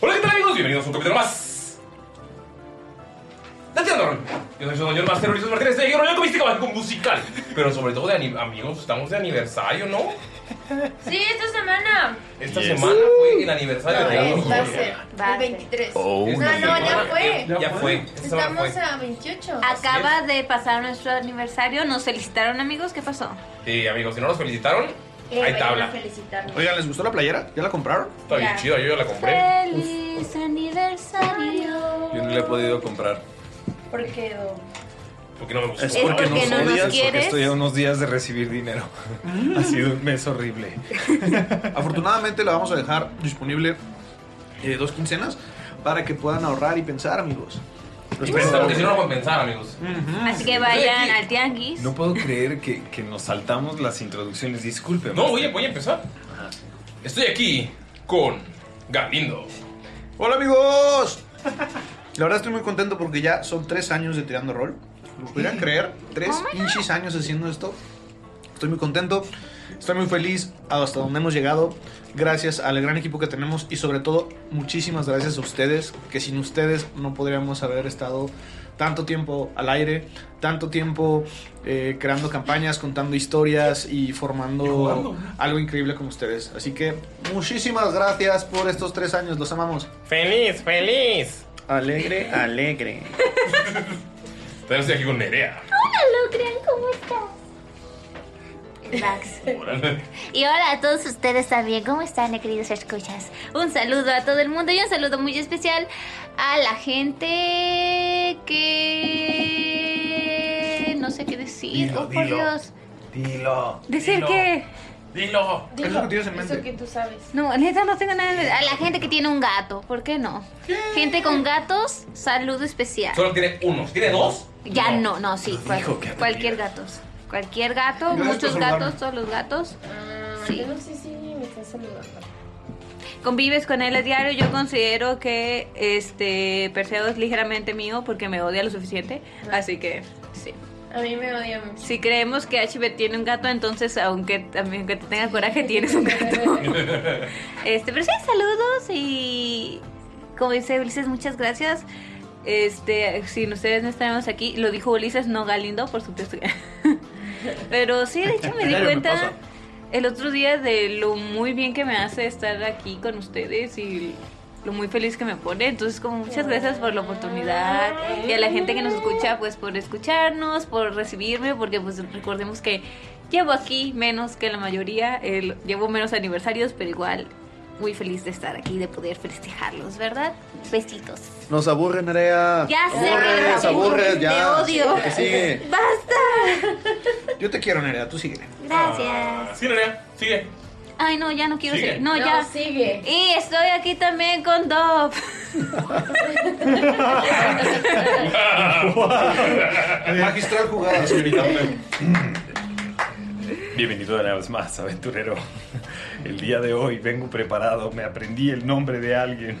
Hola, ¿qué tal amigos? Bienvenidos a un capítulo más. Dateando Rol. Yo soy su señor más terrorista Martínez. Estoy aquí con el comística mágico musical. Pero sobre todo de ani- amigos, estamos de aniversario, ¿no? Sí, esta semana. Esta Yes. semana Uh. fue el aniversario de Dateando va a Rol. ser. El 23. Oh, no, yeah. no, ya fue. Ya fue. Esta semana Estamos fue. a 28. Acaba de pasar nuestro aniversario, nos felicitaron amigos, ¿qué pasó? Sí, amigos, si no nos felicitaron, hay tabla. Eh, felicitarnos. Oigan, ¿les gustó la playera? ¿Ya la compraron? Está bien Ya. chido, yo ya la compré. Feliz aniversario. Yo no la he podido comprar. ¿Por qué, Do? Porque no me gustó. Es Es porque, porque nos no nos odias, porque quieres. estoy a unos días de recibir dinero. Mm. ha sido un mes horrible. Afortunadamente la vamos a dejar disponible eh, dos quincenas para que puedan ahorrar y pensar, amigos. Los Y pensamos que si no lo pensadores. compensar, amigos. Así que vayan ah, Sí. al tianguis. No puedo creer que, que nos saltamos las introducciones. Disculpe. No, voy a, voy a empezar. Estoy aquí con Galindo. Hola amigos. La verdad estoy muy contento porque ya son tres años de tirando rol. ¿Lo pudieran creer? Tres pinches años haciendo esto. Estoy muy contento. Estoy muy feliz hasta donde hemos llegado. Gracias al gran equipo que tenemos y sobre todo muchísimas gracias a ustedes, que sin ustedes no podríamos haber estado tanto tiempo al aire, tanto tiempo eh, creando campañas, contando historias y formando algo increíble como ustedes. Así que muchísimas gracias por estos tres años, los amamos. Feliz, feliz. Alegre, alegre. También estoy aquí con Nerea. Hola, Lucrean, ¿cómo estás? Órale. Y hola a todos ustedes también, ¿cómo están, queridos escuchas? Un saludo a todo el mundo y un saludo muy especial a la gente que... No sé qué decir, Dilo, oh por dilo. Dios. Dilo. ¿Decir Dilo. qué? Dilo. Es lo que tienes en Eso que mente. tú sabes. No, neta no tengo nada en A la gente que tiene un gato, ¿por qué no? Gente con gatos, saludo especial. Solo tiene uno. ¿Tiene dos? Ya no, no, sí. cual- dijo que atendía. cualquier gato. Cualquier gato, Gracias por muchos saludarme. gatos, todos los gatos. Sí. No sé si me estás saludando. Convives con él a diario. Yo considero que este Perseo es ligeramente mío porque me odia lo suficiente. Así que sí. A mí me odia mucho. Si creemos que HB tiene un gato, entonces aunque, aunque te tenga coraje, tienes un gato. Este, pero sí, saludos y como dice Ulises, muchas gracias. Este, sin ustedes no estaremos aquí. Lo dijo Ulises, no Galindo, por supuesto. que- pero sí, de hecho me di Diario me cuenta pasa. el otro día de lo muy bien que me hace estar aquí con ustedes y lo muy feliz que me pone. Entonces, como muchas gracias por la oportunidad y a la gente que nos escucha, pues por escucharnos, por recibirme, porque pues recordemos que llevo aquí menos que la mayoría, el- llevo menos aniversarios, pero igual muy feliz de estar aquí, de poder festejarlos, ¿verdad? Besitos. Nos aburren, Nerea. Ya sé, Aburres, te aburres, ya. te odio. ¿Qué sigue? ¡Basta! Yo te quiero, Nerea, tú sigue. Ah. Gracias. Sí, Nerea, sigue. Ay, no, ya no quiero Sigue. seguir. No, No, ya. sigue. Y estoy aquí también con Dop. Magistral jugada, señorita. Bienvenido una vez más, aventurero. El día de hoy vengo preparado, me aprendí el nombre de alguien.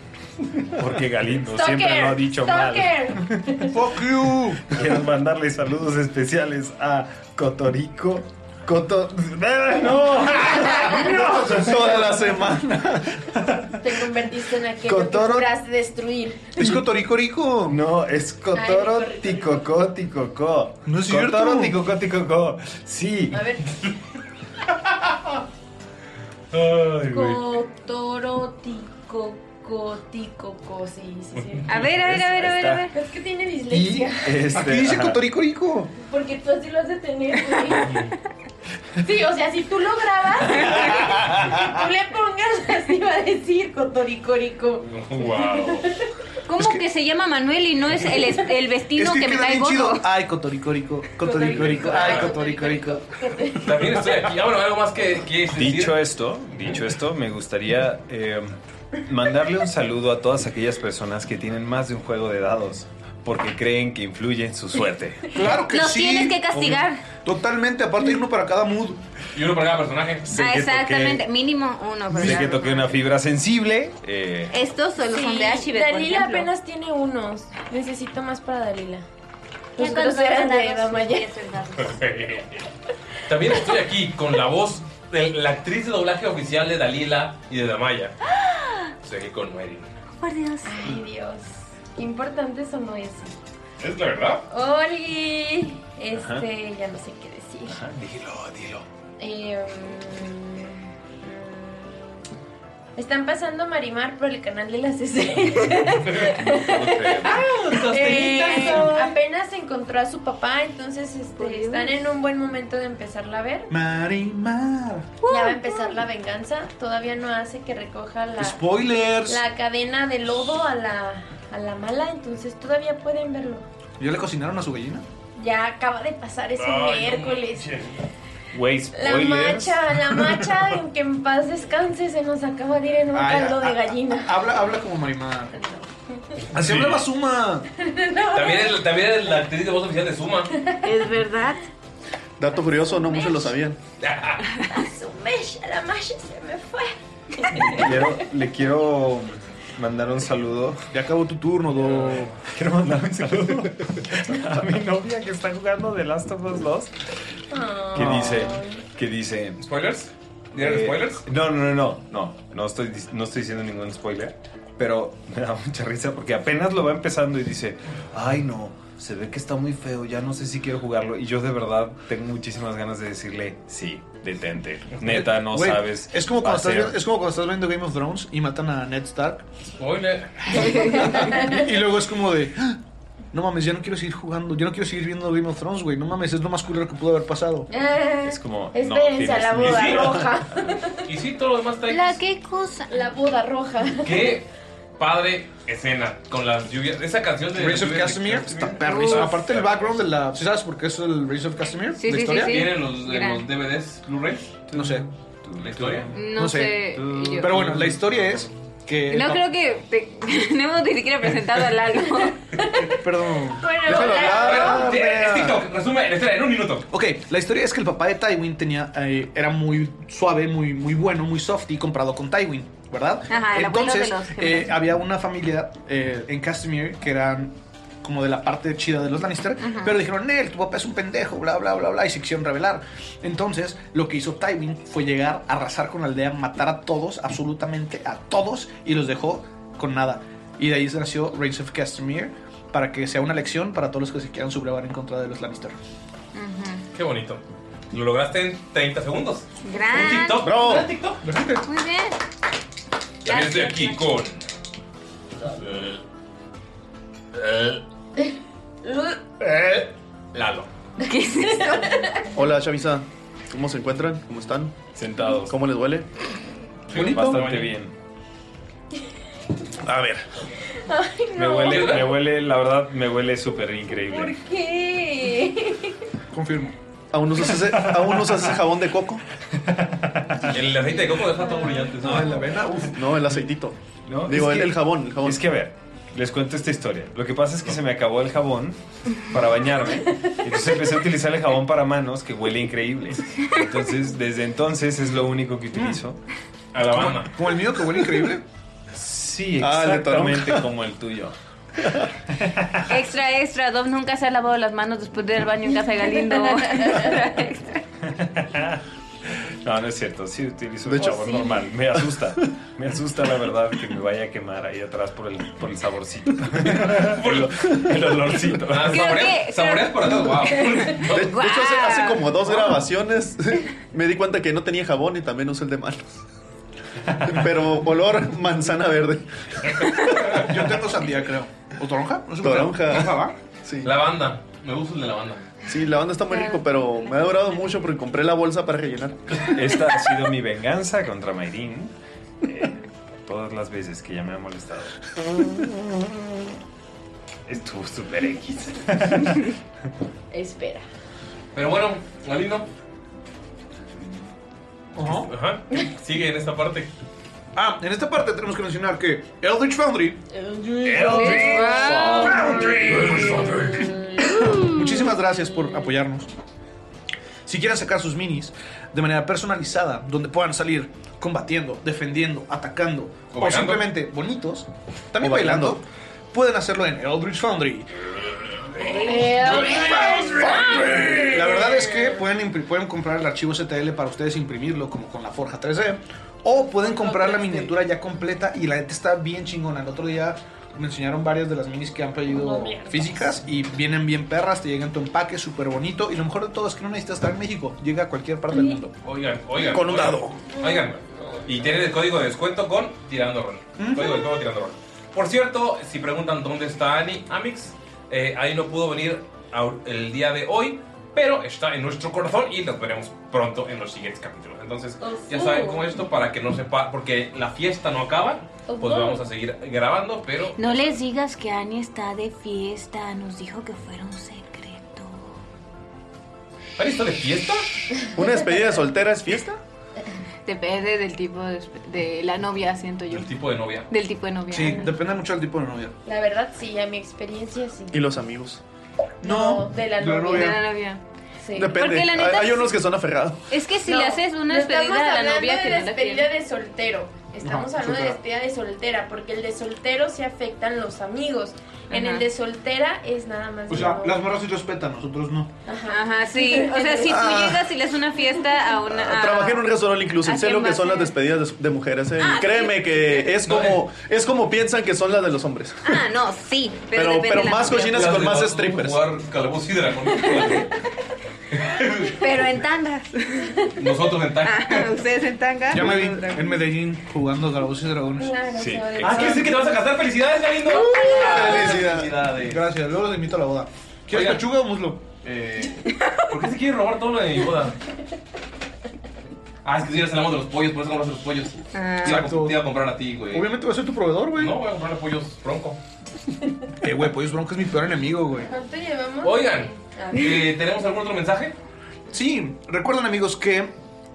Porque Galindo siempre lo ha dicho mal. Stalker. Fuck you. Quiero mandarle saludos especiales a Cotorico. Coto. ¡Eh, ¡No! Toda la semana. Te convertiste en aquello que Kotoro. juraste destruir. Es cotorico rico. No, es Cotoro Ticocó Ticocó. No es cierto. Cotoro Ticocó Ticocó. Sí. A ver. Ay, güey. Cotorotico, cotico, cosi. sí, sí. A ver, a ver, a ver, a ver, a ver. Es que tiene Y dislexia. este. Aquí dice ajá. cotorico rico. Porque tú así lo has de tener, güey. Sí, o sea, si tú lo grabas, y tú le pongas así, va a decir cotoricorico. Wow. ¿Cómo que... se llama Manuel y no es el, es- el vestido Es que que, me queda cae bien chido. gordo? Ah, Ay, cotorico rico. Cotorico rico. Ay, cotorico rico. También estoy aquí. Ah, bueno, algo más que quieres decir. Dicho esto, dicho esto, me gustaría eh, mandarle un saludo a todas aquellas personas que tienen más de un juego de dados porque creen que influye en su suerte. Claro que Los sí. tienes que castigar. Totalmente, aparte hay uno para cada mood. Y uno para cada personaje. Sé Ah, que exactamente. toqué- Mínimo uno. pero sé ya que no. toqué una fibra sensible. eh, Estos solo son Sí, de Ashibet, por Dalila ejemplo. apenas tiene unos. Necesito más para Dalila. Ya Los cuando otros eran hagan de dados, Damaya. sí, esos dados. También estoy aquí con la voz de la actriz de doblaje oficial de Dalila y de Damaya. Estoy aquí con Mary. ¡Ah! Por Dios. Ay, Dios. Qué importante eso no es. ¿Es la verdad? Oli. Este, Ajá. ya no sé qué decir. ajá, dilo, dilo. Eh, mm, están pasando Marimar por el canal de las estrellas. Ah, Eh, apenas encontró a su papá, entonces este, Por Dios. están en un buen momento de empezarla a ver. Marimar. Ya va a empezar la venganza. Todavía no hace que recoja la, Spoilers. la cadena de lobo a la, a la mala, entonces todavía pueden verlo. ¿Ya le cocinaron a su gallina? Ya acaba de pasar ese miércoles. Güey, La spoilers. macha, la macha, en que en paz descanse, se nos acaba de ir en un Ay, caldo a- de a- gallina. a- habla, habla como Marimar. Así hablaba Ah, Suma. También es, también es la actriz de voz oficial de Suma. Es verdad. Dato curioso, no muchos lo sabían. Ah. A su mecha, la macha se me fue. Quiero- le quiero mandar un saludo. Ya acabó tu turno, Do. Quiero mandar un saludo a mi novia que está jugando The Last of Us 2. Que dice, que dice, ¿Spoilers? ¿Dieron Eh, spoilers? No, no, no, no, no, no estoy, dis- no estoy diciendo ningún spoiler, pero me da mucha risa porque apenas lo va empezando y dice, ay no, se ve que está muy feo, ya no sé si quiero jugarlo y yo de verdad tengo muchísimas ganas de decirle, sí, detente, neta, no Güey, sabes. Es como, cuando va a estás ser- viendo, es como cuando estás viendo Game of Thrones y matan a Ned Stark. Spoiler. Y luego es como de. "Ah, No mames, ya no quiero seguir jugando. Yo no quiero seguir viendo Game of Thrones, güey. No mames, es lo más culero que pudo haber pasado. es como, no, Espérense a Eh, tienes la ni- boda Sí. roja. Y sí, todo lo demás está La X. qué cosa. La boda roja. Qué padre escena con las lluvias. Esa canción de. Race of Casimir está perrísimo. Aparte, el background de la. ¿Sí sabes por qué es el Race of Casimir? Sí, ¿La sí, historia? sí, sí. Vienen los, en los DVDs Blu-ray. No sé. La historia. No, No sé. sé. y yo. Mm. Pero bueno, la historia es Que No creo que te- no hemos ni siquiera presentado a Lalo. Perdón. Bueno, Déjalo hablar, Sí, Es Andrea. TikTok, resume la historia en un minuto. Ok, la historia es que el papá de Tywin tenía, eh, era muy suave, muy, muy bueno, muy softy comparado con Tywin, ¿verdad? Ajá, el abuelo de Entonces, los gemelos. eh, había una familia eh, en Castamere que eran como de la parte chida de los Lannister, pero dijeron, Nel, tu papá es un pendejo, bla, bla, bla, bla, y se quisieron rebelar. Entonces, lo que hizo Tywin fue llegar, arrasar con la aldea, matar a todos, absolutamente a todos, y los dejó con nada. Y de ahí se nació Reigns of Castamere, para que sea una lección para todos los que se quieran sublevar en contra de los Lannister. Qué bonito. Lo lograste en 30 segundos. Un gran. TikTok. Bravo. Un TikTok. Muy bien. También estoy aquí con. Eh, Lalo. ¿Qué es esto? Hola, Chavisa. ¿Cómo se encuentran? ¿Cómo están? Sentados. ¿Cómo les duele? Bastante bien. A ver. Ay, no. Me huele, me huele, la verdad, me huele súper increíble. ¿Por qué? Confirmo. ¿Aún no usas ese, ¿eh, aún no usas ese jabón de coco? El aceite de coco deja todo brillante. ¿no? Ah, en la vena, uff. No, el aceitito. No, Digo, es el, que- el jabón, el jabón. Es que a ver, les cuento esta historia. Lo que pasa es que se me acabó el jabón para bañarme. Entonces empecé a utilizar el jabón para manos que huele increíble. Entonces, desde entonces es lo único que utilizo. Ah. Alabama. Como el mío que huele increíble. Sí, Ah, el de exactamente como el tuyo. Extra, extra. Dom nunca se ha lavado las manos después del baño en casa de Galindo. Extra, extra. No, no es cierto. Sí, utilizo De el hecho, jabón sí. normal. Me asusta. Me asusta la verdad que me vaya a quemar ahí atrás por el, por el saborcito. El, el olorcito. Ah, Creo saboreas- que- Saboreas por atrás. Wow. De, de hecho, hace, hace Wow. como dos grabaciones me di cuenta que no tenía jabón y también usé el de manos. Pero olor manzana verde. Yo tengo sandía, creo. ¿Pues ¿O toronja? No sé cuál. Toronja. Toronja, va. Sí. Lavanda. Me gusta el de lavanda. sí, la banda está muy Ah. rico, pero me ha durado mucho porque compré la bolsa para rellenar. Esta ha sido mi venganza contra Mayrin. eh, todas las veces que ya me ha molestado. Estuvo super X. Espera. Pero bueno, Galindo. Ajá. Sigue en esta parte. Ah, en esta parte tenemos que mencionar que Eldritch Foundry. Muchísimas gracias por apoyarnos. Si quieren sacar sus minis de manera personalizada, donde puedan salir combatiendo, defendiendo, atacando O o, bailando. simplemente bonitos, también O bailando. bailando, pueden hacerlo en Eldritch Foundry. La verdad es que pueden, impri- pueden comprar el archivo STL para ustedes imprimirlo como con la Forja 3D o pueden comprar la miniatura ya completa y la neta está bien chingona. El otro día me enseñaron varias de las minis que han pedido físicas y vienen bien perras, te llegan tu empaque súper bonito y lo mejor de todo es que no necesitas estar en México, llega a cualquier parte del mundo. Oigan, oigan. Con un oigan. dado. Oigan. Y tienen el código de descuento con Tirando Rol. Código de descuento Tirando Rol. Por cierto, si preguntan dónde está Ani, Amix, eh, ahí no pudo venir au- el día de hoy, pero está en nuestro corazón y nos veremos pronto en los siguientes capítulos. Entonces, ya saben cómo es esto para que no sepa, porque la fiesta no acaba, pues vamos a seguir grabando, pero No les digas que Annie está de fiesta. Nos dijo que fuera un secreto. ¿Ari está de fiesta? ¿Una despedida de soltera es fiesta? Depende del tipo de, de la novia, siento yo. El tipo de novia. Del tipo de novia. Sí, depende mucho del tipo de novia. La verdad, sí, a mi experiencia sí. Y los amigos. No, de la novia. De la novia. Sí. Depende. Porque la Hay- neta hay, sí- unos que son aferrados. Es que si No, le haces una no estamos despedida a la hablando novia de que no la despedida quiere. de soltero. Estamos Ajá, hablando de despedida soltera. de soltera, porque el de soltero se afectan los amigos. En Ajá. el de soltera es nada más. O sea, como- las morras sí respetan, nosotros no. Ajá. Ah. Ajá, sí. O sea, si tú llegas y le haces una fiesta a una. a- Trabajé en un restaurante inclusive, Ah. ¿a sé lo quién que vas son a- las despedidas de, de mujeres. eh. Ah, Créeme sí. que es No, como, es como piensan que son las de los hombres. Ah, no, sí. Pero, Pero- depende pero de la más novia. cochinas- Las con más strippers. Jugar Calabozos y Dragones. Pero en tandas. Nosotros en tag. Ustedes en tanga. Ya me vi en Medellín jugando Garabos y Dragones. Claro, Sí. o sea, de- Ah, quiere decir que te vas a casar. Felicidades, Galindo. Felicidades. Gracias, luego los invito a la boda. ¿Quieres Oigan. pechuga o muslo? Eh, ¿Por qué se quiere robar todo lo de mi boda? Ah, es que tú eres el amo de los pollos, por eso compraste los pollos. Te iba a comp- te iba a comprar a ti, güey. Ah. Obviamente voy a ser tu proveedor, güey. No, voy a comprarle pollos bronco. Eh, güey, Pollos Bronco es mi peor enemigo, güey. ¿Cuánto llevamos? Oigan, Ah, Eh, eh, ¿tenemos algún otro mensaje? Sí, recuerden amigos que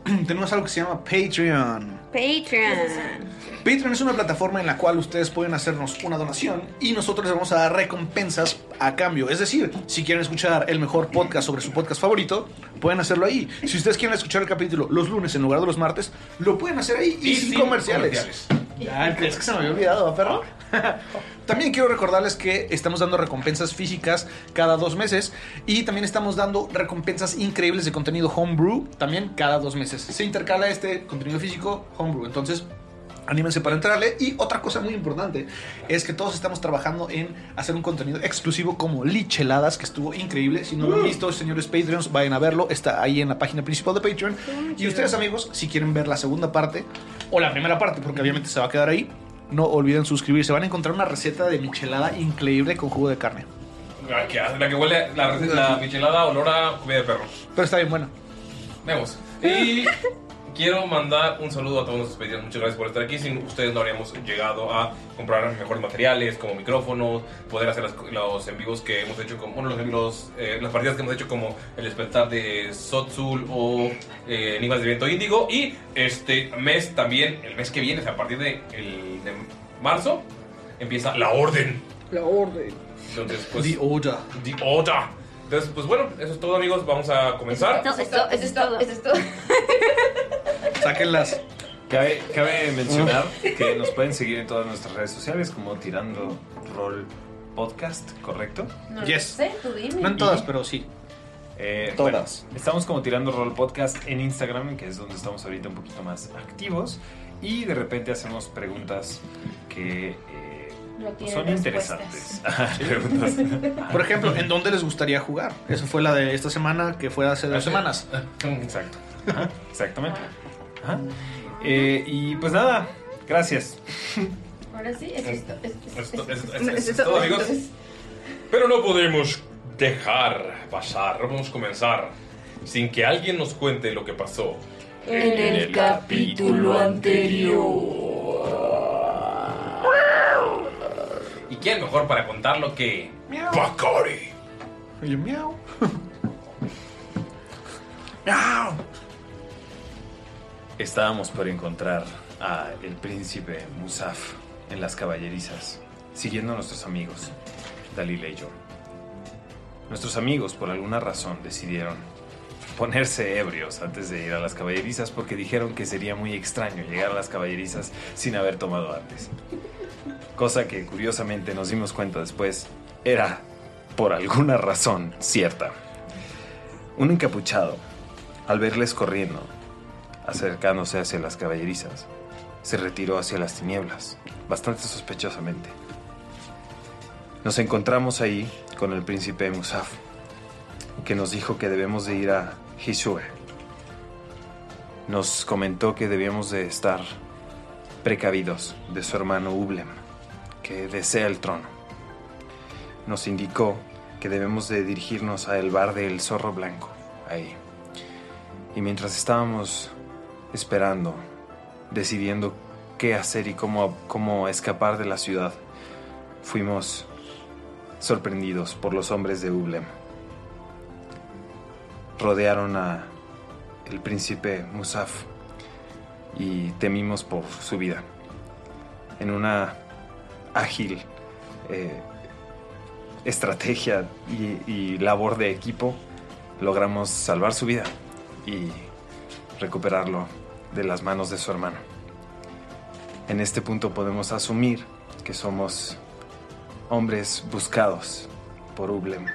tenemos algo que se llama Patreon. Patreon. Patreon es una plataforma en la cual ustedes pueden hacernos una donación y nosotros les vamos a dar recompensas a cambio. Es decir, si quieren escuchar el mejor podcast sobre su podcast favorito, pueden hacerlo ahí. Si ustedes quieren escuchar el capítulo los lunes en lugar de los martes, lo pueden hacer ahí y, Y sin, sin comerciales. Ya, es que se me había olvidado, ¿va, perro? También quiero recordarles que estamos dando recompensas físicas cada dos meses y también estamos dando recompensas increíbles de contenido homebrew también cada dos meses. Se intercala este contenido físico homebrew, entonces anímense para entrarle. Y otra cosa muy importante es que todos estamos trabajando en hacer un contenido exclusivo como Licheladas, que estuvo increíble. Si no lo han visto, señores Patreons, vayan a verlo. Está ahí en la página principal de Patreon. Y ustedes, amigos, si quieren ver la segunda parte o la primera parte, porque obviamente se va a quedar ahí. No olviden suscribirse, van a encontrar una receta de michelada increíble con jugo de carne. La que, hace- Ah, la que huele la, la michelada olor a comida de perro. Pero está bien bueno. Vemos. Y quiero mandar un saludo a todos nuestros Patreons. Muchas gracias por estar aquí. Sin ustedes no habríamos llegado a comprar mejores materiales como micrófonos, poder hacer las- los en vivos que hemos hecho, como, bueno, los, en vivos, eh, las partidas que hemos hecho como el despertar de Sotzul o eh, Enigmas de Viento Índigo. Y este mes también, el mes que viene, o sea, a partir de, el- de marzo, empieza la orden. La orden. Entonces, pues... The order. The order. Entonces, pues bueno, eso es todo amigos, vamos a comenzar. No, esto, esto es todo. Eso es todo. Sáquenlas. Cabe, cabe mencionar que nos pueden seguir en todas nuestras redes sociales como Tirando Roll Podcast, ¿correcto? No Yes. lo sé, tú dime. No en todas, pero sí. Eh, Todas. bueno, estamos como Tirando Roll Podcast en Instagram, que es donde estamos ahorita un poquito más activos. Y de repente hacemos preguntas que eh, No tiene son interesantes. Ah, respuestas. Preguntas. Por ejemplo, ¿en dónde les gustaría jugar? Eso fue la de esta semana, que fue hace dos semanas. Exacto. Ajá, exactamente. Ajá. Eh, y pues ¿Ah? nada, gracias. Ahora sí, eso es todo. Esto- esto- esto- esto es todo, amigos. Pero no podemos dejar pasar, vamos a comenzar sin que alguien nos cuente lo que pasó En el capítulo anterior. ¿Y quién mejor para contarlo que Bakari? Y yo, miau. miau. Estábamos por encontrar a el príncipe Musaf en las caballerizas, siguiendo a nuestros amigos, Dalila y yo. Nuestros amigos, por alguna razón, decidieron ponerse ebrios antes de ir a las caballerizas porque dijeron que sería muy extraño llegar a las caballerizas sin haber tomado antes. Cosa que curiosamente nos dimos cuenta después era, por alguna razón, cierta. Un encapuchado, al verles corriendo, acercándose hacia las caballerizas, se retiró hacia las tinieblas, bastante sospechosamente. Nos encontramos ahí con el príncipe Musaf, que nos dijo que debemos de ir a Hisue. Nos comentó que debíamos de estar precavidos de su hermano Ublem, que desea el trono. Nos indicó que debemos de dirigirnos al bar del zorro blanco, ahí. Y mientras estábamos esperando, decidiendo qué hacer y cómo, cómo escapar de la ciudad, fuimos sorprendidos por los hombres de Ublem. Rodearon a el príncipe Musaf y temimos por su vida. En una ágil eh, estrategia y- y labor de equipo, logramos salvar su vida y recuperarlo de las manos de su hermano. En este punto podemos asumir que somos hombres buscados por Ublem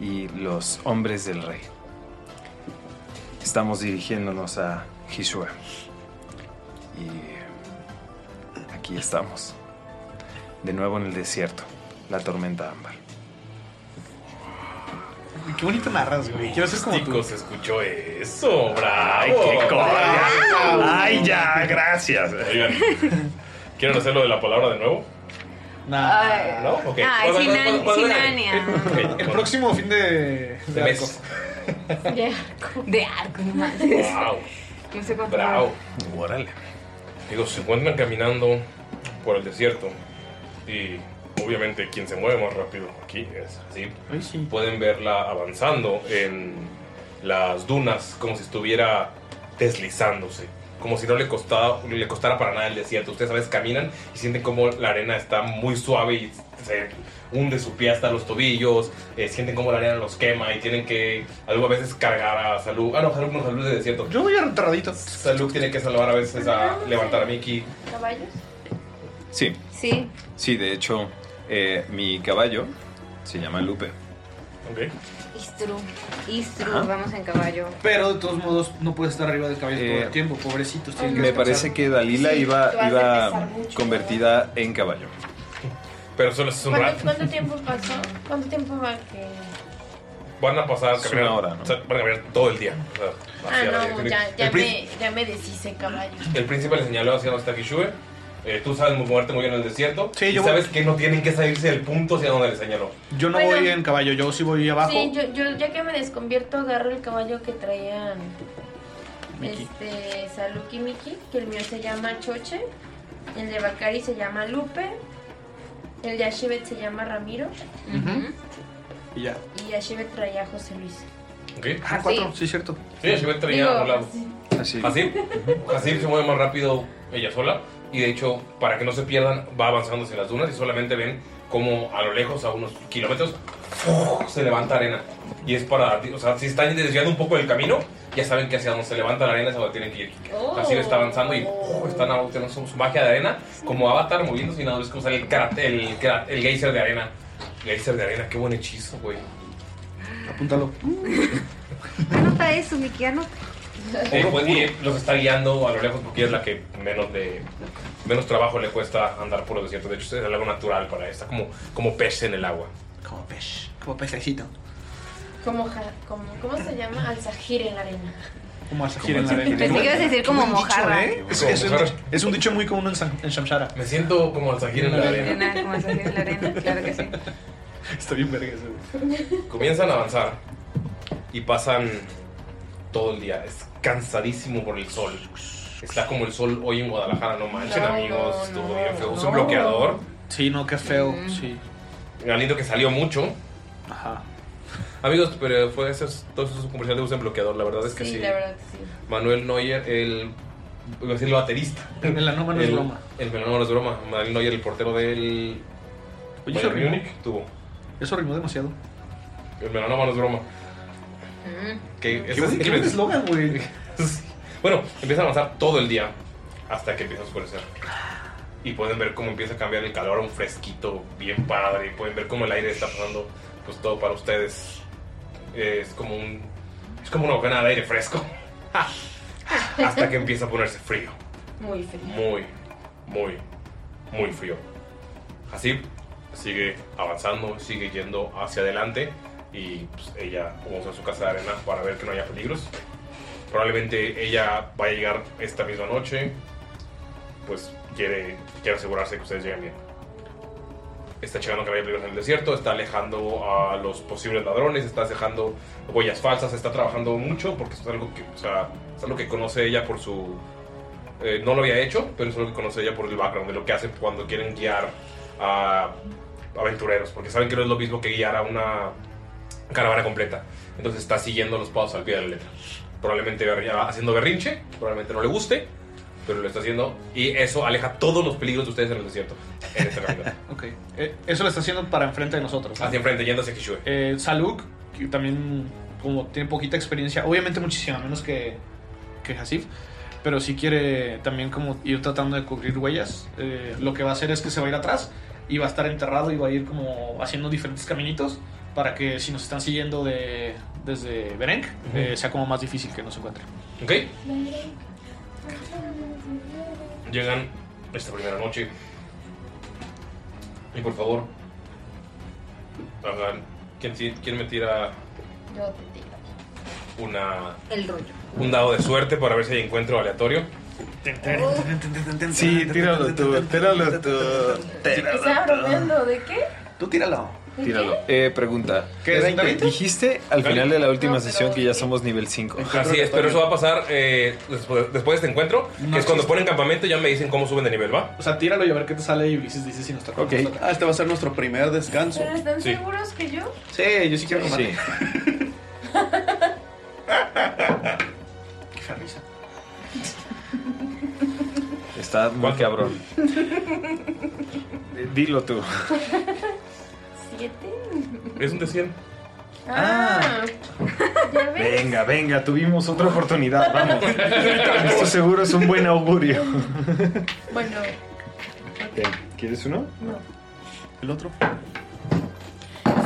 y los hombres del rey. Estamos dirigiéndonos a Hishua. Y aquí estamos. De nuevo en el desierto, la tormenta ámbar. Qué bonito narras, güey. Quiero ser como tú. Chicos, escuchó eso, ¡Ay, bravo. qué cosa! ¡Ay, ya! ¡Gracias! Oigan, ¿quieren hacerlo de la palabra de nuevo? Nah. ¿No? Ok. Ay, Bueno, sin bueno, an- bueno, bueno, sin bueno. ánimo. Ok, El bueno. próximo fin de, De mes. De arco, no manches. Wow, No sé cuánto. bravo. Órale. Digo, se encuentran caminando por el desierto y obviamente quien se mueve más rápido aquí es así. Ay, sí. Pueden verla avanzando en las dunas como si estuviera deslizándose. Como si no le, costaba, le costara para nada el desierto. Ustedes a veces caminan y sienten como la arena está muy suave y se hunde su pie hasta los tobillos. eh, sienten como la arena los quema y tienen que algunas veces cargar a Salud. Ah, no, Salud no, Salud es de desierto. Yo voy retardito. Salud tiene que salvar a veces a levantar a Mickey. ¿Caballos? Sí. Sí. Sí, de hecho, eh, mi caballo se llama Lupe. Ok. Istru. Istru, Ajá. vamos en caballo. Pero de todos modos no puede estar arriba del caballo todo Eh, el tiempo, pobrecitos. mm. tienen Me descansar. parece que Dalila Ah, iba, tú has de iba pesar mucho, convertida en caballo. Pero solo es un ¿Cuánto, rato. cuánto tiempo pasó? ¿Cuánto tiempo va que.? Van a pasar Es caminar- una hora, ¿no? o sea, van a caminar todo el día. o sea, Ah, hacia la no, dirección. ya, ya, el, prín- me, ya me deshice caballo. el príncipe le señaló hacia donde está Kishue. Eh, tú sabes moverte muy bien en el desierto. Sí, y yo voy- sabes que no tienen que salirse del punto hacia donde le señaló. Yo no Bueno. voy en caballo, yo sí voy abajo. Sí, yo, yo ya que me desconvierto, agarro el caballo que traían. Este, Saluki Miki, que el mío se llama Choche. El de Bakari se llama Lupe. El de Ashibet se llama Ramiro. Ujú. Y ya. Y Ashibet traía a José Luis. ¿Ok? Ah, cuatro, sí, cierto. Sí, Ashibet traía Digo, a un lado. sí. Así. Hasib. Hasib se mueve más rápido ella sola. Y de hecho, para que no se pierdan, va avanzando hacia las dunas y solamente ven como a lo lejos, a unos kilómetros, ¡fuu! se levanta arena. Y es para, o sea, si están desviando un poco del camino, ya saben que hacia donde se levanta la arena es a donde tienen que ir. Oh. Hasib está avanzando y ¡fuu! están utilizando su, su magia de arena como avatar moviéndose y nada, es como sale el, cráter- el, cráter- el geyser de arena. Geyser de arena, qué buen hechizo, güey. Apúntalo. Anota eso, Miki, anota. Eh, pues, y, eh, los está guiando a lo lejos porque es la que menos de menos trabajo le cuesta andar por los desiertos. De hecho, es algo natural para ella. Está como, como pez en el agua. Como pez, como pececito. Como, ja- como, ¿Cómo se llama? Alzajir en la arena. Como asajir en la arena. Pensé que ibas a decir como Buen dicho, mojarra. ¿eh? Es, es un, es un dicho muy común en, Sam- en Shamsara. Me siento como al sajir en la arena. Arena, como se dice, la arena, claro que sí. Está bien verga eso. Comienzan a avanzar y pasan todo el día. Es cansadísimo por el sol. Está como el sol hoy en Guadalajara, no manchen, No, amigos. no, Estuvo no, bien feo. Es no. Mm. un bloqueador. Sí, no, qué feo. Sí. Galindo que salió mucho. Ajá. Amigos, pero fue esos, todos esos comerciales usan bloqueador. La verdad es que Sí, sí. la verdad que sí. Manuel Neuer, el. iba a decir el baterista. El melanoma no es El- broma. El melanoma no es broma. Manuel Neuer, el portero del. Oye, Bayern eso rimó. Múnich, tuvo. Eso rimó demasiado. El melanoma no es broma. Que ese Qué es buen- qué el- buen eslogan, güey. Sí. Bueno, empiezan a avanzar todo el día hasta que empieza a oscurecer. Y pueden ver cómo empieza a cambiar el calor a un fresquito bien padre. Y pueden ver cómo el aire está pasando pues todo para ustedes. Eh, Es como un es como una bocana de aire fresco. hasta que empieza a ponerse frío. Muy feliz. muy, muy, muy frío. Así sigue avanzando, sigue yendo hacia adelante y pues, ella usa su casa de arena para ver que no haya peligros. Probablemente ella va a llegar esta misma noche, pues quiere, quiere asegurarse que ustedes lleguen bien. Está checando que no haya peligros en el desierto, está alejando a los posibles ladrones, está dejando huellas falsas, está trabajando mucho porque es algo que, o sea, es algo que conoce ella por su eh, no lo había hecho, pero eso es lo que conoce ella por el background, de lo que hace cuando quieren guiar a aventureros, porque saben que no es lo mismo que guiar a una caravana completa. Entonces está siguiendo los pasos al pie de la letra. Probablemente berri- haciendo berrinche, probablemente no le guste, pero lo está haciendo y eso aleja todos los peligros de ustedes en el desierto, en este camino. Ok. Eh, eso lo está haciendo para enfrente de nosotros. Hacia enfrente, yendo hacia Kishue. Eh, Saluk, que también como tiene poquita experiencia, obviamente muchísima menos que, que Hasif, pero si quiere también como ir tratando de cubrir huellas, eh, lo que va a hacer es que se va a ir atrás y va a estar enterrado y va a ir como haciendo diferentes caminitos para que si nos están siguiendo de, desde Bereng, eh, sea como más difícil que nos encuentren. ¿Ok? Llegan esta primera noche. Y por favor, hagan. ¿Quién, ti- quién me tira Yo te tiro. una, El rollo. un dado de suerte para ver si hay encuentro aleatorio? Sí, tíralo tú, tíralo tú. Estaba bromeando, ¿de qué? Tú tíralo. Tíralo. Eh, pregunta. ¿Qué, veinte? Dijiste al final de la última No, pero sesión que ya sí. somos nivel 5. Así es, pero eso va a pasar eh, después, después de este encuentro, que es cuando ponen campamento ya me dicen cómo suben de nivel, ¿va? O sea, tíralo y a ver qué te sale y dices, dices si nos toca. Ok. nos toca. Ah, este va a ser nuestro primer descanso. ¿Pero están Sí. seguros que yo? Sí, yo sí quiero combate. Sí. Qué risa. Está muy cabrón. Eh, Dilo tú. ¿Siete? Es un de 100. Ah. ¿Ya ves? Venga, venga, tuvimos otra oportunidad, vamos. Esto seguro es un buen augurio. Bueno, Ok, ¿Quieres uno? No. ¿El otro?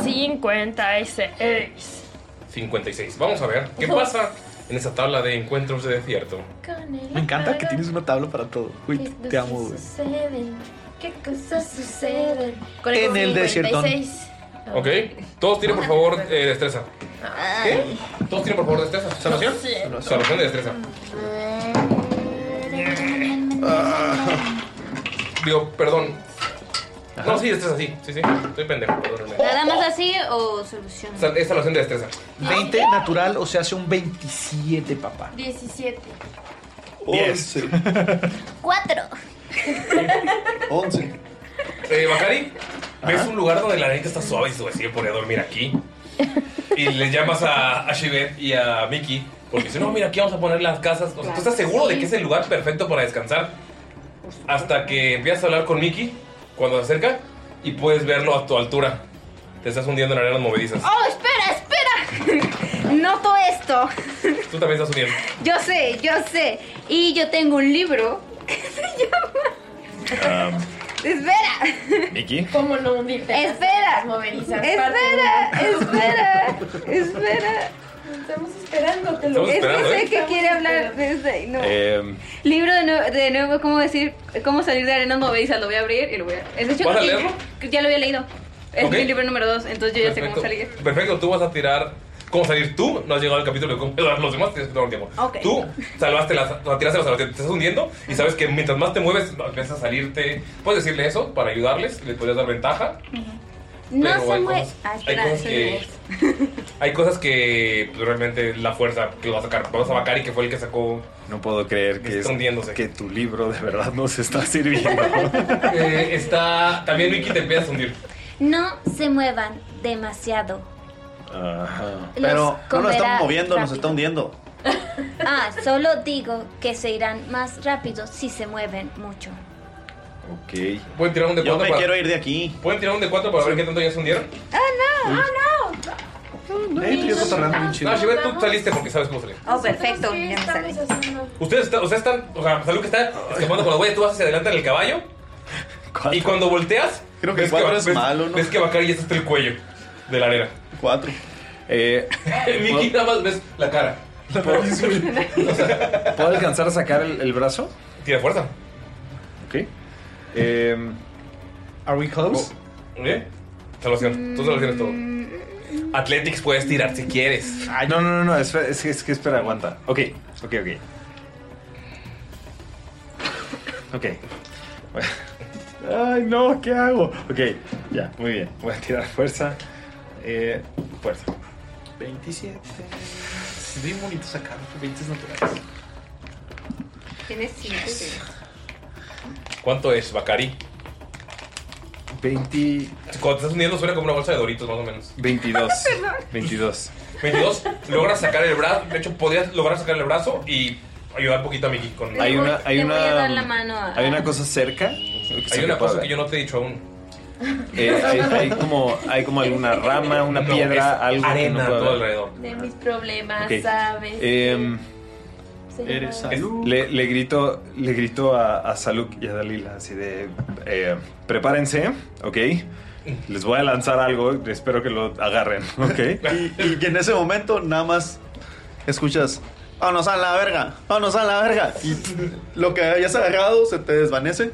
56. 56. Vamos a ver qué pasa en esa tabla de encuentros de desierto. Me encanta que tienes una tabla para todo. Uy, ¿Qué te amo, cosas güey. suceden? ¿Qué cosas suceden? Con el En el 56. Ok. Todos tienen por favor eh, destreza. Ah, ¿Qué? Todos tienen por favor destreza. ¿Salvación? Sí. Salvación de destreza. Digo, perdón. No, sí, destreza, sí. Sí, sí. Estoy pendejo, perdónenme. ¿Nada más así o solución? Sal- Es salvación de destreza. 20 natural, o sea, hace un 27, papá. 17. 11. 4. 11. Eh, Bacari, ves un lugar donde la neta está suave y su vecino pone a dormir aquí. Y le llamas a, a Shivet y a Mickey. Porque dice, no, mira, aquí vamos a poner las casas. O sea, tú estás seguro de que es el lugar perfecto para descansar. Hasta que empiezas a hablar con Mickey cuando se acerca y puedes verlo a tu altura. Te estás hundiendo en arenas movedizas. Ah. ¡Oh, espera, espera! Noto esto. Tú también estás hundiendo. Yo sé, yo sé. Y yo tengo un libro. Espera. Ah, Mickey. ¿Cómo no hundirte? Espera. moverizas, Espera, espera, espera. estamos esperándolo. Estamos Es que esperando, sé ¿eh? que quiere hablar desde ahí, No. Eh, Libro de, nue- de nuevo, ¿cómo decir? ¿Cómo salir de arenas movedizas? Lo voy a abrir y lo voy a. Es de hecho, ¿Vas a que- leerlo? que Ya lo había leído. Es Ok. mi libro número 2, entonces yo ya sé cómo salir. Perfecto, tú vas a tirar. ¿Cómo salir tú? No has llegado al capítulo de cómo salvar los demás, tienes que tomar tiempo. Ok. Tú salvaste las, o sea, tiraste las salvación, te estás hundiendo y sabes que mientras más te mueves, empiezas a salirte. Puedes decirle eso para ayudarles, le podrías dar ventaja. No Pero se hay mueve. cosas- Ah, hay espera, cosas soy que- Hay cosas que pues, realmente la fuerza que lo va a sacar. Vamos a Bakari, que fue el que sacó. no puedo creer que, es- que tu libro de verdad nos está sirviendo. Eh, está. También Mickey te empiezas a hundir. No se muevan demasiado. Ajá. Los Pero no lo estamos comerá moviendo, nos rápido. está hundiendo. Ah, solo digo que se irán más rápido si se mueven mucho. Ok. Pueden tirar un de Yo 4 me quiero ir de aquí. Pueden tirar un de 4 para ver qué tanto ya se hundieron. ¡Ah, no! ¡Ah, no! Ah, Shivet, tú saliste porque sabes cómo salir. Oh, perfecto. Ya me salí. Ustedes está- o sea, están, o sea, Salud que está escapando con la huella, tú vas hacia adelante en el caballo. Y cuando volteas, creo que ves que, es malo, ¿no? Ves que Bacari ya está hasta el cuello de la arena. Cuatro. Eh, Miki nada más ves la cara. ¿Puedo alcanzar a sacar el, el brazo? Tiene fuerza. Ok. Eh, oh, ¿Are we close? ¿Eh? Salvación. Tú salvaciones todo. Athletics puedes tirar si quieres. Mm. Ay, no, no, no, no, espera, es, que- es que espera, aguanta. Ok, ok, ok. Ok. Ay, no, ¿qué hago? Ok, ya, muy bien. Voy a tirar fuerza. Eh, fuerza. 27. Es bien bonito sacar 20 naturales. Tienes 5. ¿Cuánto es, Bacari? 20. Cuando te estás uniendo suena como una bolsa de doritos, más o menos. 22. 22. 22. Logras sacar el brazo. De hecho, podrías lograr sacar el brazo y ayudar un poquito a Miki con Hay una- hay Le voy a una- dar la mano a. Hay una cosa cerca. que se Hay una puede cosa ver. que yo no te he dicho aún. Eh, hay, hay como, hay como alguna rama, una No, piedra, es algo. que arena no puedo ver. todo alrededor. De mis problemas, Ok. ¿sabes? Em, Eres salud. Le, le grito, le grito a, a Saluk y a Dalila así de eh, prepárense, ¿ok? Les voy a lanzar algo, espero que lo agarren, ¿ok? Y, y que en ese momento nada más escuchas, vámonos a la verga, vámonos a la verga. Y lo que hayas agarrado se te desvanece.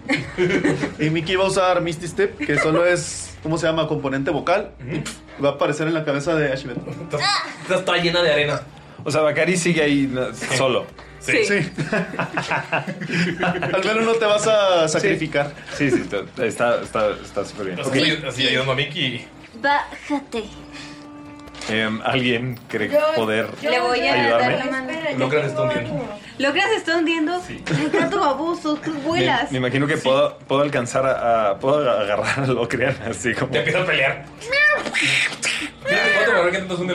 Y Mickey va a usar Misty Step, que solo es, ¿cómo se llama? Componente vocal. Y pff, va a aparecer en la cabeza de Ashibet. Esta está llena de arena. O sea, Bakari sigue ahí no, solo. Sí. Al menos no te vas a sacrificar. Sí, sí, está- está está- está súper bien. Así, así ayudando a Mickey. Bájate. Em, ¿Alguien cree Yo- poder yo le voy a dar ayudarme? la mano. Espera, Locra se está hundiendo. ¿Logras se está hundiendo? Ay, tanto baboso, tú Me, vuelas. me imagino que puedo, puedo alcanzar a, a- Puedo agarrar a Locrian así como. Te empiezo a pelear. Me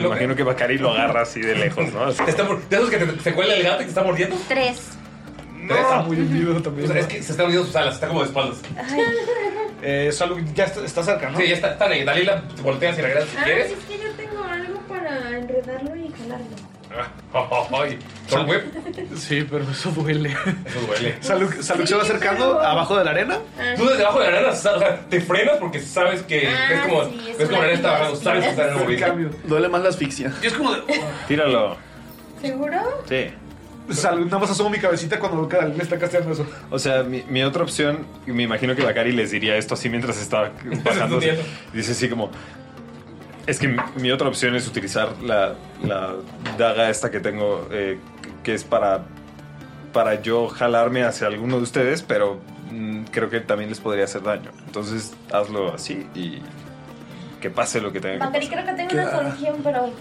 imagino que Bakari lo agarra así de lejos, ¿no? Está mor- de esos que te, se cuela el gato y te está mordiendo. Tres. Está Ah, muy hundido también. O sea, es que se están hundiendo sus alas, está como de espaldas. Eh, Salud, ya está, está cerca, ¿no? Sí, ya está, están ahí. Dalila, te volteas y regresas si Ah, quieres. es que yo tengo algo para enredarlo y jalarlo. Ay, ¿Son web? Sí, pero eso duele. Eso duele. Salud, Salud se va acercando pero- abajo de la arena. Tú desde abajo de la arena sal- te frenas porque sabes que Ah, es como, sí, es ves como la arena una está bajando, actividad. sabes que está en el Por movimiento. cambio. Duele más la asfixia. Y es como oh. de. Tíralo. ¿Seguro? Sí. Salud, nada más asomo mi cabecita cuando cada me está casteando eso. O sea, mi, mi otra opción, me imagino que Bakari les diría esto así mientras está bajando. dice así como. Es que mi, mi otra opción es utilizar la, la daga esta que tengo, eh, que es para, para yo jalarme hacia alguno de ustedes, pero mm, creo que también les podría hacer daño. Entonces, hazlo así y que pase lo que tenga que Bacari, creo que tengo Qué una rara. solución, pero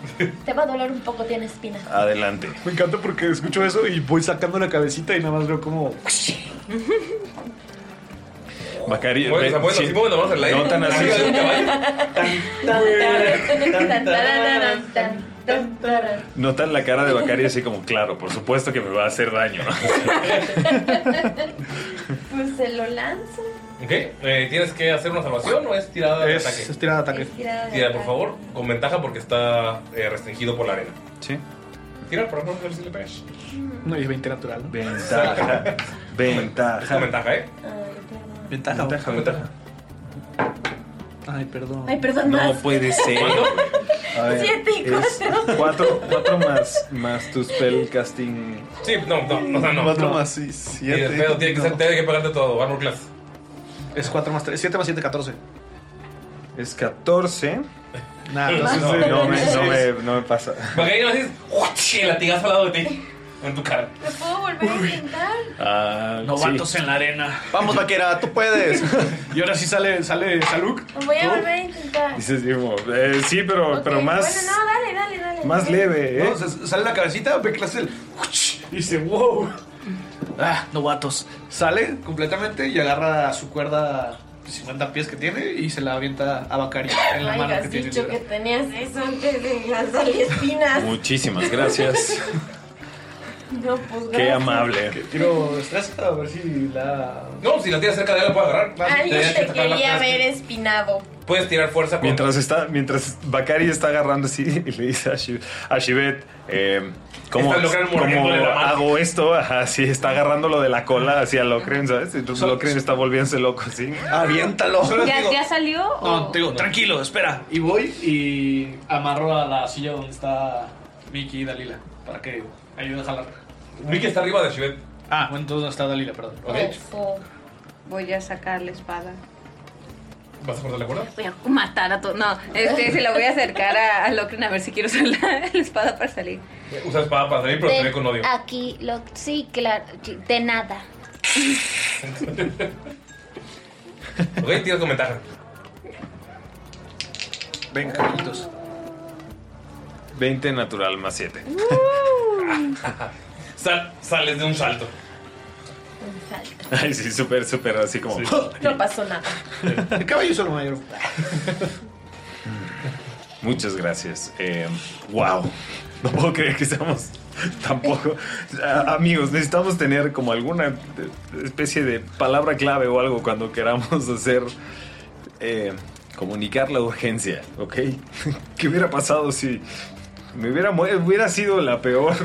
te va a doler un poco, tiene espina. Adelante. Me encanta porque escucho eso y voy sacando la cabecita y nada más veo como. Bakari, Mueve, ve- o sea, mueve sí, así, mueve la mano en el aire. no tan así. Arriba de un Tan, tarararán, tan, tan, tarán. Notan la cara de Bakari así como, claro, por supuesto que me va a hacer daño. Pues se lo lanzo. Ok, eh, ¿tienes que hacer una salvación o es tirada de Es- ataque? es tirada de ataque. Es tirada de Tira, por ataque. favor, con ventaja porque está eh, restringido por la arena. Sí. Tira, por favor, a ver si le pegas. No, y es 20 natural, ¿no? Ventaja. Ventaja. Es con ventaja, ¿eh? Ventaja. Ventaja, ventaja. Ay, perdón. Ay, perdón, No más. puede ser. ¿Cuánto? A ver, Siete y es cuatro. cuatro, cuatro más, más tu spellcasting. Sí, no, no, no, o sea, no. Cuatro No. más Sí, sí. Y el pedo tiene que, ser- tiene que pagarte todo, armor class. Es 4 más 3. 7 más 7, 14. Es 14. Nah, no, entonces- no me, no, me, no me pasa. Bacari, no haces ¡guach! el latigazo al lado de ti, en tu cara. ¿Lo puedo volver a intentar? Ah, Novatos en la arena. Vamos, vaquera, tú puedes. Y ahora sí sale, sale Saluk. Lo voy a volver a intentar. Dices, digo, eh, sí, pero, pero Ok, más, Bueno, no, dale, dale, ddale. más leve, ¿eh? No, se- sale la cabecita, ve que le hace el. Y dice, wow. Ah, novatos. Sale completamente y agarra su cuerda de 50 pies que tiene y se la avienta a Bacari en la mano Ay, que has tiene. dicho que tenías eso antes de lanzarle espinas. Muchísimas gracias. No, pues gracias. Qué amable. Tiro destreza a ver si la. No, si la tiras cerca de él la puedes agarrar. Ay, Tenías yo que te sacar la- quería tenías que- ver espinado. Puedes tirar fuerza con Mientras está, mientras Bakari está agarrando así y le dice a, Shi- a Shivet, eh, ¿cómo, Está Locren cómo mordiéndole la mano. hago esto? Así está agarrándolo de la cola hacia Locren, ¿sabes? Entonces Locren está volviéndose loco, así. ¡Aviéntalo! ¿Ya, ya salió? No, o- te digo, tranquilo, espera. Y voy y amarro a la silla donde está Mickey y Dalila para que ayude a jalar. Mickey está arriba de Shivet. Ah, bueno, entonces no está Dalila, perdón. Ok. Ojo. Voy a sacar la espada. ¿Vas a cortar la cuerda? Voy a matar a todo. No, este, se la voy a acercar a, a Locrin a ver si quiero usar la, la espada para salir. Usa espada para salir, pero te ve con odio. Aquí, lo, sí, claro, sí, de nada. Ok, tiras con ventaja. Ven, Carlitos. 20 natural más 7. Sal- sales de un salto. Ay, sí, súper, súper, así como. No pasó nada. El caballo solo mayor. Muchas gracias. Eh, wow. No puedo creer que estamos tampoco. A- amigos, necesitamos tener como alguna eh, especie de palabra clave o algo cuando queramos hacer. eh, comunicar la urgencia, ¿ok? ¿Qué hubiera pasado si me hubiera, mu- hubiera sido la peor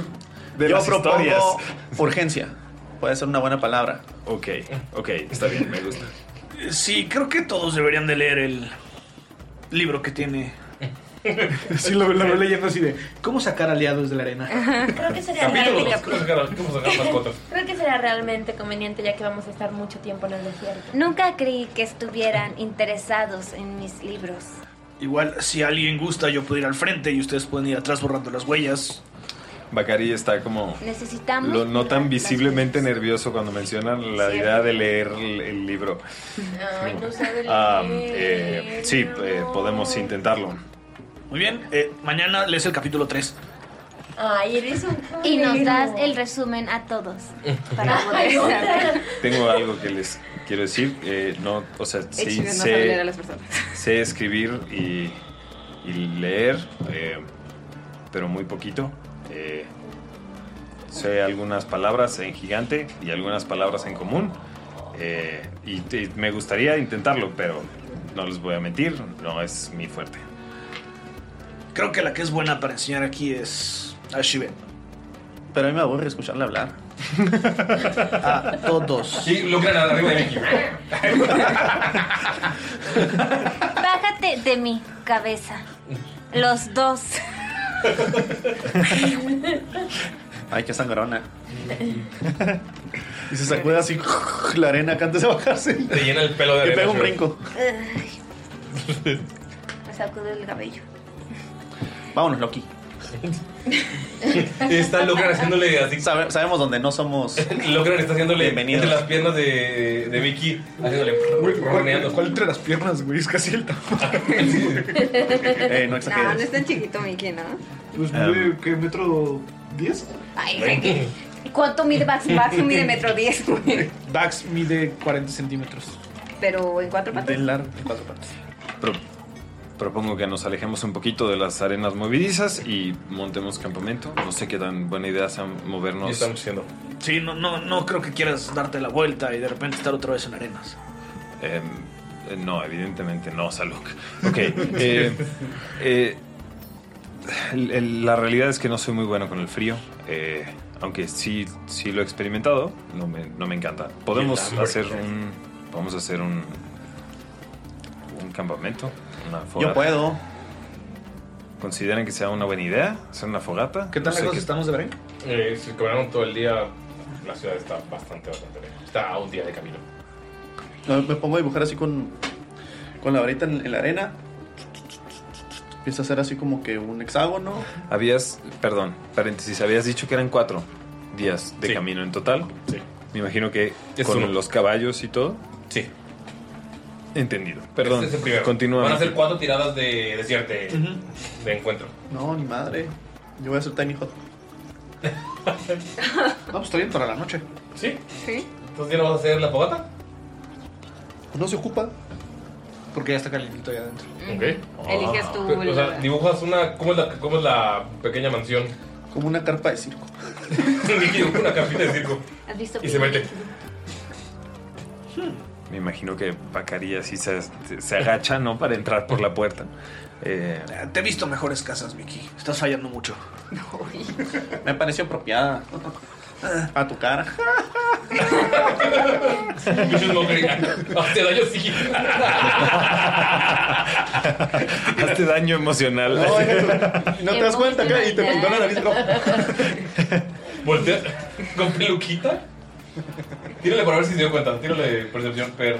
de Yo las propongo historias? urgencia. Puede ser una buena palabra. Ok, ok, está bien, me gusta. Sí, creo que todos deberían de leer el libro que tiene. Sí, lo, lo veo leyendo así de ¿Cómo sacar aliados de la arena? Creo que sería Capítulo. realmente, ¿Cómo sacar, cómo sacar mascotas? creo que sería realmente conveniente ya que vamos a estar mucho tiempo en el desierto. Nunca creí que estuvieran interesados en mis libros. Igual, si alguien gusta, yo puedo ir al frente y ustedes pueden ir atrás borrando las huellas. Bacari está como Necesitamos... lo notan las- visiblemente nervioso cuando mencionan la idea de leer el, el libro. Ay, no sabe Ah, leer, eh, sí, no. eh, podemos intentarlo. Muy bien, eh, mañana lees el capítulo 3. Ay, eres un Y nos culero. das el resumen a todos. Para Ay, poder no, saber. Tengo algo que les quiero decir. eh, no, o sea, Es sí, chido, no sabe leer a sé, las personas. sé escribir y, y leer, eh, pero muy poquito. Eh, Sé algunas palabras en gigante y algunas palabras en común. eh, y, y me gustaría intentarlo, pero no les voy a mentir, no es mi fuerte. Creo que la que es buena para enseñar aquí es a Shiven. Pero a mí me aburre escucharle hablar. A todos. Y lucran arriba de Bájate de mi cabeza. Los dos. Ay, qué sangrona. y se sacude así la arena acá antes de bajarse. Te llena el pelo de Y arena, pega un Shiva. brinco. Ay, me sacudo el cabello. Vámonos, Loki. Está Locran haciéndole así. sabemos dónde no somos. Locran está haciéndole entre las piernas de, de Vicky, haciéndole. ¿Cuál, entre las piernas, güey? Es casi el tamaño. Eh, no No, no exageres. es tan chiquito, Mickey, ¿no? Pues Ah. mide, ¿qué? ¿Metro 10? Ay, Mickey. ¿Cuánto mide Bax? Bax mide metro diez, güey. Dax mide 40 centímetros. Pero en cuatro patas. largo, en cuatro patas. Pro- propongo que nos alejemos un poquito de las arenas movedizas y montemos campamento. No sé qué tan buena idea sea movernos. ¿Qué estamos haciendo? Sí, no, no, no creo que quieras darte la vuelta y de repente estar otra vez en arenas. Eh, no, evidentemente no, Saluk. Ok. eh, eh, el- el- la realidad es que no soy muy bueno con el frío. eh, aunque sí, sí lo he experimentado, no me, no me encanta. Podemos hambre. hacer un. Vamos a hacer un. Un campamento. Una fogata. Yo puedo. ¿Consideran que sea una buena idea hacer una fogata? ¿Qué tan No sé lejos estamos de Bren? Eh, si caminaron todo el día, la ciudad está bastante, bastante lejos. Está a un día de camino. No, me pongo a dibujar así con, con la varita en, en la arena. Empieza a hacer así como que un hexágono. Habías, perdón, paréntesis, habías dicho que eran cuatro días de camino en total. Sí. Me imagino que Es con uno. los caballos y todo. Sí. Entendido. Perdón. Este es el primero. Continúa. Van a hacer cuatro tiradas de desierto eh, de encuentro. No, ni madre. Yo voy a hacer Tiny Hot. No, pues está bien para la noche. ¿Sí? Sí. ¿Entonces ya no vas a hacer la fogata? No se ocupa. Porque ya está calentito ahí adentro. Ok. Ah. Eliges tú O sea, la- dibujas una. ¿Cómo es la, cómo es la pequeña mansión? Como una carpa de circo. Vicky dibuja una capita de circo. ¿Has visto? Y se mete. Me imagino que Bacaría sí se, se agacha, ¿no? Para entrar por la puerta. Eh, Te he visto mejores casas, Mickey. Estás fallando mucho. Me pareció apropiada. Ah, A tu cara. Yo no quería. Hazte daño, sí. hazte daño emocional. No te das cuenta que y te pintó la nariz roja. Voltea. ¿Con peluquita? Tírale para ver si se dio cuenta. Tírale percepción per.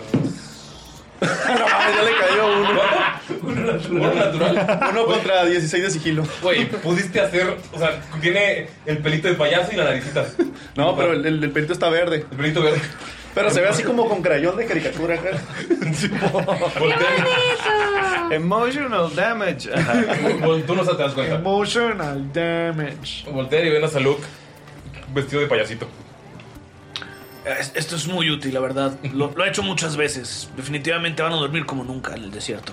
No mames, ya le cayó uno. Uno natural. Uno contra 16 de sigilo. Güey, pudiste hacer. O sea, tiene el pelito de payaso y la naricita. No, pero el, el, el pelito está verde. El pelito verde. Pero se ve así como con crayón de caricatura. acá. Emotional damage. Bueno, Tú no te das cuenta. Emotional damage. Voltea y ven a Saluk vestido de payasito. Es- Esto es muy útil, la verdad. Lo, lo he hecho muchas veces. Definitivamente van a dormir como nunca en el desierto.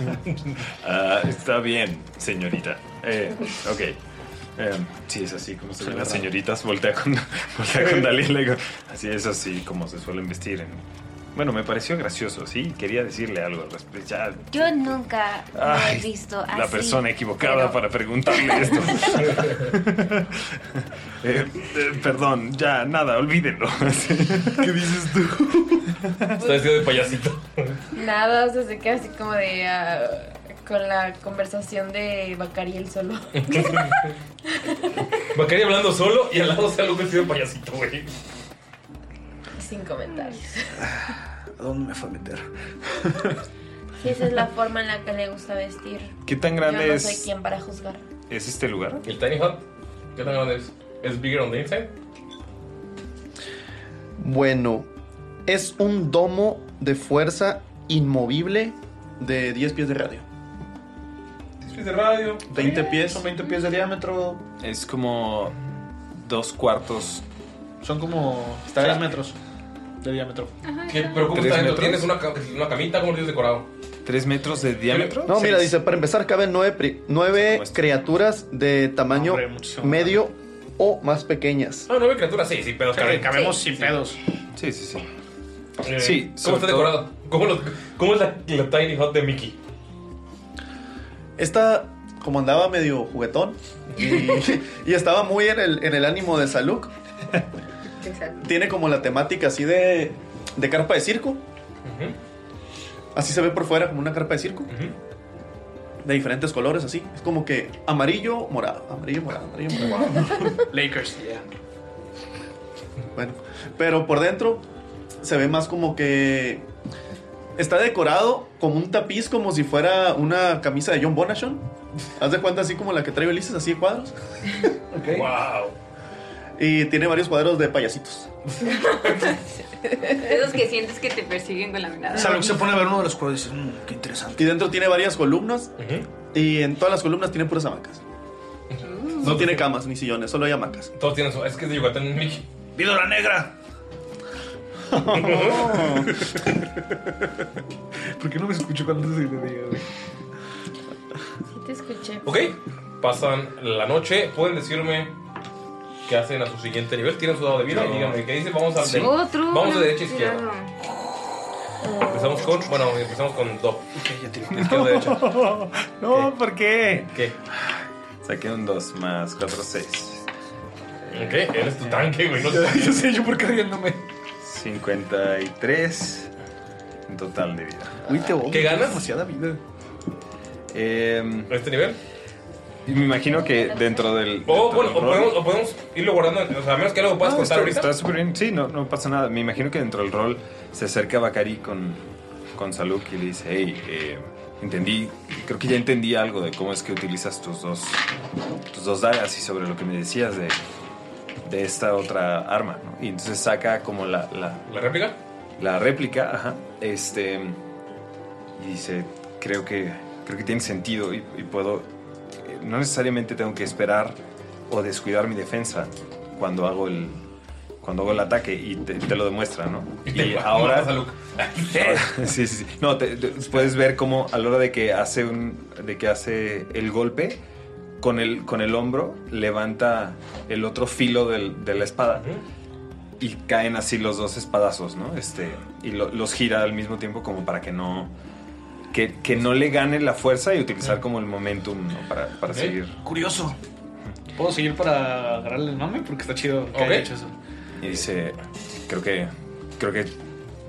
Ah, está bien, señorita. Eh, ok. Em, sí, es así como se ven las señoritas. Voltea con, voltea con Dalila. y con- Así es así como se suelen vestir. en- Bueno, me pareció gracioso, sí. Quería decirle algo al respe- Ya, Yo nunca me Ay, he visto así. la persona equivocada para preguntarle esto. Eh, eh, perdón, ya, nada, olvídenlo. ¿Qué dices tú? Está vestido de payasito. Nada, o sea, se queda así como de. ah, con la conversación de Bacariel solo. Bacari hablando solo y al lado Saluk vestido de payasito, güey. Sin comentarios. Ah, ¿A dónde me fue a meter? Sí, esa es la forma en la que le gusta vestir. ¿Qué tan grande Yo no es, soy quien para juzgar. es este lugar? ¿El Tiny Hut? ¿Qué tan grande es? ¿Es bigger on the inside? Bueno, es un domo de fuerza inmovible de 10 pies de radio. de radio. 20 Eh, pies. Son 20 pies de diámetro. Es como dos cuartos. Son como Está 3 metros de diámetro. ¿Qué- ¿Pero cómo ¿Tres está dentro? metros? ¿Tienes una, ca- una camita? ¿Cómo lo tienes decorado? ¿Tres metros de diámetro? No, mira, Seis. dice, para empezar caben nueve, pri- nueve criaturas de tamaño medio o más pequeñas. No, Ah, nueve criaturas, sí, sí, pero cabe- cabemos sí, sin sí. pedos. Sí, sí, sí. Eh, Sí, sobre ¿Cómo está todo- decorado? ¿Cómo, lo- cómo es la, la Tiny Hut de Mickey? Esta, como andaba medio juguetón y, y estaba muy en el, en el ánimo de Saluk, tiene como la temática así de, de carpa de circo. Así se ve por fuera como una carpa de circo. De diferentes colores, así. Es como que amarillo, morado, amarillo, morado, amarillo, morado. Lakers. Bueno, pero por dentro se ve más como que está decorado como un tapiz, como si fuera una camisa de John Bonachon. Haz de cuenta así como la que trae Ulises, así de cuadros. Wow. Y tiene varios cuadros de payasitos. Esos que sientes que te persiguen con la mirada. Salud se pone a ver uno de los cuadros y dice, qué interesante. Y dentro tiene varias columnas. Y en todas las columnas tiene puras hamacas. No tiene camas ni sillones, solo hay hamacas. Todos tienen su. Es que es de Yucatán, Mickey. la negra! Oh. ¿Por qué no me escucho cuando se lo diga, güey? Sí te escuché. Ok, pasan la noche. Pueden decirme qué hacen a su siguiente nivel. Tienen su dado de vida y díganme qué dice. Vamos al Sí. de, Otro, Vamos de una derecha a izquierda. Empezamos con. Bueno, empezamos con Dop. Izquierda derecha. No, ¿por qué? ¿Qué? Saqué un 2 más 4, 6. Ok, eres tu tanque, güey. No Yo sé, yo por qué riéndome. 53 en total de vida. Uy, te voy. ¿Qué ganas? Demasiada vida. ¿Este nivel? Y Em, me imagino que dentro del. dentro O, bueno, del o rol- podemos, o podemos irlo guardando. O sea, a menos que algo puedas No, contar Ah, está, ahorita. está súper bien. Sí, no, no pasa nada. Me imagino que dentro del rol se acerca Bakari con, con Saluk y le dice: Hey, eh, entendí, creo que ya entendí algo de cómo es que utilizas tus dos, tus dos dagas y sobre lo que me decías de, de esta otra arma. ¿no?". Y entonces saca como la, la, ¿La réplica? la réplica, ajá, este, y dice, creo que, creo que tiene sentido y, y puedo, eh, no necesariamente tengo que esperar o descuidar mi defensa cuando hago el, cuando hago el ataque y te, te lo demuestra, ¿no? Y ahora, sí, sí, sí. no, te- te- puedes ver cómo a la hora de que hace un, de que hace el golpe, con el, con el hombro levanta el otro filo del- de la espada y caen así los dos espadazos, ¿no? Este, y lo- los gira al mismo tiempo como para que no que, que no le gane la fuerza y utilizar como el momentum ¿no? para, para Ok. seguir. Curioso. ¿Puedo seguir para agarrarle el mame? Porque está chido que haya hecho eso. Y dice, creo que creo que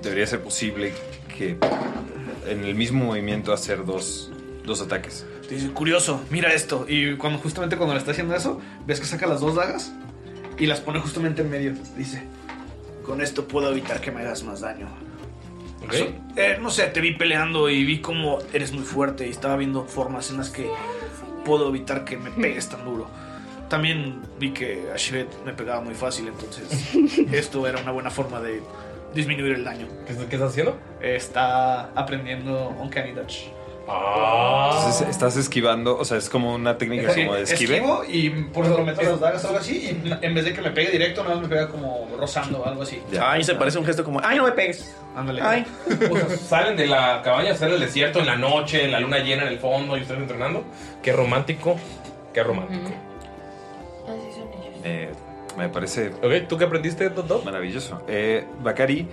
debería ser posible que en el mismo movimiento hacer dos, dos ataques. Te dice, curioso, mira esto. Y cuando justamente cuando le está haciendo eso, ves que saca las dos dagas y las pone justamente en medio. Dice, con esto puedo evitar que me hagas más daño. So- eh, no sé, te vi peleando y vi cómo eres muy fuerte y estaba viendo formas en las que puedo evitar que me pegues tan duro. También vi que a Shivet me pegaba muy fácil, entonces esto era una buena forma de disminuir el daño. ¿Qué, qué estás haciendo? Está aprendiendo Uncanny Dodge. Ah. Entonces estás esquivando, o sea, es como una técnica Sí, como de esquive. Esquivo y por lo meto las dagas o algo así. Y na- en vez de que me pegue directo, nada más me pega como rozando o algo así. Ay, se parece un gesto como, ay, no me pegues. Ándale. Ay. O sea, salen de la cabaña, salen del desierto en la noche, en la luna llena en el fondo y ustedes entrenando. Qué romántico, qué romántico. Así son ellos. Eh, me parece. Ok, ¿tú qué aprendiste, Dodo? Maravilloso. Eh, Bakari,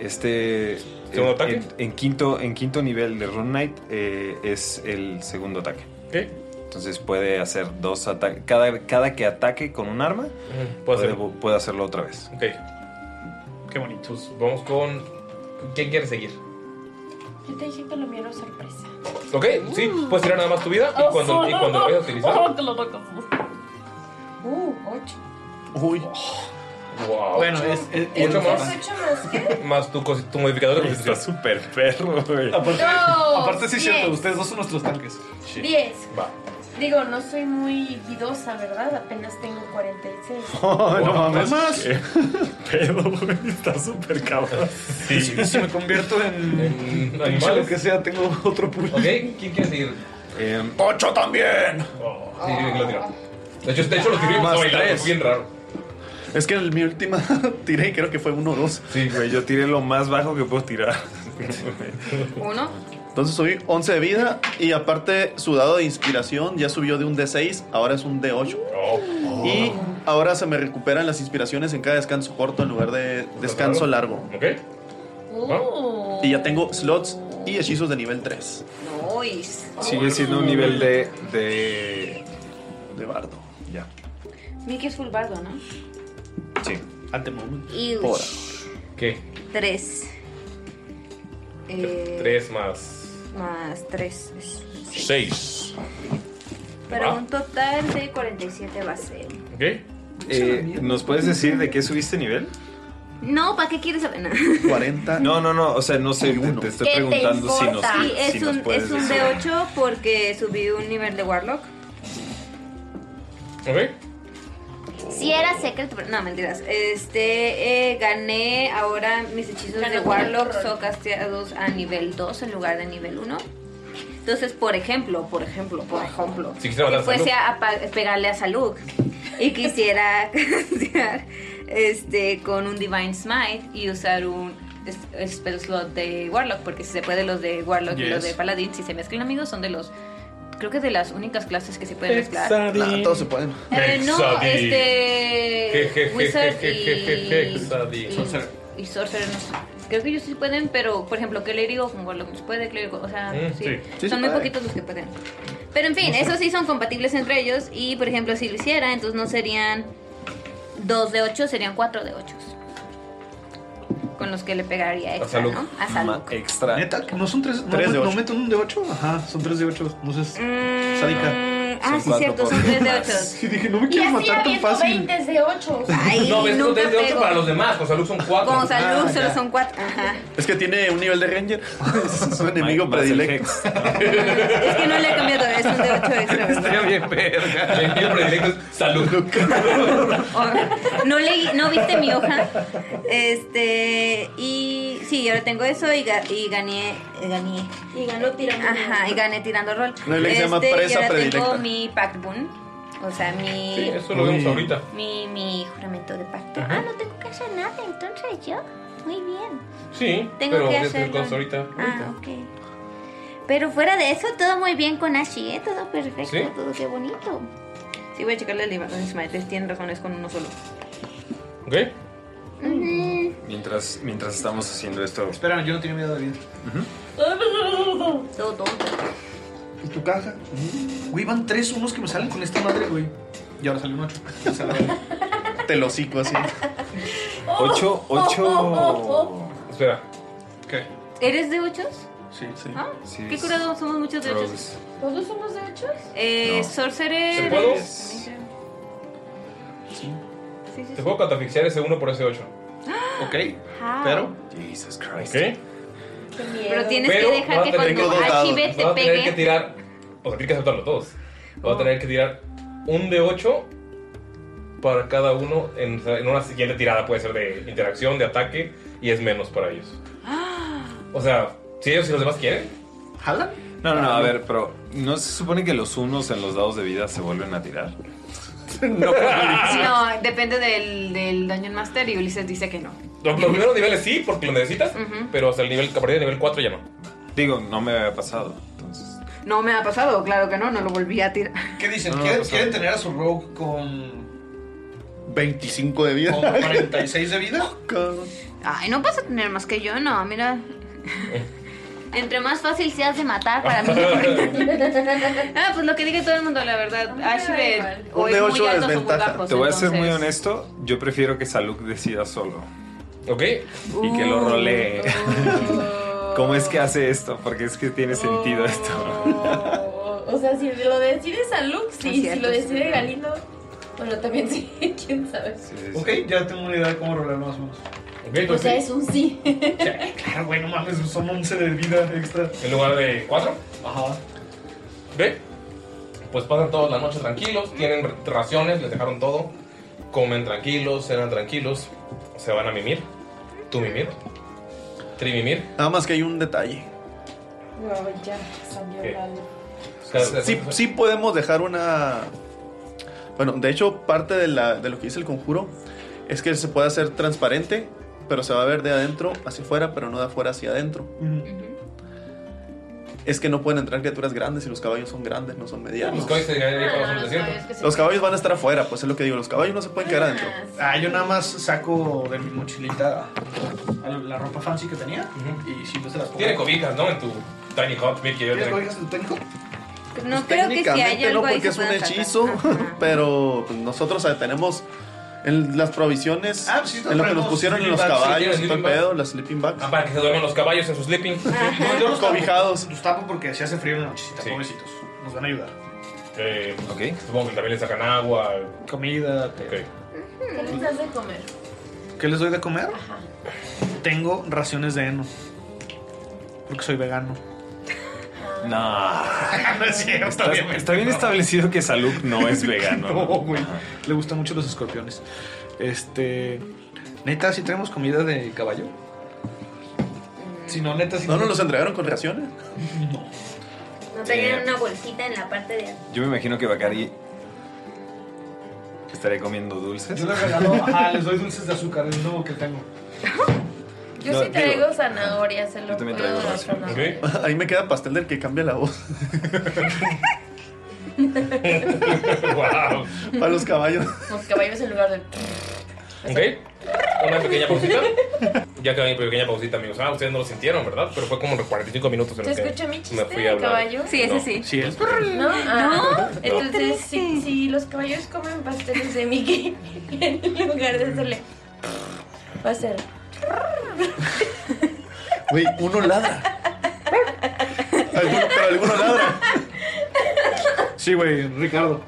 este. ¿Segundo eh, ataque? En, en quinto, en quinto nivel de Rune Knight eh, es el segundo ataque. Ok. Entonces puede hacer dos ataques. Cada, cada que ataque con un arma, Ujú, puede puede, hacer. puede hacerlo otra vez. Ok. Qué bonito. Pues vamos con. ¿Quién quiere seguir? Yo te dije que lo miro sorpresa. Ok, sí, puedes tirar nada más tu vida y cuando, y cuando lo vayas a utilizar. Oh, te lo tocas. Uh, 8. Uy. Wow. Bueno, es- es- es- Eh, Ocho más. ¿Es 8 más qué? Más tu, cosi- tu modificador de Está súper perro, güey. Aparte, No, aparte sí es cierto, diez. ustedes dos son nuestros tanques. 10. Va. Digo, no soy muy guidosa, ¿verdad? Apenas tengo 46. no Oh, mames. ¿Qué pedo, güey? Está súper cabrón. Sí. Si, si me convierto en. en animales. lo que sea, tengo otro pool. Ok, ¿quién quiere seguir? Oh, ¡Ocho también! Sí, sí, que lo tiró. De hecho, de hecho lo tiré y Más empezó a bailar, tres. fue bien raro. Es que en mi última tiré y creo que fue uno o dos. Sí, güey, yo tiré lo más bajo que puedo tirar. Uno. Entonces subí 11 de vida y Oh. aparte su dado de inspiración ya subió de un D6, ahora es un D8. Y ahora se me recuperan las inspiraciones en cada descanso corto en lugar de descanso largo. Uh, Y ya tengo slots y hechizos de nivel 3. Nois. Sigue siendo un nivel de. de. de bardo. Ya. Miki es full bardo, ¿no? Sí. Ante momento. Iush. Ahora. ¿Qué? Tres. Eh, 3 más. Más tres. es- 6. Pero Va. un total de 47 va a ser. ¿Ok? Eh, ¿Nos puedes decir de qué subiste nivel? No, ¿para qué quieres saber nada? 40. No, no, no. O sea, no sé. Te, te estoy preguntando si nos. Sí, es si nos un, puedes es un decir. D8 porque subí un nivel de Warlock. ¿Ok? Si era secreto, pero no, mentiras. Este, eh, gané ahora mis hechizos de Warlock, son casteados a nivel 2 en lugar de nivel 1. Entonces, por ejemplo, por ejemplo, por ejemplo, Si quisiera matar que fuese salud. a, pa- pegarle a Salud y quisiera castear este, con un Divine Smite y usar un es- spell slot de Warlock, porque si se puede los de Warlock y los Yes. de Paladín, si se mezclan amigos, son de los, creo que de las únicas clases que se pueden mezclar. Nah, todos se pueden. Eh, no, Hexadin. este. Wizard Hexadin. y, y Sorcerer no sé. Creo que ellos sí pueden, pero por ejemplo, Cleric o Warlock nos puede, Cleric, o sea, Mm, sí. sí. Sí, sí son muy puede. poquitos los que pueden. Pero en fin, esos sí son compatibles entre ellos. Y por ejemplo, si lo hiciera, entonces no serían 2 de 8, serían 4 de 8. Con los que le pegaría extra, salud. ¿no? Ah, A salud. Extra. Neta, no son tres. No, Tres de no ocho. meten un de 8. Ajá, son tres de 8. No seas Mm, sádica. ah, Son sí, cuatro cierto, son por- tres de ocho. Sí, dije, no me quieres matar tan habiendo fácil. 20 de 8. No, ves, nunca es de 8 pego. para los demás. Con salud son Ah, 4. Con salud Ah, solo son 4. Ajá. Es que tiene un nivel de ranger. es su enemigo predilecto. Es que no le he cambiado, es un de 8 extra. ¿verdad? Estaría bien verga. El enemigo predilecto es salud. Oh, no leí, no viste mi hoja. Este y sí, ahora tengo eso y, ga- y gané, gané. Y ganó tirando. Ajá, y gané tirando rol. No, le este, se llama presa y ahora predilecta. tengo mi pact boon, o sea, mi Sí, eso lo vemos ahorita. mi, mi juramento de pacto. Ajá. Ah, no tengo que hacer nada, entonces yo. Muy bien. Sí, Tengo pero que tienes que hacer hacerlo. cosas ahorita. Ah, ok. Pero fuera de eso, todo muy bien con Ashi, ¿eh? Todo perfecto, ¿Sí? todo qué bonito. Sí, voy a checarle el libro. Tienen razones con uno solo. ¿Ok? Mientras, mientras estamos haciendo esto. Espera, yo no tenía miedo de vida. Todo tonto. ¿Y tu caja? Güey, van tres unos que me salen con esta madre, güey. Y ahora sale un 8. Te lo cico así. Ocho, ocho. Espera. ¿Qué? ¿Eres de ochos? Sí, sí. Ah, Sí, qué sí. curado, somos muchos de ochos. Rogues. ¿Todos somos de 8? Eh, No. Sorcerer. ¿Se puedo? Sí, sí, sí. Te puedo catafixiar ese 1 por ese 8. Ok. Ajá. Jesus Christ. ¿Ok? Pero tienes Pero que dejar vas que a tener cuando que- Archibet vas te a tener que pegue. Oh. tirar. O tener que aceptarlo todos. Vas a tener que tirar un de 8 para cada uno en, en una siguiente tirada. Puede ser de interacción, de ataque y es menos para ellos. O sea, si ellos y los demás quieren. ¿Jalan? No, no, no, a ver, pero ¿no se supone que los unos en los dados de vida se vuelven a tirar? No, pues, No, depende del, del Dungeon Master y Ulises dice que no. Los, los primeros niveles sí, porque lo necesitas. Pero hasta el nivel, a partir del nivel 4 ya no. Digo, no me había pasado. Entonces. No me ha pasado, claro que no, no lo volví a tirar. ¿Qué dicen? No, ¿Quieren, no, no. quieren tener a su rogue con, 25 de vida. con 46 de vida? Ay, no vas a tener más que yo, no, mira. Entre más fácil seas de matar para mí. ah, pues lo que diga todo el mundo, la verdad. Ashbel, o Un es de muy ocho alto o muy desventaja. bajo. Te voy a ser muy entonces- honesto, yo prefiero que Saluk decida solo. ¿Ok? Y que Uh. lo rolee. ¿Cómo es que hace esto? Porque es que tiene Oh. sentido esto. O sea, si lo decides a Lux, sí. Ah, si lo decide Galindo, bueno, también sí. ¿Quién sabe? Ok, ya tengo una idea de cómo rolar más o menos. O Pues sea, es un pues sí. Claro, güey, no mames, son 11 de vida extra. En lugar de 4. Ajá. ¿Ve? Pues pasan toda la noche tranquilos, tienen raciones, les dejaron todo. Comen tranquilos, cenan tranquilos, se van a mimir. Tú mimir. Tri mimir. Nada más que hay un detalle. No, ya, salió ¿Qué? mal. Pues, Sí, sí podemos dejar una... Bueno, de hecho, parte de, la- de lo que dice el conjuro es que se puede hacer transparente, pero se va a ver de adentro hacia afuera, pero no de afuera hacia adentro. es que no pueden entrar criaturas grandes y los caballos son grandes, no son medianos. Los caballos se quedarían para los desiertos. Los caballos van a estar afuera, pues es lo que digo, los caballos no se pueden quedar adentro. Ah, yo nada más saco de mi mochilita a la ropa fancy que tenía y siempre se las pongo. Tiene cobijas, ¿no? En tu Tiny Hot Mickey. yo ¿Tienes tengo. cobijas en tu técnico? No creo que si Técnicamente haya algo no, ahí se porque es un pueda sacar. hechizo, pero pues, nosotros o sea, tenemos en las provisiones, Ah, sí, nos en lo que nos traemos pusieron en sleeping los bags, sí, caballos, tienen todo el sleeping pedo, las sleeping bags. Ah, para que se duerman los caballos en sus sleeping. No, yo los cobijados. Los tapo porque se hace frío en la nochecita, pobrecitos. Nos van a ayudar. Eh, Supongo que también le sacan agua. Comida. ¿Qué les das de comer? ¿Qué les doy de comer? Tengo raciones de heno. Porque soy vegano. No. no es cierto, Está, obviamente, está bien no. establecido que Saluk no es vegano. No, güey. Le gustan mucho los escorpiones. Este. Neta, si tenemos comida de caballo. Si no, neta, si ¿No nos los entregaron con raciones? No tenían una bolsita en la parte de... Yo me imagino que Bakari estaría comiendo dulces. Yo les regalo, ajá, les doy dulces de azúcar, es nuevo que tengo. Yo No, sí traigo zanahorias, se lo puedo dar. Ahí me queda pastel del que cambia la voz. Para los caballos. Los caballos en lugar de. Ok. Una pequeña pausita. Ya que hay una pequeña pausita, amigos. Ah, ustedes no lo sintieron, ¿verdad? Pero fue como 45 minutos en ¿Se los que escucha mi me chiste fui a de hablar. caballo? Sí, ese No. sí. Sí, es. No, ah, No. entonces si, si los caballos comen pasteles de Mickey, en lugar de hacerle, va a ser. Güey, uno ladra. Alguno- pero alguno ladra. Sí, güey, Ricardo.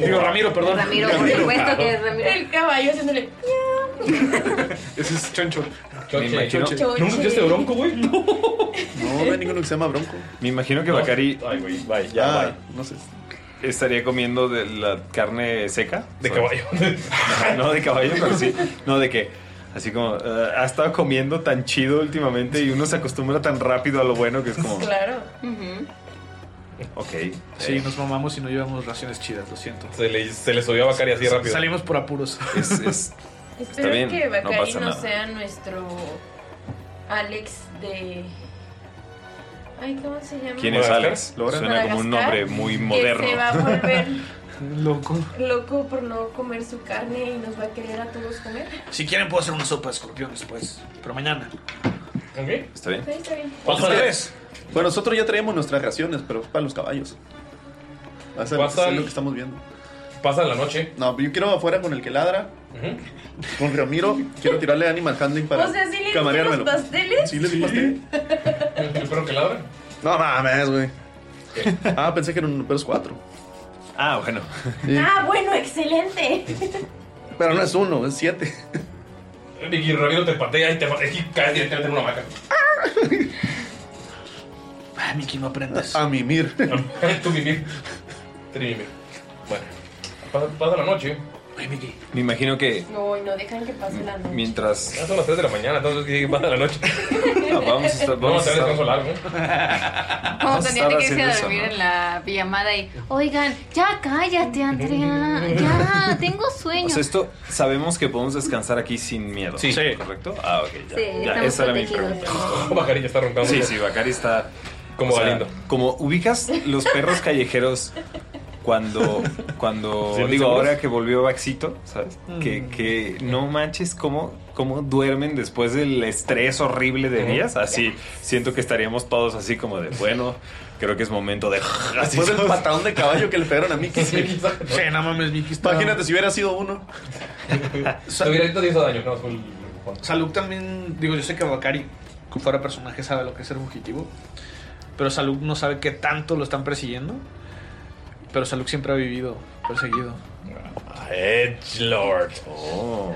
Digo, Ramiro, perdón. Ramiro, por supuesto que es Ramiro. El caballo haciéndole. Ese es Chancho. Me imagino- Choche. ¿Nunca ¿Nunca escuchaste Bronco, güey? No, no hay ninguno que se llama Bronco. Me imagino que Bakari. Ay, güey, bye, ya, Ah, No sé. Estaría comiendo de la carne seca. De ¿sabes? Ajá, no de caballo, pero sí. No, de que. Así como. eh, ha estado comiendo tan chido últimamente y uno se acostumbra tan rápido a lo bueno que es como. Claro. Ok. eh. Sí, nos mamamos y no llevamos raciones chidas, lo siento. Se le, se le subió a Bacari así rápido. Salimos por apuros. Es, es, Espero bien, que no Bacari pasa no, nada. sea nuestro Alex de. Ay, ¿cómo se llama? ¿Quién es Alex? Madagascar. Suena como un nombre muy Que se va a moderno. volver Loco. loco por no comer su carne y nos va a querer a todos comer. Si quieren, puedo hacer una sopa de escorpión después. Pero mañana. Ok. Está bien. Sí, está bien. Otra vez. Bueno, nosotros ya traemos nuestras raciones, pero es para los caballos. Va a ser- Pasan- es lo que estamos viendo. Pasa la noche. No, yo quiero afuera con el que ladra, Ujú. con Ramiro. quiero tirarle Animal Handling para o sea, ¿sí le diste los camareármelo. pasteles? ¿Sí les di pastel? Espero que ladra. No mames, güey. Ah, pensé que eran números cuatro. Ah, bueno. Ah, bueno, excelente. Pero no es uno, es siete. Y Ramiro te patea y te patea y caes directamente en una vaca. Ah, Miki, no aprendes. A mimir. Tú mimir. Trimimir. Bueno. Pasa, pasa la noche. Me imagino que No, y no dejan que pase la noche. mientras. Ya son las 3 de la mañana, entonces ¿qué pasa la noche? vamos a estar- Vamos a vamos tener a estar- descanso largo. Como Vas a tenía estar que irse a haciendo dormir eso, ¿no? en la pijamada y, oigan, ya cállate, Andrea, ya, tengo sueño. O sea, esto sabemos que podemos descansar aquí sin miedo. Sí, ¿correcto? Ah, ok. Ya, Sí, Ya, estamos esa era mi protegidos. pregunta. Bacari ya está roncando. Sí, sí, Bacari está. Como o sea, Galindo. Como ubicas los perros callejeros cuando. cuando ¿Sí, digo, seguros? Mm. ahora que volvió Baxito, ¿sabes? Que, que no manches cómo, cómo duermen después del estrés horrible de Ujú. días. Así siento que estaríamos todos así como de, bueno, creo que es momento de. Así Después del somos. patadón de caballo que le pegaron a Miki. Sí, no mames, Miki. está- Imagínate si hubiera sido uno. Te hubiera hecho 10 daño, no, fue el- Saluk también, digo, yo sé que Bakari, que fuera personaje, sabe lo que es ser fugitivo. Pero Saluk no sabe qué tanto lo están persiguiendo. Pero Saluk siempre ha vivido perseguido. Edge Lord. Oh.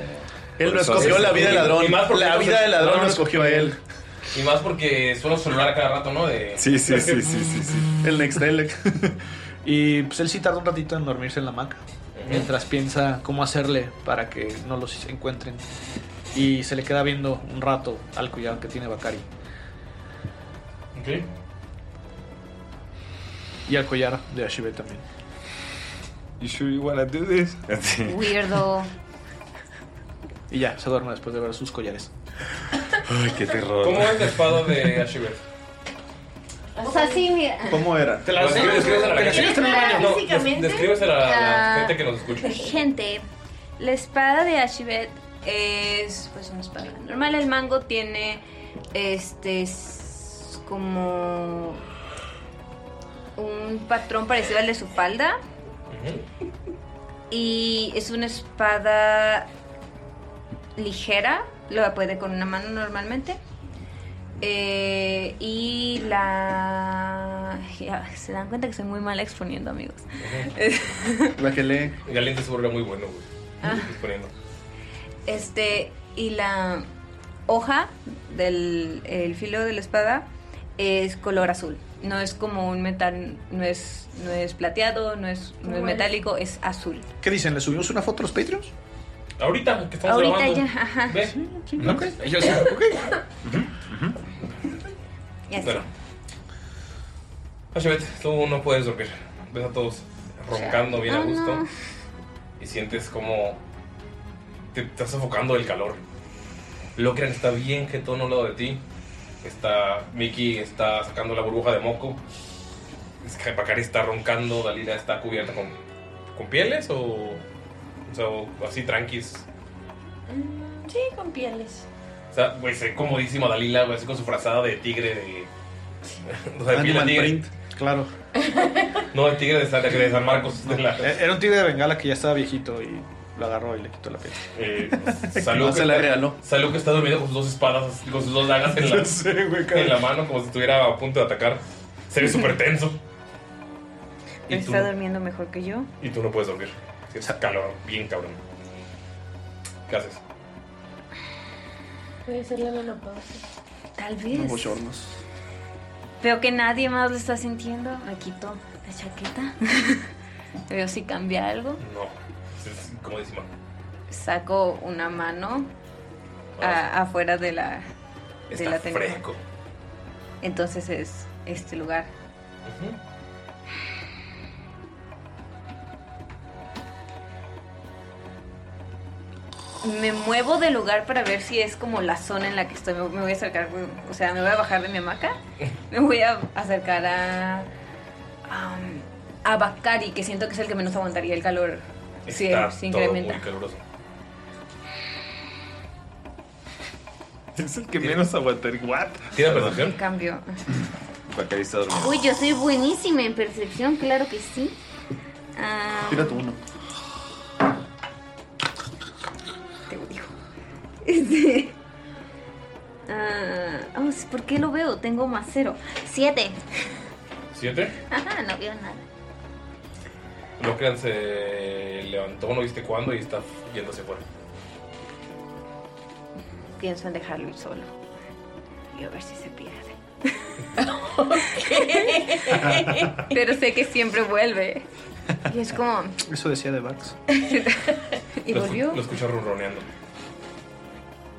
Él no escogió la vida de ladrón. La vida de ladrón lo escogió él. Y más porque suena su celular a cada rato, ¿no? De... Sí, sí, sí, sí, sí, sí. El Nextelec. Y pues él sí tarda un ratito en dormirse en la hamaca. Mientras piensa cómo hacerle para que no los encuentren. Y se le queda viendo un rato al cuidado que tiene Bakari. Ok. Y al collar de Ashibe también. You sure you wanna do this? Así. Weirdo. Y ya, se duerme después de ver sus collares. Ay, qué terror. ¿Cómo es la espada de Ashiver? O así, mira. ¿Cómo era? Te la describes, describes a la gente. ¿Quieres verla No, físicamente? des- descríbesela a la Ah. gente que nos escucha. Gente, la espada de Ashibet es pues una espada normal. El mango tiene este es como un patrón parecido al de su falda y es una espada ligera. Lo puede con una mano normalmente. Eh, y la... ya, se dan cuenta que soy muy mala exponiendo, amigos. La que lee. Galiente se vuelve muy bueno, güey. Ah. Exponiendo. Este, y la hoja del el filo de la espada es color azul. No es como un metal, no es, no es plateado, no es, no es Bueno. metálico, es azul. ¿Qué dicen? ¿Le subimos una foto a los Patreons? Ahorita, que estamos Ahorita grabando. ya, ajá. Ok. Ellos Y así. Bueno. Ashibet, Ah, tú no puedes dormir. Ves a todos roncando bien a Ah, gusto. no. Y sientes como te estás sofocando el calor. Locran está bien que todo a un lado de ti. Está Mickey está sacando la burbuja de moco. Es que Bacari está roncando. Dalila está cubierta con, con pieles o, o sea, o así tranquis. Mm, Sí, con pieles. O sea, güey, se ve comodísima Dalila, güey, así con su frazada de tigre de. o sea, de piel de Animal tigre. print, claro. No, de tigre de San, de San Marcos. De la, E- Era un tigre de bengala que ya estaba viejito y lo agarró y le quitó la piel. Eh, No Salud se la regaló. Salud que está durmiendo con sus dos espadas, con sus dos dagas en la, Ya sé, güey, cabrón. en la mano, como si estuviera a punto de atacar. Se ve súper tenso. Y tú, Está durmiendo mejor que yo. y tú no puedes dormir. Tienes calor, bien cabrón. ¿Qué haces? Puede ser la menopausia. Tal vez. Veo que nadie más lo está sintiendo. Me quito la chaqueta. Veo si cambia algo. No, es comodísima. Saco una mano a- afuera de la, de Está la tenda. fresco. Entonces es este lugar. Me muevo de lugar para ver si es como la zona en la que estoy. Me me voy a acercar, o sea, me voy a bajar de mi hamaca. Me voy a acercar a. am, a Bakari, que siento que es el que menos aguantaría el calor. Si Está se todo incrementa. muy caluroso. Es el que menos aguantar. ¿What? ¿Tiene percepción? Cambio. Bacari está dormido. Uy, yo soy buenísima en percepción, claro que sí. Ah, Tira tu uno. Te odio. Este, ah, oh, ¿Por qué lo veo? Tengo más cero. Siete. ¿Siete? Ajá, no veo nada. Locran se levantó, no viste cuándo, y está yendo hacia afuera. Pienso en dejarlo ir solo. Y a ver si se pierde. Pero sé que siempre vuelve. Y es como. Eso decía de Bax. ¿Y Lo escu- volvió? Lo escuchas ronroneando.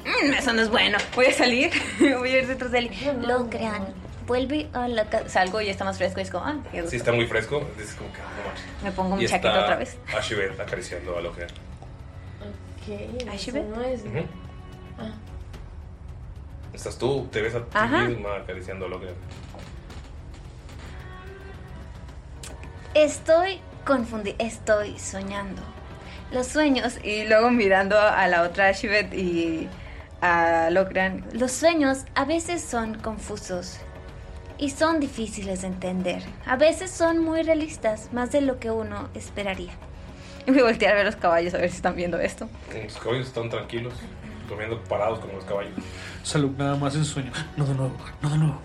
"Mm, eso no es bueno. Voy a salir. Voy a ir detrás de él. Lo crean. Vuelve a la casa. Salgo y está más fresco. Y es como, ah, qué gusto. Sí, está muy fresco. Dices como que, ah, no manches. Me pongo mi Y chaqueta está otra vez. Ashibet acariciando a Locran. Ok, eso no es. Ujú. Ah. Estás tú, te ves a ti Ajá. misma acariciando a Locran. Estoy confundida, estoy soñando. Los sueños. Y luego mirando a la otra Shivet y a Locran. Los sueños a veces son confusos y son difíciles de entender. A veces son muy realistas, más de lo que uno esperaría. Voy a voltear a ver los caballos a ver si están viendo esto. Mm, Los caballos están tranquilos, durmiendo parados como los caballos. Salud, nada más en sueño. No de nuevo, no de nuevo.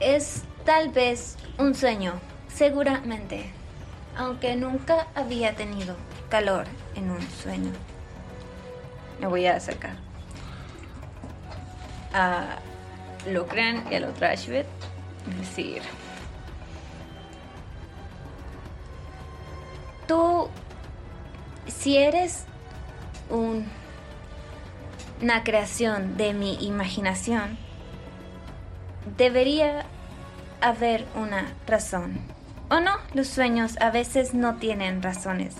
Es tal vez un sueño, seguramente, aunque nunca había tenido calor en un sueño. Me voy a acercar a Locran y a la otra Ashbet. Es decir, Tú, si eres un- una creación de mi imaginación, debería haber una razón. ¿O no? Los sueños a veces no tienen razones.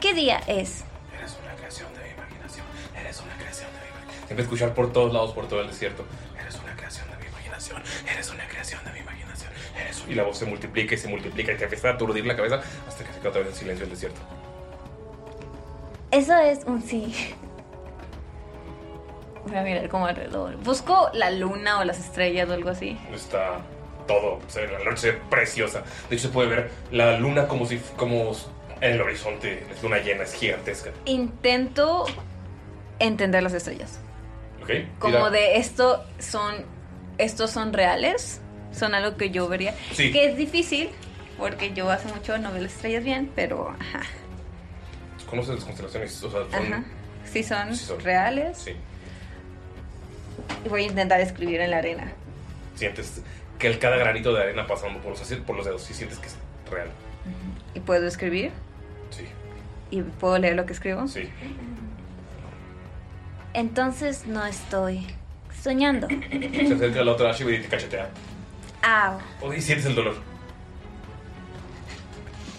¿Qué día es? Eres una creación de mi imaginación. Eres una creación de mi imaginación. Empieza a escuchar por todos lados, por todo el desierto. Eres una creación de mi imaginación. Eres una creación de mi imaginación. Eres un-". Y la voz se multiplica y se multiplica y te empieza a aturdir la cabeza hasta que se queda otra vez en silencio el desierto. Eso es un sí. Voy a mirar como alrededor. Busco la luna o las estrellas o algo así. Está todo. Se ve la noche preciosa. De hecho, se puede ver la luna como si como en el horizonte. La luna llena, es gigantesca. Intento entender las estrellas. ¿Ok? Como Tira- de esto son, estos son reales, son algo que yo vería. Sí. Que es difícil, porque yo hace mucho no veo las estrellas bien, pero ajá, Conoces las constelaciones. O sea, son- ajá. Sí son, sí son. reales. Sí. Y voy a intentar escribir en la arena. Sientes que el, cada granito de arena pasando por los, por los dedos. Sí sientes que es real. ¿Y puedo escribir? Sí. ¿Y puedo leer lo que escribo? Sí. Entonces no estoy soñando. Se acerca la otra Shiva y te cachetea. Ah, Au. Oh, y sientes el dolor.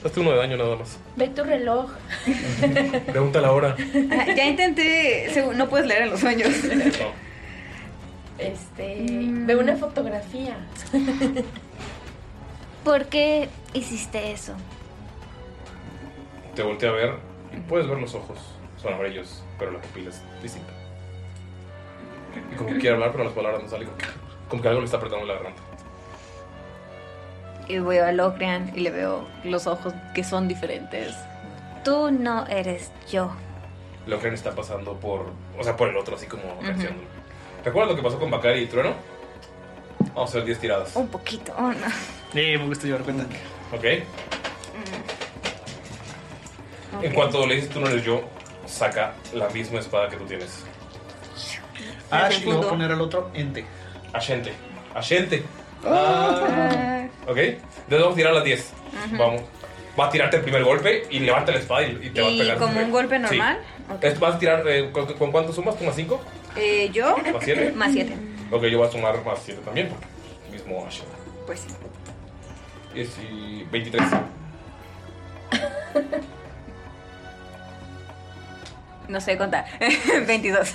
Hazte uno de daño nada más. Ve tu reloj. Pregunta la hora. Ajá, Ya intenté, según- no puedes leer en los sueños. Este. Ve una fotografía. ¿Por qué hiciste eso? Te voltea a ver y puedes ver los ojos. Son amarillos, pero la pupila es distinta. Y como que quiere hablar, pero las palabras no salen. Como que, como que algo le está apretando la garganta. Y veo a Locrian y le veo los ojos que son diferentes. Tú no eres yo. Lo que está pasando por. O sea, por el otro, así como acariciándolo. ¿Recuerdas lo que pasó con Bakari y Trueno? Vamos a hacer 10 tiradas. Un poquito, oh, no. Sí, me gusta llevar cuenta. Ok. Mm. En cuanto le dices tú no eres yo, saca la misma espada que tú tienes. Ash, y luego poner al otro ente. Ashente. Ashente. Ah, Ok. Entonces vamos a tirar las 10. Ujú. Vamos. Va a tirarte el primer golpe y levanta la espada y, y te va a ¿Y pegar. como un golpe Sí. normal? Es- Vas a tirar. eh, ¿con, con cuánto sumas? ¿Con más 5? Eh, yo, ¿Más siete? más 7. Ok, yo voy a sumar más 7 también. porque Mismo Ashente. Pues sí. Dieci- 23. No sé contar. 22.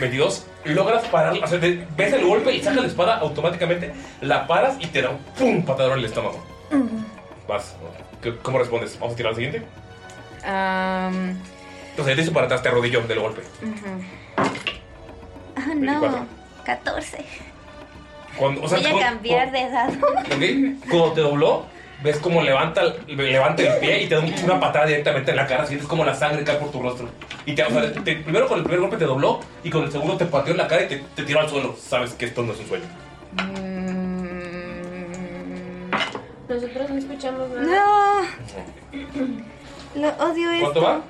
22. Logras parar. O sea, te- ves el golpe y sacas la espada automáticamente. La paras y te da un pum patadón en el estómago. Vas. ¿Qué- ¿Cómo respondes? ¿Vamos a tirar al siguiente? Ah. Am, Entonces, te hizo para atrás, te arrodilló del golpe. ujú. Ah, Veinticuatro. no. 14. Cuando, o sea, Voy a cu- cambiar de edad. Ok, Cuando te dobló, ves como levanta, el- levanta el pie y te da un- una patada directamente en la cara. Sientes como la sangre cae por tu rostro. Y te, o sea, te- primero con el primer golpe te dobló y con el segundo te pateó en la cara y te, te tiró al suelo. Sabes que esto no es un sueño. Nosotros no escuchamos nada. No. Lo odio ¿Cuánto esto. va?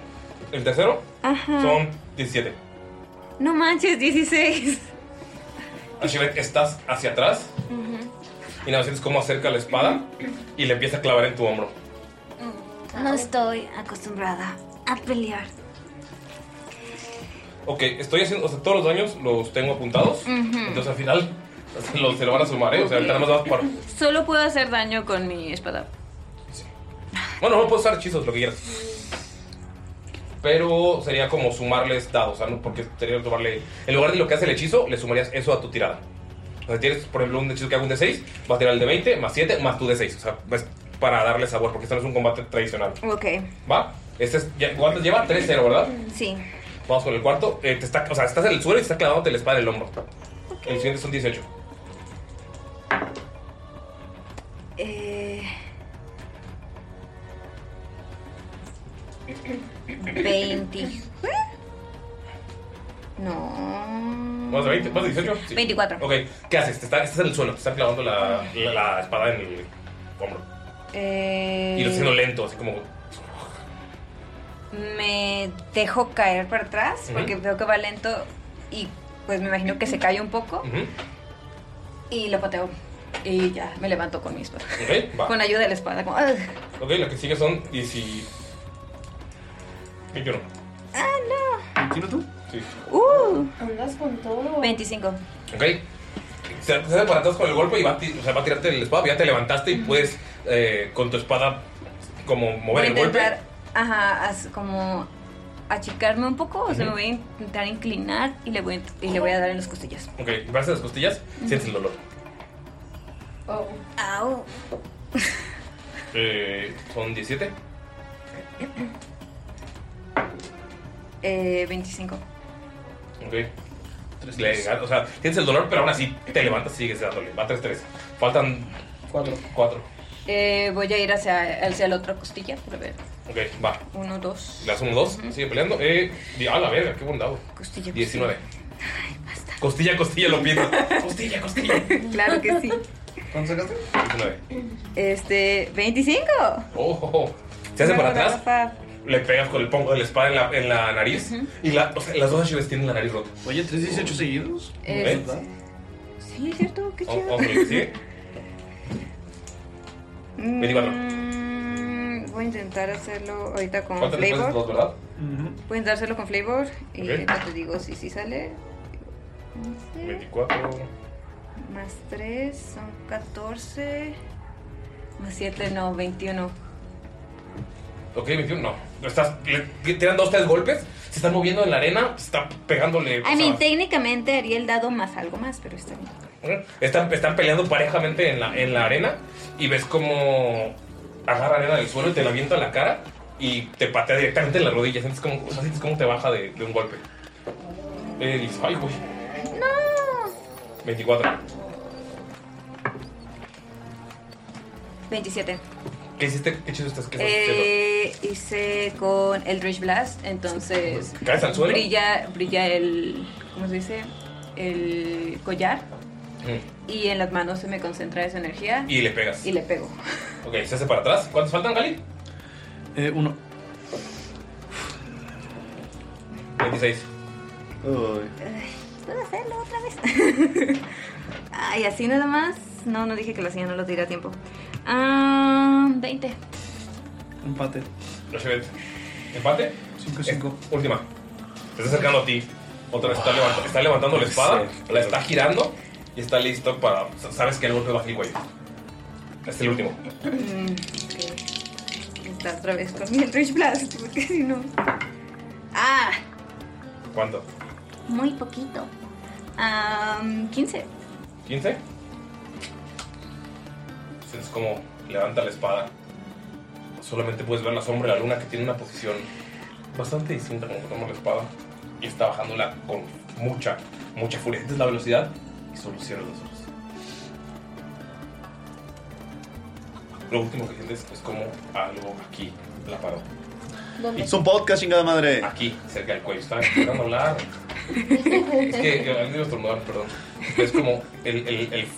El tercero Ajá. son 17. No manches, 16. Ashivet, estás hacia atrás y nada más sientes cómo acerca la espada y le empieza a clavar en tu hombro. No estoy acostumbrada a pelear. Ok, estoy haciendo, o sea, todos los daños los tengo apuntados. Ujú. Entonces al final los, se lo van a sumar, ¿eh? O sea, ahorita nada más vas para. Solo puedo hacer daño con mi espada. Bueno, no puedo usar hechizos, lo que quieras. Pero sería como sumarles dados, ¿no? Porque sería tomarle. En lugar de lo que hace el hechizo, le sumarías eso a tu tirada. O sea, tienes, por ejemplo, un hechizo que haga un D6, vas a tirar el de 20, más 7, más tu D6. O sea, es para darle sabor, porque esto no es un combate tradicional. Ok, ¿Va? Este es, ya- ¿Cuánto lleva? 3-0, ¿verdad? sí. Vamos con el cuarto. Eh, te está, o sea, estás en el suelo y te está clavándote la espada en el hombro. El siguiente son 18. Eh, 20. No. ¿Más de 20? ¿Más de 18? Sí. 24. Ok, ¿qué haces? Te está- estás en el suelo, te están clavando la, la- la espada en el hombro. Eh, Y lo haciendo lento, así como. Me dejo caer para atrás Ujú. porque veo que va lento y pues me imagino que se cae un poco ujú. y lo pateo. Y ya, me levanto con mi espada. Ok, va. Con ayuda de la espada. como, "Ugh". Ok, lo que sigue son 10. 21. ¡Ah, no! ¿21 tú? Sí. ¡Uh! Andas con todo. 25. Ok. Se se hace para atrás con el golpe y va a, ti- o sea, va a tirarte el espada. Ya te levantaste y puedes eh, con tu espada como mover Voy a el golpe. intentar, Ajá, as- como achicarme un poco, o sea, me Ujú. voy a intentar inclinar y le voy a, y le voy a dar en las costillas. Ok, vas a las costillas, sientes el dolor. Au. Eh, son 17. Eh, 25. Ok. Le- o sea, tienes el dolor, pero aún así te levantas y sigues dándole. Va 3-3. Faltan 4. 4. Eh, voy a ir hacia, hacia la otra costilla para ver. Ok, va. Uno, dos. Le das un 2, sigue peleando. Eh, di- a la verga, qué buen dado. Costilla, 19. Costilla, costilla, lo pienso. Costilla, costilla. claro que sí. ¿Cuánto sacaste? 19. Este, 25. Oh, oh, oh. Se hace para Bravo, atrás, Rafa. le pegas con el pongo de la espada en la, en la nariz. Y la- o sea, las dos Ashibes tienen la nariz rota. Oye, 318 seguidos. Es- Eh, Sí, es cierto, qué chido. Ok, sigue. 24. Mm, voy a intentar hacerlo ahorita con Faltan después flavor. dos, ¿verdad? Voy a intentárselo con flavor y Ok. ahorita te digo si sí sale. 11 24. más 3 son 14. Más 7 no, 21. Ok, 21, no. Estás, le, le tiran dos, tres golpes. Se están moviendo en la arena. Se están pegándole. o I mean, sea, técnicamente haría el dado más algo más, pero está bien. Están, están peleando parejamente en la, en la arena y ves como agarra arena del suelo y te la avienta en la cara y te patea directamente en la rodilla. Sientes como, o sea, sientes como te baja de, de un golpe. Eh, dices, ay, güey. ¡No! 24. 27. ¿Qué hiciste? ¿Qué hechizo estás? ¿Qué estás haciendo? Eh, hice con Eldritch Blast, entonces. ¿Caes al suelo? Brilla, brilla el. ¿Cómo se dice? El collar. Mm. Y en las manos se me concentra esa energía. Y le pegas. Y le pego. Mm. Ok, se hace para atrás. ¿Cuántos faltan, Cali? Eh, uno. 26. Ay, ¿Puedo hacerlo otra vez? Ay, así nada más. No, no dije que lo hacía, no lo tiré a tiempo. Ah, 20. Empate. ¿Empate? 5-5. Última. Se está acercando a ti. Otra vez está, levanta- está levantando la espada, la está girando y está listo para. Sabes que el golpe va a ser güey. Es el último. Mm, ok. Está otra vez con mi Eldritch Blast, porque si no. Ah, ¿Cuánto? muy poquito. Ah, Am, 15. ¿15? Sientes como levanta la espada. Solamente puedes ver la sombra de la luna que tiene una posición bastante distinta como que toma la espada y está bajándola con mucha, mucha furia. Sientes la velocidad y solo cierras los ojos. Lo último que sientes es como algo aquí la paró. ¿Dónde? Es un podcast, chingada madre. Aquí, cerca del cuello. Estaba intentando hablar. Es que que han sido estornudar, perdón. Es como el, el- el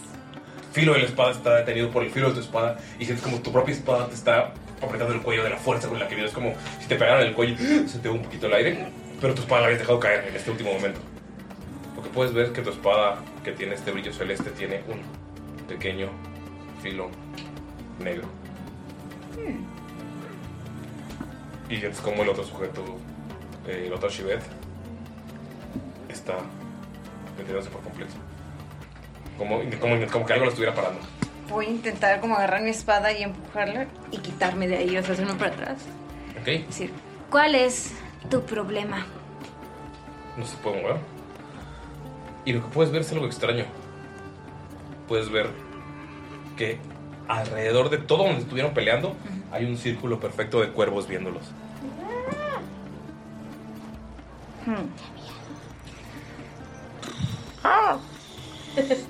filo de la espada está detenido por el filo de tu espada y sientes como tu propia espada te está apretando el cuello de la fuerza con la que vienes. Como si te pegaran el cuello, se te va un poquito el aire, pero tu espada la habías dejado caer en este último momento. Lo que puedes ver es que tu espada que tiene este brillo celeste tiene un pequeño filo negro. Y sientes como el otro sujeto, eh, el otro Shivet, está metiéndose por completo. Como, como, como que algo lo estuviera parando. Voy a intentar como agarrar mi espada y empujarla y quitarme de ahí, o sea, hacerme para atrás. ¿Ok? Sí. ¿Cuál es tu problema? No se puede mover. Y lo que puedes ver es algo extraño. Puedes ver que alrededor de todo donde estuvieron peleando hay un círculo perfecto de cuervos viéndolos. Hmm.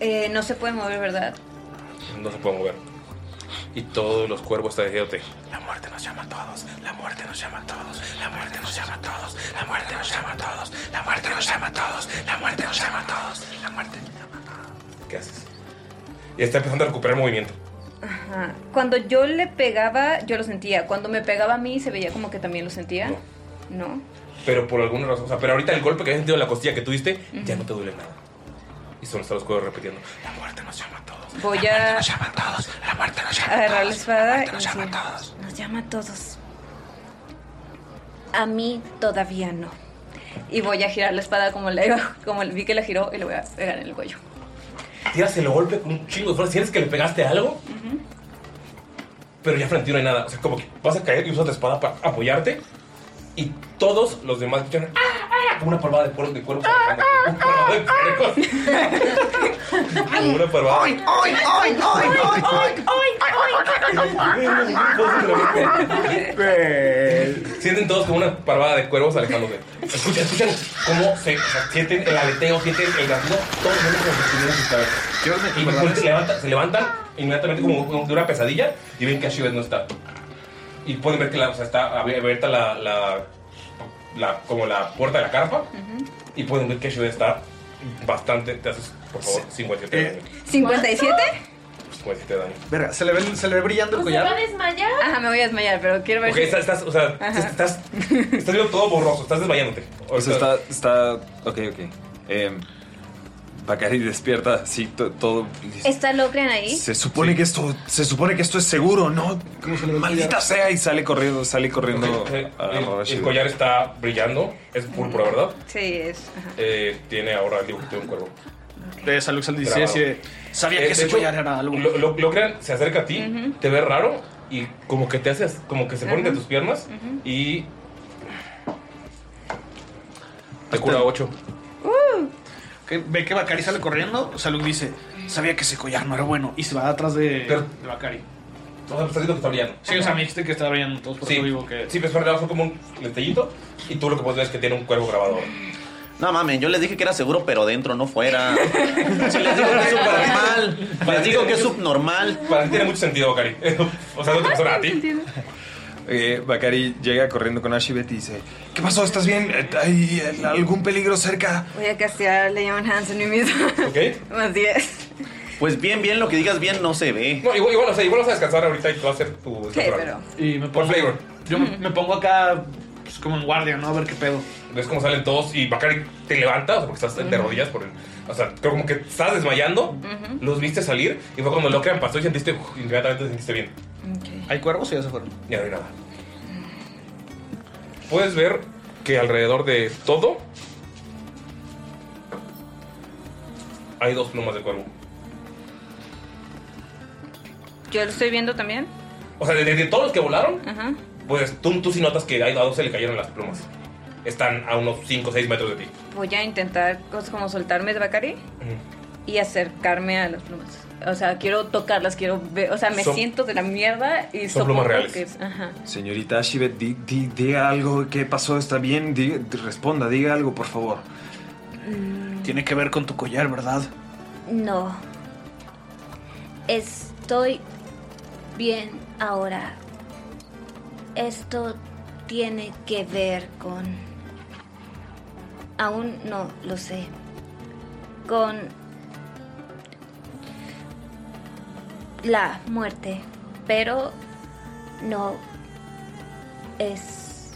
Eh, no se puede mover, ¿verdad? No se puede mover. Y todos los cuervos están diciéndote, la muerte nos llama a todos, la muerte nos llama a todos, la muerte nos llama a todos, la muerte nos llama a todos, la muerte nos llama a todos, la muerte nos llama a todos, la muerte nos llama a todos. ¿Qué haces? Y está empezando a recuperar movimiento. Ajá. Cuando yo le pegaba, yo lo sentía. Cuando me pegaba a mí, se veía como que también lo sentía. No. Pero por alguna razón, o sea, pero ahorita el golpe que has sentido en la costilla que tuviste, ya no te duele nada. Y solo están los cuervos repitiendo, la muerte nos llama a todos. Voy a llama a todos, la muerte nos llama a agarrar la todos. espada y nos llama a decir, todos. Nos llama a todos. A mí todavía no. Y voy a girar la espada como la iba- como vi que la giró y le voy a pegar en el cuello. Tiras el golpe con un chingo de fuerza. ¿Sientes que le pegaste algo? Pero ya frente a ti no hay nada. O sea, como que vas a caer y usas la espada para apoyarte. Y todos los demás escuchan ¡ah, ah! como una parvada de cuerpos. De cuerpos saltando. Como una parvada. ¡Ay, ay, ay, ay, ay, ay, Sienten todos como una parvada de cuervos alejándose. Escuchan, escuchan cómo se o sea, sienten el aleteo, sienten el latido, todos los hombres como si tuvieran sus cabezas. Y de repente se levantan, se levantan inmediatamente como, como de una pesadilla y ven que Ashibet no está. Y pueden ver que la, o sea, está abierta la, la, la- como la puerta de la carpa y pueden ver que Ashibet está bastante. Te haces, por favor, 57 daños. ¿57? 57 daños. Eh, Verga, se le ve, se le ve brillando el ¿Se va a collar. desmayar? Ajá, me voy a desmayar, pero quiero ver. Ok, si- estás, estás, o sea, Ajá. estás, estás viendo todo borroso, estás desmayándote. O sea, está, está. Ok, ok. Eh, Bacari despierta, sí, to- todo. ¿Está Locren ahí? Se supone que esto. Se supone que esto es seguro, ¿no? Maldita sea. Y sale corriendo, sale corriendo. a El- agarrar a El, Shiva. collar está brillando, es púrpura, ¿verdad? Sí, es. ajá. Eh, tiene ahora el dibujito de un cuervo. De Salux al 16 y de, "Sabía que ese collar era algo. Lo, lo- lo crean, se acerca a ti, Ujú. te ve raro y como que te haces, como que se pone Ujú. de tus piernas Ujú. y. Te cura 8. Que ve que Bakari sale corriendo. Salud dice: Sabía que ese collar no era bueno. Y se va atrás de, de Bakari. O sea, pues, estás diciendo que está brillando. Sí, o sea, me dijiste que está brillando todos por Sí, eso sí, digo. pues, pero es verdad, fue como un detallito y tú lo que puedes ver es que tiene un cuervo grabado. No mames, yo les dije que era seguro, pero dentro, no fuera. Si les digo que es subnormal. Les digo que es subnormal. Para ti tiene mucho sentido, Bakari. O sea, no te pasó nada a ti. Eh, Bakari llega corriendo con Ashibet y dice: ¿Qué pasó? ¿Estás bien? Eh, ¿Hay eh, algún peligro cerca? Voy a castear Leon Hands en mí mismo. ¿Ok? Más 10. Pues bien, bien, lo que digas bien no se ve. No, igual, igual, o sea, igual vas a descansar ahorita y tú vas a hacer tu. Sí, pero- Y me pongo, flavor. Yo me, me pongo acá pues, como en guardia, ¿no? A ver qué pedo. Ves cómo salen todos y Bakari te levanta, o sea, porque estás de rodillas por el. O sea, creo como que estabas desmayando, los viste salir y fue cuando lo crean pasó y sentiste, uf, inmediatamente te sentiste bien. ¿Hay cuervos o ya se fueron? Ya no hay nada. Puedes ver que alrededor de todo hay dos plumas de cuervo. Yo lo estoy viendo también. O sea, desde todos los que volaron, Ajá. pues tú, tú sí notas que a a dos se le cayeron las plumas. Están a unos 5 o 6 metros de ti. Voy a intentar cos- como soltarme de Bakari y acercarme a las plumas. O sea, quiero tocarlas, quiero ver. O sea, me Son- siento de la mierda y son plumas soporto reales. que- ajá. Señorita Ashibet, di- di- diga algo. ¿Qué pasó? ¿Está bien? Diga- responda, diga algo, por favor. Mm. Tiene que ver con tu collar, ¿verdad? No. Estoy bien ahora. Esto tiene que ver con... Aún no lo sé. Con la muerte, pero no es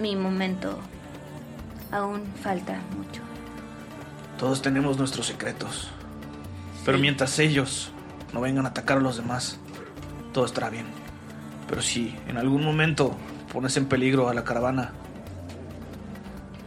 mi momento. Aún falta mucho. Todos tenemos nuestros secretos. Pero mientras ellos no vengan a atacar a los demás, todo estará bien. Pero si en algún momento pones en peligro a la caravana,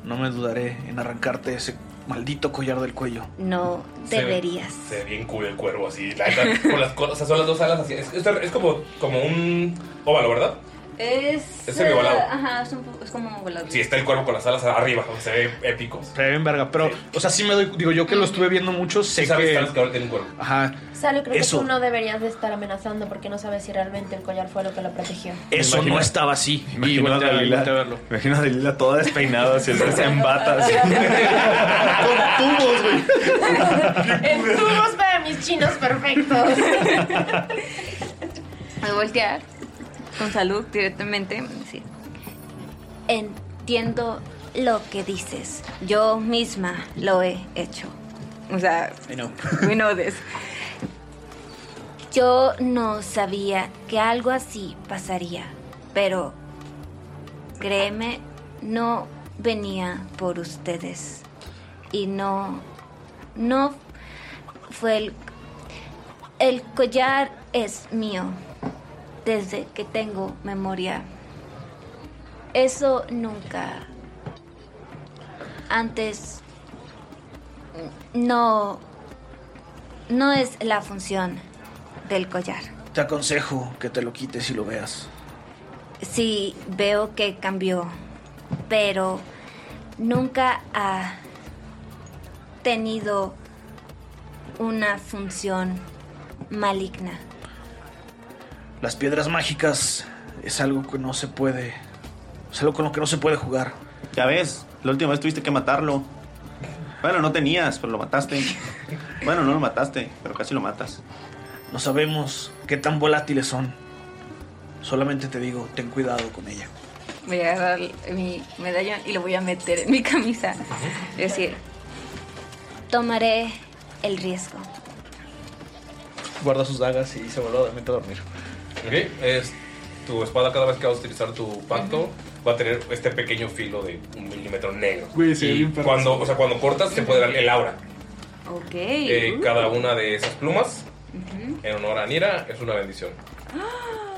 no me dudaré en arrancarte ese maldito collar del cuello. No Se ve- deberías. Se ve bien cool el cuervo así, la neta, con las cosas, o sea, son las dos alas así. Es, es- es como, como un óvalo, ¿verdad? Es. Es eh, semivolado. ajá, es, un po- es como volado. Sí, está el cuervo con las alas arriba, o sea, se ve épico. Se ve bien verga. Pero, o sea, sí me doy. Digo, yo que lo estuve viendo mucho, sé que. sabes que ahora tiene un cuervo. Ajá. Salo, creo Eso. que tú no deberías de estar amenazando porque no sabes si realmente el collar fue lo que lo protegió. Eso no estaba así. Y Imagino a voltea- Dalila, voltea a verlo. imagino a Dalila toda despeinada, así, se embata. así. Con tubos, güey. En tubos para mis chinos perfectos. Voy a voltear con salud directamente. Sí. Entiendo lo que dices. Yo misma lo he hecho. O sea, we know this. Yo no sabía que algo así pasaría, pero créeme, no venía por ustedes. Y no, no fue el... El collar es mío desde que tengo memoria. eso nunca. Antes No, no es la función del collar. Te aconsejo que te lo quites y lo veas. sí veo que cambió, pero nunca ha tenido una función maligna. Las piedras mágicas es algo que no se puede. Es algo con lo que no se puede jugar. Ya ves, la última vez tuviste que matarlo. Bueno, no tenías, pero lo mataste. Bueno, no lo mataste, pero casi lo matas. No sabemos qué tan volátiles son. Solamente te digo, ten cuidado con ella. Voy a agarrar mi medallón y lo voy a meter en mi camisa. Es decir, Tomaré el riesgo. Guarda sus dagas y se vuelve a dormir. Ok, es tu espada cada vez que vas a utilizar tu pacto va a tener este pequeño filo de un milímetro negro. Güey, sí, y bien perro. cuando, o sea, cuando cortas te puede dar el aura. ok. Eh, uh. Cada una de esas plumas, Ujú. en honor a Nira, es una bendición. ¡Ah!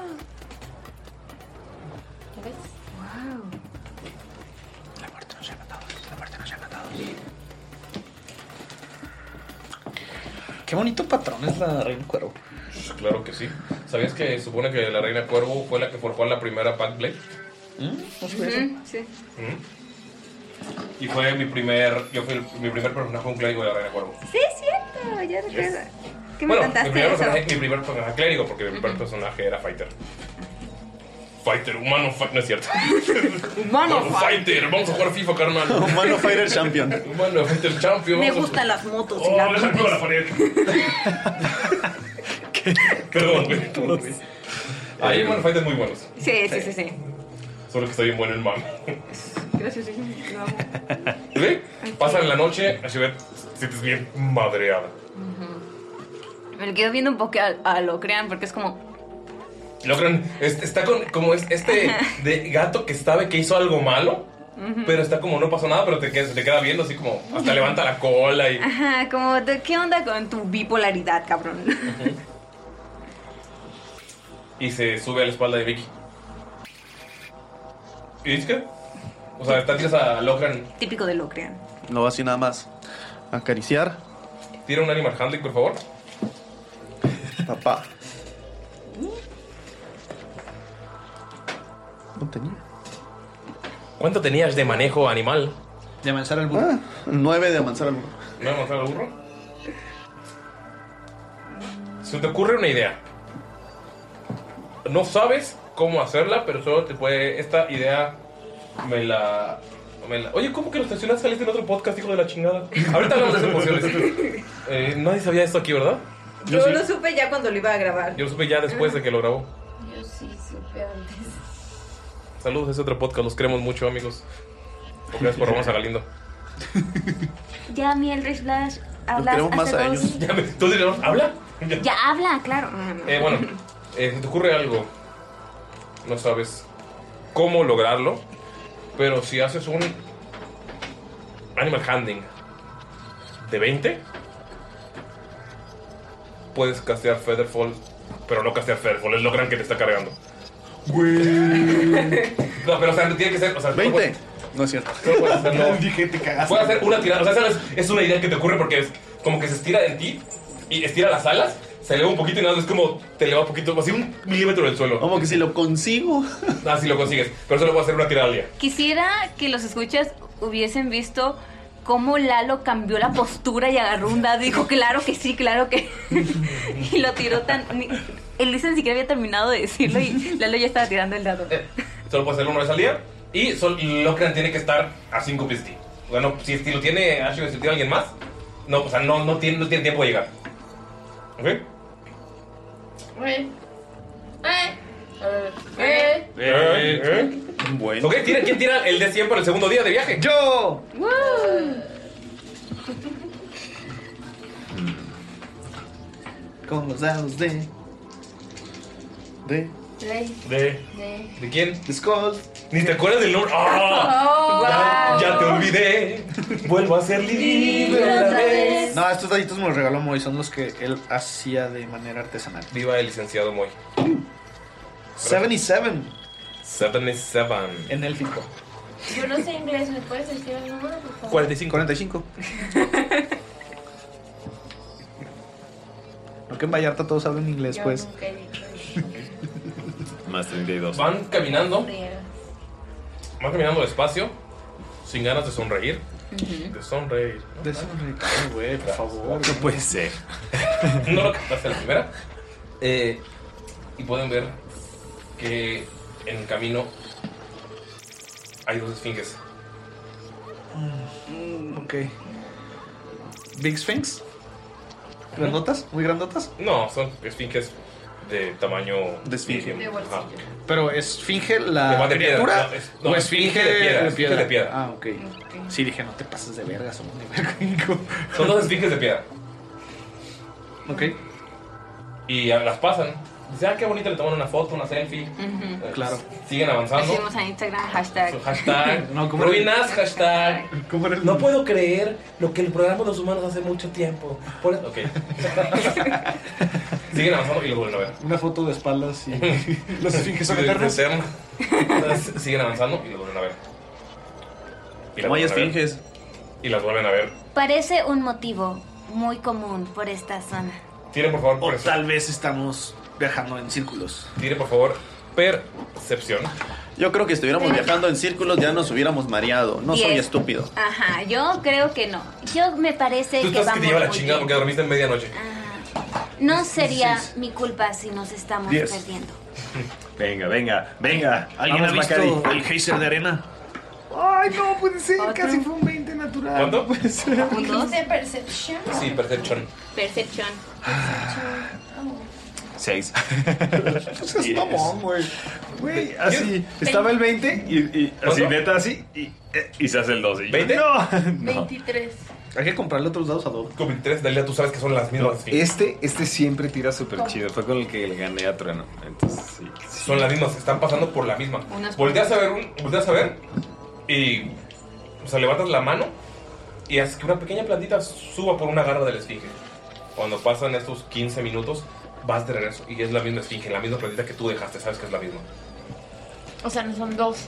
Qué bonito patrón es la reina cuervo. Pues Claro que sí. ¿Sabías que supone que la reina cuervo fue la que forjó la primera Pack Blade? ¿Mm? Ujú, sí. Mm. Y fue mi primer, yo fui el- mi primer personaje un clérigo de la reina cuervo. Sí, es cierto, ya recuerdo. ¿Qué me bueno, mi contaste primer, eso? personaje, mi primer personaje clérigo, porque mi primer personaje era fighter. Fighter, humano, fi- no es cierto. Humano Vamos, fighter, vamos a jugar FIFA, carnal. Humano Fighter Champion. Humano Fighter Champion. Me vamos a- gustan las motos y Oh, las me sacó la pared. Perdón, güey. perdón, güey. Hay Humano Fighter muy buenos, Sí, sí, sí, sí. solo que estoy bien bueno en mami. Gracias, sí, sí, lo amo. ¿Sí? Pasan la noche, así ve, sientes bien madreada. Me lo quedo viendo un poco a, a lo crean porque es como, Logran, es- está con, como es este de gato que sabe que hizo algo malo, ujú. pero está como no pasó nada, pero te, quedas- te queda viendo así como hasta levanta la cola y... Ajá, como, ¿de ¿qué onda con tu bipolaridad, cabrón? Y se sube a la espalda de Vicky. ¿Y dices qué? O sea, está tiras a Logran. Típico de lo crean. No va así nada más. Acariciar. Tira un Animal Handling, por favor. Papá. No tenía. ¿Cuánto tenías de manejo animal? De avanzar al burro. nueve de avanzar al burro. ¿Me voy a mostrar al burro? Se te ocurre una idea. No sabes cómo hacerla, pero solo te puede. Esta idea me la. me la- Oye, ¿cómo que lo estacionaste? Saliste en otro podcast, hijo de la chingada. Ahorita hablamos de emociones. Eh, nadie sabía esto aquí, ¿verdad? Yo sí. lo supe ya cuando lo iba a grabar. Yo lo supe ya después de que lo grabó. Yo sí supe antes. Saludos a ese otro podcast, los queremos mucho, amigos. Gracias por vamos a Galindo. Ya, mi Eldritch Flash, hablas hace dos- Ya me- ¿Tú dirás, habla? Ya habla, claro. Eh, bueno, eh, se te ocurre algo. No sabes cómo lograrlo, pero si haces un Animal Handling de 20, puedes castear Featherfall, pero no castear Featherfall, es lo gran que te está cargando. No, pero o sea, tiene que ser. O sea, 20. No es cierto. Solo puedes hacerlo. Dije, te cagaste. Puedes hacer una tirada. O sea, esa es, es una idea que te ocurre porque es como que se estira en ti y estira las alas, se eleva un poquito y nada, más es como te eleva un poquito, así un milímetro del suelo. Como que si lo consigo. Ah, si lo consigues. Pero solo puedo hacer una tirada al día. Quisiera que los escuchas hubiesen visto cómo Lalo cambió la postura y agarró un dado y dijo, claro que sí, claro que... y lo tiró tan... ni- Elisa ni siquiera había terminado de decirlo y Lalo ya estaba tirando el dado. Eh, Solo puedo hacerlo una vez al día. Y sol- Locran tiene que estar a 5 pies de ti. Bueno, si, si lo tiene Ashley o si lo tiene alguien más, no, o sea, no, no, tiene, no tiene tiempo de llegar. ¿Ok? Eh. Eh. Eh. Eh, eh. Bueno. Ok, tira- ¿quién tira el D100 para el segundo día de viaje? ¡Yo! Con los dados de. De. De. ¿De quién? De Scott. Ni te acuerdas del nombre. ¡Ah! Oh, ya, wow. ya te olvidé. Vuelvo a ser libre otra vez. No, estos daditos me los regaló Moy, son los que él hacía de manera artesanal. Viva el licenciado Moy. 77 77. en élfico. Yo no sé inglés, ¿me puedes decir el número, por favor? 45. 45. No que en Vallarta todos hablan inglés, Yo pues. nunca he dicho eso. Más 32. Van caminando. Van caminando despacio, sin ganas de sonreír. Ujú. De sonreír. De sonreír, güey, por favor. No puede ser. no lo captaste la primera. Eh, y pueden ver que en el camino hay dos esfinges. Mm, Ok. Big Sphinx. ¿Grandotas? ¿Muy grandotas? No, son esfinges de tamaño. De esfinge. medium. De bolsillo. Ajá. Pero esfinge la Igual de piedra, criatura no, es- no, o esfinge esfinge de piedra, de esfinge piedra. de piedra. Ah, ok. Sí, dije, no te pases de verga, somos de verga. Son dos esfinges de piedra. Ok. Y a- las pasan. Dicen, ah, qué bonito, le toman una foto, una selfie. Eh, Claro. Siguen avanzando. Ah, Hicimos a Instagram hashtag. Hashtag. No, ¿cómo era? ruinas, hashtag. No puedo creer lo que el programa de los humanos hace mucho tiempo. Por- Ok. Siguen avanzando y lo vuelven a ver. Una foto de espaldas y los esfinges son Sí, de- de eternos. eterno. Entonces, Siguen avanzando y lo vuelven a ver. Y las No hay vuelven a ver. Y las vuelven a ver. Parece un motivo muy común por esta zona. Tire por favor. O tal vez estamos viajando en círculos. Tire por favor percepción. Yo creo que estuviéramos viajando en círculos ya nos hubiéramos mareado. No soy Diez. estúpido. Ajá, yo creo que no. Yo me parece Tú que estás vamos Ah. que te lleva la muy chingada porque dormiste en medianoche. bien. No sería mi culpa si nos estamos Diez. perdiendo. Venga, venga, venga. ¿Alguien ha visto el geyser de arena? Ay, no puede ser, casi fue un 20 natural. ¿Cuánto? ¿Dijiste percepción? Sí, percepción. Percepción. Ah, Seis. Pues Seas mamón, güey. Güey, así. Estaba el 20 y, y así, neta, así. Y, eh, y se hace el 12. ¿Veinte? No. 23. Hay que comprarle otros dados a dos. Con 23, Dalia, tú sabes que son las mismas. esfinges. Este, este siempre tira súper chido. Fue con el que le gané a Trueno. Entonces, sí. Son las mismas, están pasando por la misma. Unas Volteas a ver, un- volteas a ver y. O sea, levantas la mano y haces que una pequeña plantita suba por una garra del esfinge. Cuando pasan estos 15 minutos, vas de regreso y es la misma esfinge, la misma plantita que tú dejaste, sabes que es la misma. O sea, no son dos.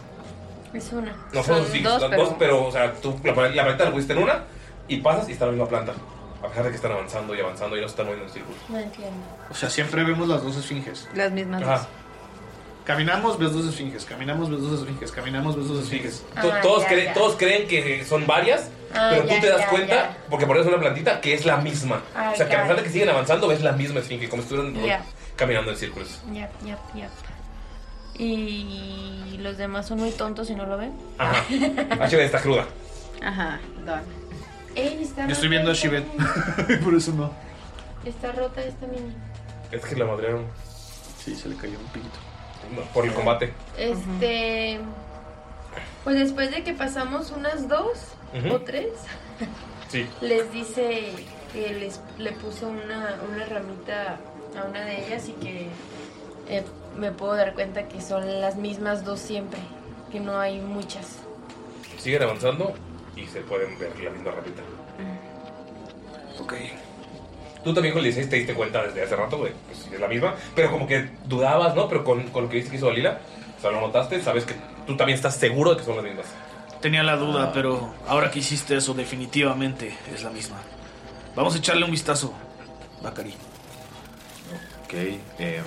Es una. No son, dos, dos, pero... o sea, tú la, la planta la pusiste en una y pasas y está la misma planta. A pesar de que están avanzando y avanzando y no se están moviendo en círculo. No entiendo. O sea, siempre vemos las dos esfinges. Las mismas Ajá. Caminamos, ves dos esfinges. Caminamos, ves dos esfinges. Caminamos, ves dos esfinges. To- todos, cre- todos creen que son varias, Ah, pero tú ya, te das ya, cuenta, ya. porque pones una plantita, que es la misma. Ah, o sea, que a ya. pesar de que siguen avanzando, ves la misma esfinge, como si estuvieran Ya. caminando en círculos. Yap, yap, yap. Y los demás son muy tontos y no lo ven. Ajá. Ashibet Ah, está cruda. Ajá, don. Ey, está Yo estoy viendo a Shivet. Por eso no. Está rota esta mini. Es que la madrearon. Sí, se le cayó un piquito. por el combate. Este. Pues después de que pasamos unas dos Ujú. o tres, Sí. les dice que les, le puso una, una ramita a una de ellas y que eh, me puedo dar cuenta que son las mismas dos siempre, que no hay muchas. Siguen avanzando y se pueden ver la misma rapita. Ok. Tú también con el 16 te diste cuenta desde hace rato, güey. Pues sí, es la misma. Pero como que dudabas, ¿no? Pero con, con lo que viste que hizo Dalila, o sea, lo notaste, sabes que tú también estás seguro de que son las mismas. Tenía la Ah. duda, pero ahora que hiciste eso, definitivamente es la misma. Vamos a echarle un vistazo, Bacari. Ok. eh,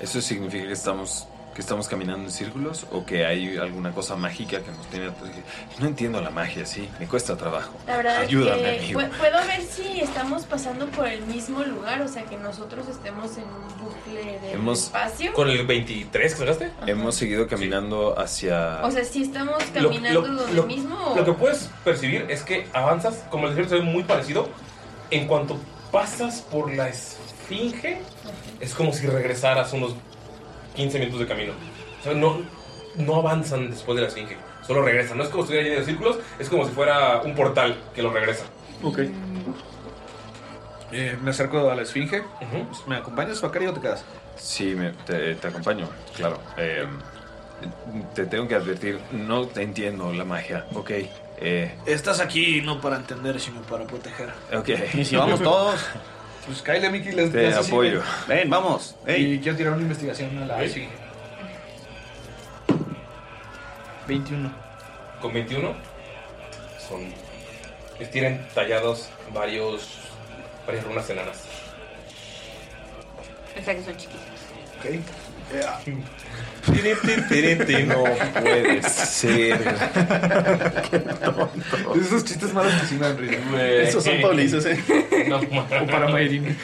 ¿Eso significa que estamos, que estamos caminando en círculos o que hay alguna cosa mágica que nos tiene... atras- No entiendo la magia, sí. Me cuesta trabajo. La verdad Ayúdame, es que amigo. pu- puedo ver si estamos pasando por el mismo lugar, o sea que nosotros estemos en un bucle de Hemos- espacio. ¿Con el 23 que sacaste? Hemos seguido caminando hacia... O sea, si estamos Lo- caminando lo- donde lo- mismo. Lo que puedes percibir es que avanzas, como el desierto se ve muy parecido, en cuanto pasas por la esfinge, es como si regresaras unos 15 minutos de camino. O sea, no, no avanzan después de la esfinge, solo regresan. No es como si estuviera lleno de círculos, es como si fuera un portal que lo regresa. Ok. Eh, me acerco a la esfinge. ¿Me acompañas, Bacari, o te quedas? Sí, me- te, te acompaño, claro. Eh, te tengo que advertir, no te entiendo la magia. Ok. eh, Estás aquí no para entender, sino para proteger. ok. ¿Y si vamos todos? Pues Kyle, Miki, les Te les hace así, apoyo. ven. Ven, vamos. Y quiero tirar una investigación a la Ok. esfinge. 21. Con 21 son. les tienen tallados varios. varias runas enanas. O sea que son chiquitos. Ok. No puede ser. Esos chistes malos que sí me dan risa. Esos son paulizos, ¿eh? o para Mayrini.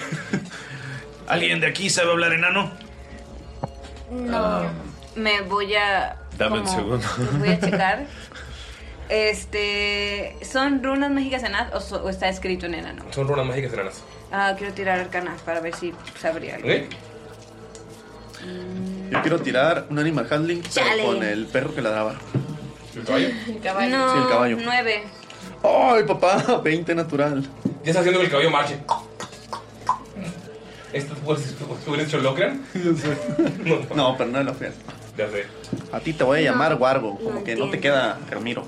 ¿Alguien de aquí sabe hablar enano? Ah. No. Me voy a. Dame un como- segundo. Voy a checar. Este. ¿Son runas mágicas enanas o, so- o está escrito en enano? Son runas mágicas enanas. Ah, quiero tirar arcanas para ver si sabría algo. ¿Ok? Yo quiero tirar un animal handling pero Chale. con el perro que ladraba. ¿El caballo? El caballo. No, Sí, el caballo. Nueve. ¡Ay, papá! 20 natural. Ya está haciendo que el caballo marche. ¿Esto hubieras hecho Locran? No, pero no es la fiel. Ya sé. A ti te voy a llamar No, Wargo, no como que no entiendo. te queda Carmiro.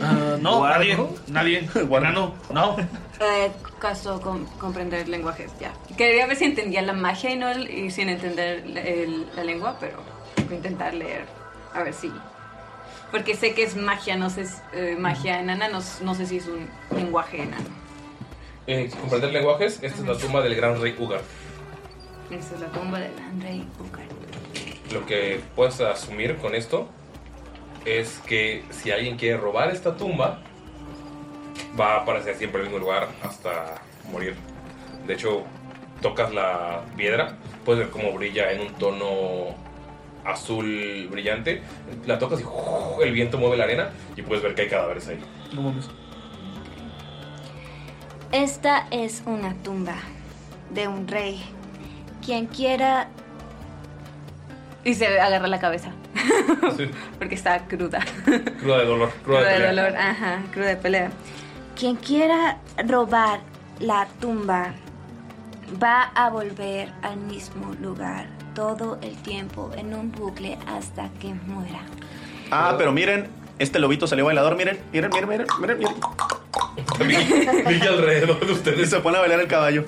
Ah, no, nadie. Nadie. Enano, no. Eh, caso con comprender lenguajes, ya. Quería ver si entendía la magia y, no el- y sin entender la- el- la lengua, pero voy a intentar leer. A ver si. Porque sé que es magia, no sé. si- eh, magia enana, no, no sé si es un lenguaje enano. Eh, comprender lenguajes, esta es la tumba del gran rey Ugar. Esa es la tumba del gran rey Ucar. Lo que puedes asumir con esto es que si alguien quiere robar esta tumba, va a aparecer siempre en el mismo lugar hasta morir. De hecho, tocas la piedra, puedes ver cómo brilla en un tono azul brillante. La tocas y ¡uf! el viento mueve la arena y puedes ver que hay cadáveres ahí. No mames. Esta es una tumba de un rey. Quien quiera Y se agarra la cabeza. Porque está cruda. Cruda de dolor, cruda de Cruda de pelea. dolor, ajá, cruda de pelea. Quien quiera robar la tumba va a volver al mismo lugar todo el tiempo en un bucle hasta que muera. Ah, pero miren, este lobito salió bailador, miren, miren, miren, miren, miren. miren. Brilla alrededor de ustedes. Y se pone a bailar el caballo.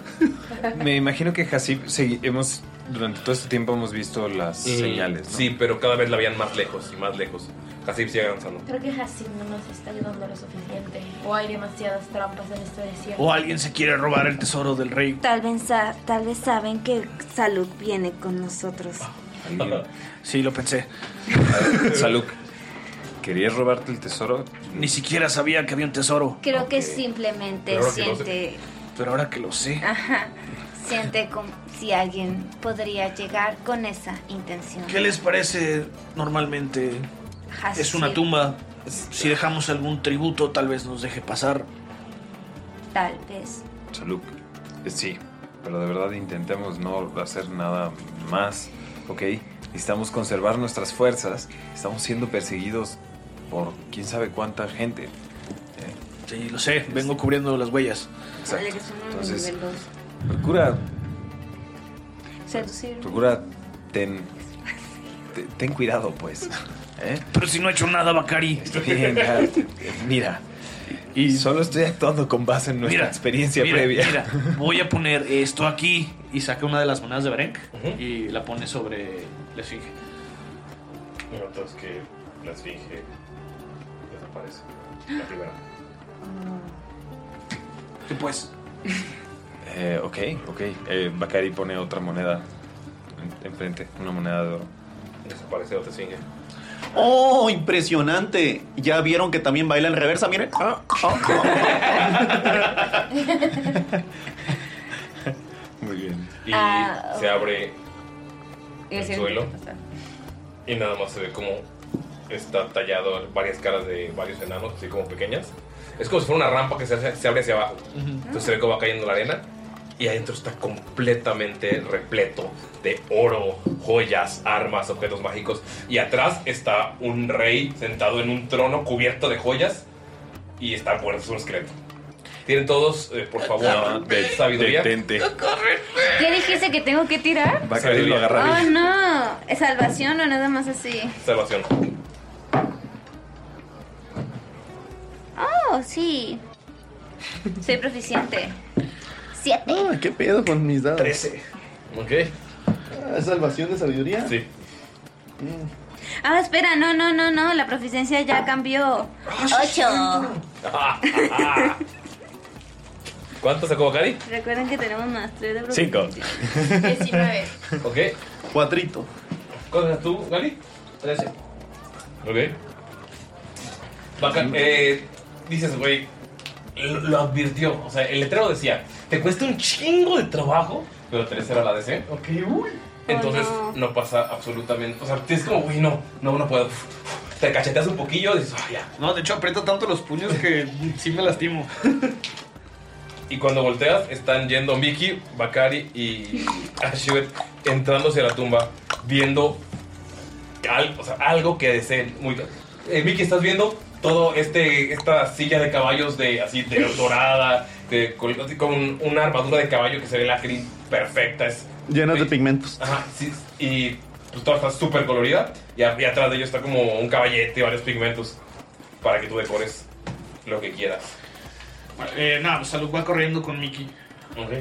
Me imagino que Hasib, sí, hemos, durante todo este tiempo hemos visto las Mm, señales. Sí, pero cada vez la veían más lejos y más lejos. Hasib sigue avanzando. Creo que Hasib no nos está ayudando lo suficiente. O hay demasiadas trampas en este desierto. O alguien se quiere robar el tesoro del rey. Tal vez, sa- tal vez saben que Salud viene con nosotros. Ah. Sí, lo pensé. Salud. ¿Querías robarte el tesoro? Ni siquiera sabía que había un tesoro. Creo que simplemente Claro que no sé. siente, Pero ahora que lo sé. ajá, siente como si alguien podría llegar con esa intención. ¿Qué les parece normalmente? Hasib. Es una tumba. Si dejamos algún tributo, tal vez nos deje pasar. Tal vez. Salud. Eh, Sí, pero de verdad intentemos no hacer nada más, ¿ok? Necesitamos conservar nuestras fuerzas. Estamos siendo perseguidos por quién sabe cuánta gente. ¿eh? Sí, lo sé. Vengo cubriendo las huellas. Exacto. Entonces- Nivel dos. Procura, Seducir. procura, ten, te- ten cuidado, pues. ¿Eh? Pero si no he hecho nada, Bakari. Bien, ya, mira. Y solo estoy actuando con base en nuestra experiencia Mira, previa. mira, voy a poner esto aquí. Y saca una de las monedas de Berenk y la pone sobre la esfinge. Notas que la esfinge desaparece. La primera. ¿Qué pues? Eh, ok, ok. Eh, Bakari pone otra moneda en- enfrente, una moneda de oro. Desaparece otra esfinge. ¡Oh, impresionante! Ya vieron que también baila en reversa, miren. Ah, ah, Muy bien. Y Ah, se ok. abre Y el así- suelo y nada más se ve como está tallado varias caras de varios enanos, así como pequeñas. Es como si fuera una rampa que se, hace- se abre hacia abajo. Entonces se ve cómo va cayendo la arena y adentro está completamente repleto de oro, joyas, armas, objetos mágicos. Y atrás está un rey sentado en un trono cubierto de joyas y está muerto, es un esqueleto. Tienen todos, eh, por favor, sabiduría. ¿Qué dijiste que tengo que tirar? Sabiduría. lo agarra Oh no, ¿Es salvación o nada más así. Salvación. Oh, sí. Soy proficiente. Siete. ah, ¿Qué pedo con mis dados? 13. Ok. ¿Es salvación de sabiduría? Sí. Ah, espera, no, no, no, no, la proficiencia ya cambió. Ah, Ocho. ¿Cuánto sacó Cari? Recuerden que tenemos más tres de Cinco. Mm. proficiencia. 19. Ok. Cuatrito. ¿Cuánto tú, Gali? 13. Ok. Bacán. Eh, dices, güey, lo, lo advirtió. O sea, el letrero decía, te cuesta un chingo de trabajo, pero 3 era la DC. Ok, uy. Entonces Oh, no. pasa absolutamente. O sea, tienes como, güey, no, no, no puedo. Te cacheteas un poquillo y dices, ah, ya. No, de hecho aprieto tanto los puños que sí me lastimo. Y cuando volteas, están yendo Mickey, Bakari y Ashibet entrando hacia la tumba, viendo al- o sea, algo que deseen. Muy, eh, Mickey, estás viendo todo este esta silla de caballos de así de dorada, de, con, con una armadura de caballo que se ve la crin perfecta. Es, Llenas de pigmentos. ajá, sí, y pues toda está súper colorida. Y, a- y atrás de ello está como un caballete, varios pigmentos para que tú decores lo que quieras. Eh, nada, pues Salud va corriendo con Mickey. Ok.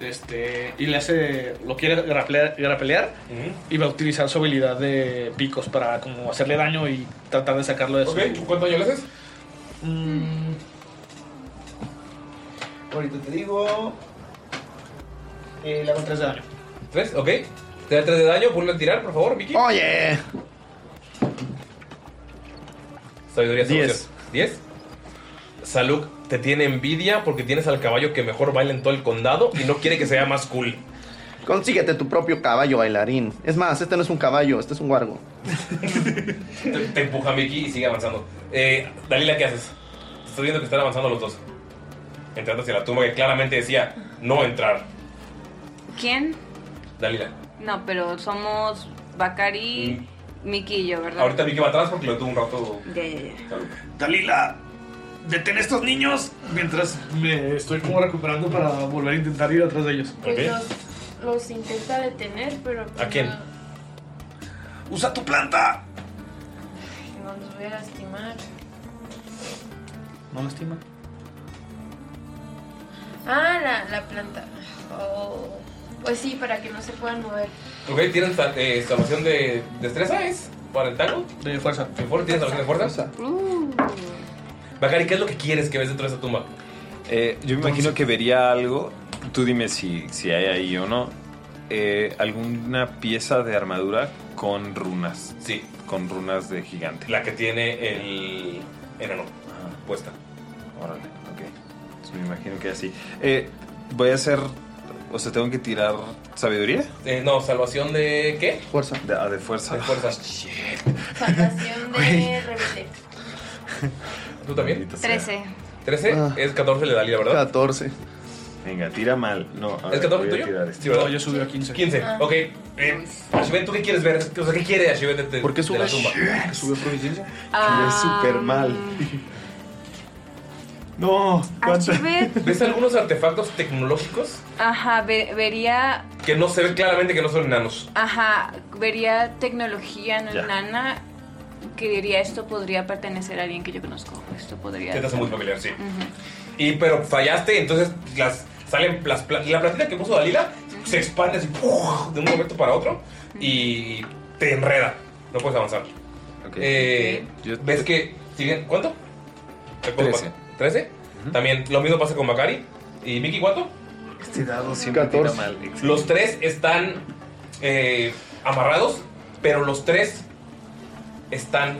Este, y le hace. Lo quiere graplear- grapelear. Ujú. Y va a utilizar su habilidad de picos para como hacerle daño y tratar de sacarlo de su. Ok, ¿cuánto daño le haces? Mm. Ahorita te digo. Eh, le hago 3 de daño. ¿Tres? Ok. Te da 3 de daño, ponle a tirar, por favor, Vicky. Oye. Sabiduría Diez. ¿10? Saluk te tiene envidia porque tienes al caballo que mejor baila en todo el condado y no quiere que sea más cool. Consíguete tu propio caballo bailarín. Es más, este no es un caballo, este es un guargo. Te, te empuja Vicky y sigue avanzando. Eh, Dalila, ¿qué haces? Estás viendo que están avanzando los dos. Entrando hacia la tumba que claramente decía no entrar. ¿Quién? Dalila. Mm, No, pero somos Bakari, Miki y yo, ¿verdad? Ahorita Vicky va atrás porque lo tuvo un rato. Ya, ya, ya. Dalila, detén a estos niños mientras me estoy como recuperando para volver a intentar ir atrás de ellos. Pues los, los intenta detener, pero pues, Usa tu planta. no los voy a lastimar. No lastima. Ah, la, la planta. Oh. Pues sí, para que no se puedan mover. Ok, tienen sa- eh, salvación de destreza, ¿es? ¿Para el taco? De fuerza. ¿De fuerza? ¿Tienes salvación de fuerza? Uh. Bacari, ¿qué es lo que quieres que ves dentro de esa tumba? Eh, yo me imagino que vería algo. Tú dime si, si hay ahí o no. eh, alguna pieza de armadura con runas. Sí. Con runas de gigante. La que tiene el enano puesta. Órale, ok. Entonces me imagino que así. Eh, voy a hacer. O sea, tengo que tirar sabiduría. Eh, no, salvación de qué? Fuerza. De, ah, de fuerza. De fuerza. Salvación de rebelde. ¿Tú también? 13. 13 Ah. es 14 le da la ¿verdad? Ah, 14. Venga, tira mal. No, a ver, ¿Es 14 voy a tuyo? tirar este. Sí, ¿verdad? No, yo subí a 15. 15, ok. Eh, Ashibet, ¿tú qué quieres ver? O sea, ¿qué quiere Ashibet de, de- ¿Por qué de sube? la tumba? ¿Sube proficiencia? Ah. Es súper mal. No, Ashibet. ¿Ves algunos artefactos tecnológicos Ajá, ve- vería, que no se ve claramente que no son enanos? ajá, vería tecnología no Ya. nana que diría esto podría pertenecer a alguien que yo conozco. Esto podría. Se te hace muy familiar, sí. Ujú. Y pero fallaste, entonces las salen las pla- la platita que puso Dalila se expande así ¡puf! de un momento para otro y te enreda. No puedes avanzar. Eh, ¿Ves que siguen? ¿Cuánto? ¿Te puedo Trece. pasar? ¿Trece? También lo mismo pasa con Bakari. ¿Y Miki cuánto? Este dado siempre tira 14. mal. Los tres están eh, amarrados, pero los tres están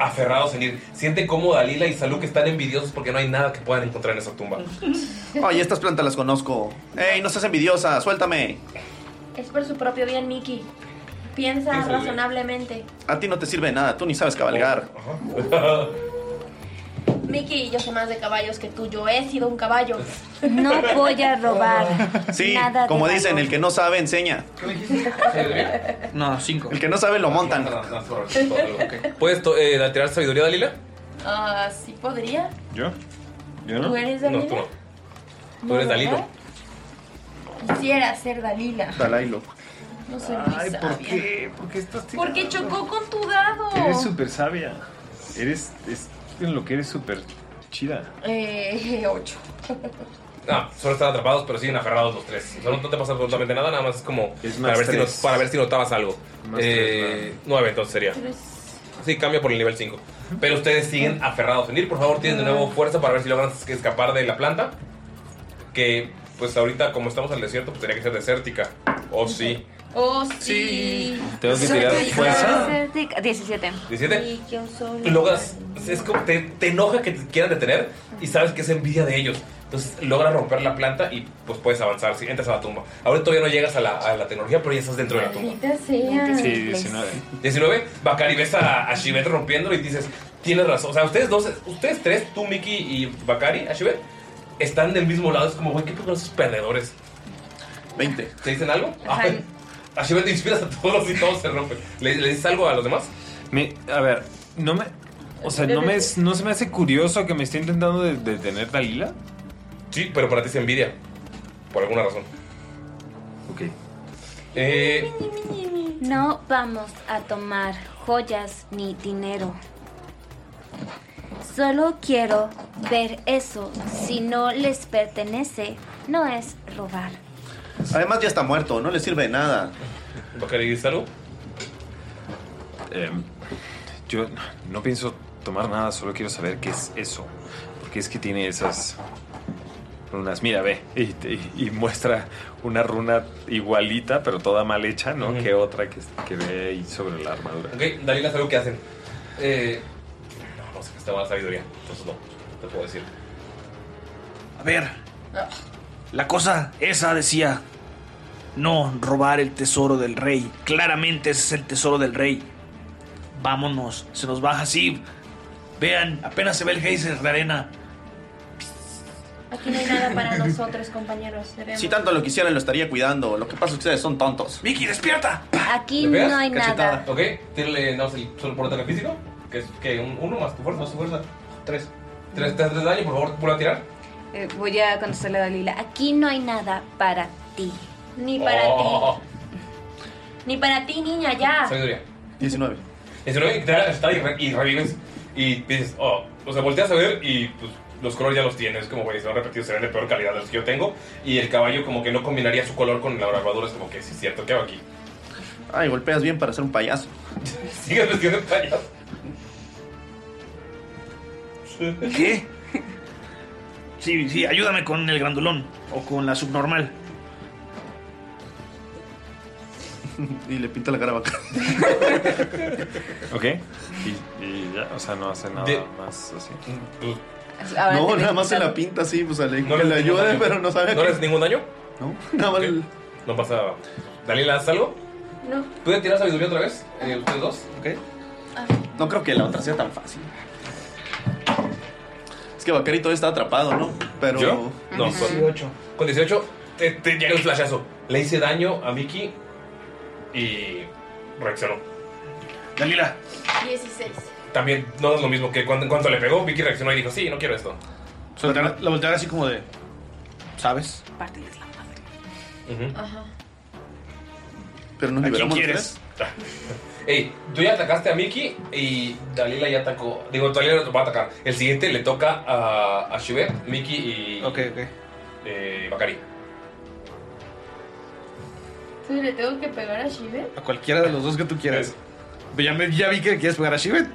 aferrados en ir. Siente cómo Dalila y Saluk están envidiosos porque no hay nada que puedan encontrar en esa tumba. Oye, estas plantas las conozco. ¡Ey, no seas envidiosa! ¡Suéltame! Es por su propio bien, Mickey. Piensa Piénsale. razonablemente. A ti no te sirve de nada, tú ni sabes cabalgar. Oh, Mickey, yo sé más de caballos que tú. Yo he sido un caballo. No voy a robar Sí, nada de como valor. dicen, el que no sabe enseña. No, 5. El que no sabe lo montan. ¿Puedes to- eh, tirar sabiduría, Dalila? Ah, sí podría. ¿Yo? ¿Yo no? ¿Tú eres Dalila? No, tú no. Tú eres Dalilo. Quisiera ser Dalila. Dalailo. No soy muy Ay, sabia. ¿por qué? ¿Por qué estás ¿Por tirando? qué chocó con tu dado? Eres súper sabia. Eres. Es en lo que eres súper chida. Eh, ocho. No, solo están atrapados, pero siguen aferrados los tres. O sea, no, no te pasa absolutamente nada, nada más es como más para, ver si tres. no- para ver si notabas algo. Más eh, nueve entonces sería. Sí, cambia por el nivel 5. Pero ustedes siguen aferrados en ir. Por favor, tienen de nuevo fuerza para ver si logran escapar de la planta. Que, pues ahorita, como estamos al desierto, pues tenía que ser desértica. O sí. Oh, sí. Tengo que tirar fuerza. 17. 17. Y que un solo. Logras, es como te, te enoja que te quieran detener y sabes que es envidia de ellos. Entonces logras romper la planta y pues puedes avanzar, si entras a la tumba. Ahora todavía no llegas a la, a la tecnología, pero ya estás dentro de la tumba. Maldita sea. Pues, 19, Bacari ves a, a Shivet rompiéndolo y dices, tienes razón. O sea, ustedes dos, ustedes tres, tú, Miki y Bacari, a Shivet, están del mismo lado. Es como, güey, ¿qué pedo con esos perdedores? 20. ¿Te dicen algo? Ajá. A Shivet te inspiras a todos y todos se rompen. ¿Le, le dices algo a los demás? Me- a ver, no me. O sea, no, me, es- no se me hace curioso que me esté intentando de- detener Dalila. Sí, pero para ti es envidia. Por alguna razón. Ok. Eh, No vamos a tomar joyas ni dinero. Solo quiero ver eso. Si no les pertenece, no es robar. Además ya está muerto, no le sirve de nada. ¿Bacari dice algo? Em, yo no pienso tomar nada, solo quiero saber qué es eso. Porque es que tiene esas runas. Mira, ve. Y, te- y muestra una runa igualita, pero toda mal hecha, ¿no? Que otra que, que ve ahí sobre la armadura. Ok, Dalila sabe lo que hacen. Eh, no, no sé qué está mala sabiduría. Entonces no, te puedo decir. A ver, la cosa esa decía, no robar el tesoro del rey. Claramente ese es el tesoro del rey. Vámonos, se nos baja así. Vean, apenas se ve el geyser de arena. Aquí no hay nada para nosotros, compañeros. Debemos. Si tanto lo quisieran, lo estaría cuidando. Lo que pasa es que ustedes son tontos. ¡Vicky, despierta! Aquí ¿Le pegas? no hay nada. Ok, tírale nada más el solo por ataque físico. Que es que un, uno más tu fuerza. Más tu fuerza. Tres. Tres, tres, tres daño, por favor, vuelve a tirar. Eh, voy a contestarle a Dalila. Aquí no hay nada para ti. Ni para Oh, ti. Ni para ti, niña, ya. Sabiduría. 19. 19 y te da- está y, re- y revives. Y dices, oh, o sea, volteas a ver y pues los colores ya los tienes. Como güey, se han repetido, se ven de peor calidad de los que yo tengo. Y el caballo, como que no combinaría su color con la armadura. Es como que sí, es cierto, ¿qué hago aquí? Ay, golpeas bien para ser un payaso. Sigues vestido de payaso. ¿Qué? Sí, sí, ayúdame con el grandulón o con la subnormal. y le pinta la cara vaca. Ok. Y, y ya, o sea, no hace nada más así. No, nada más se la pinta así, pues le que le ayude, pero no sabe. ¿No que- le haces ningún daño? No, nada más. No pasa nada. Dalila, ¿haces algo? No. ¿Pueden tirar sabiduría otra vez? Eh, ustedes dos. Ok. No creo que la otra sea tan fácil. Es que Bacari todavía está atrapado, ¿no? Pero. ¿Yo? No, pues. con 18. Con 18 te, te llega el flashazo. Le hice daño a Mickey y reaccionó. Dalila. 16. También no es lo mismo que cuando, en cuanto le pegó, Mickey reaccionó y dijo, sí, no quiero esto. la volteada así como de. ¿Sabes? Ajá. Pero ¿A nos quién liberamos los quieres? Ah. Ey, tú ya atacaste a Mickey y Dalila ya atacó. Digo, Dalila lo va a atacar. El siguiente le toca a, a Shiver, Mickey y. Ok, ok. Eh, Bakari. Entonces le tengo que pegar a Shive. A cualquiera de los dos que tú quieras. Ya, me- ya vi que le quieres pegar a Shivet.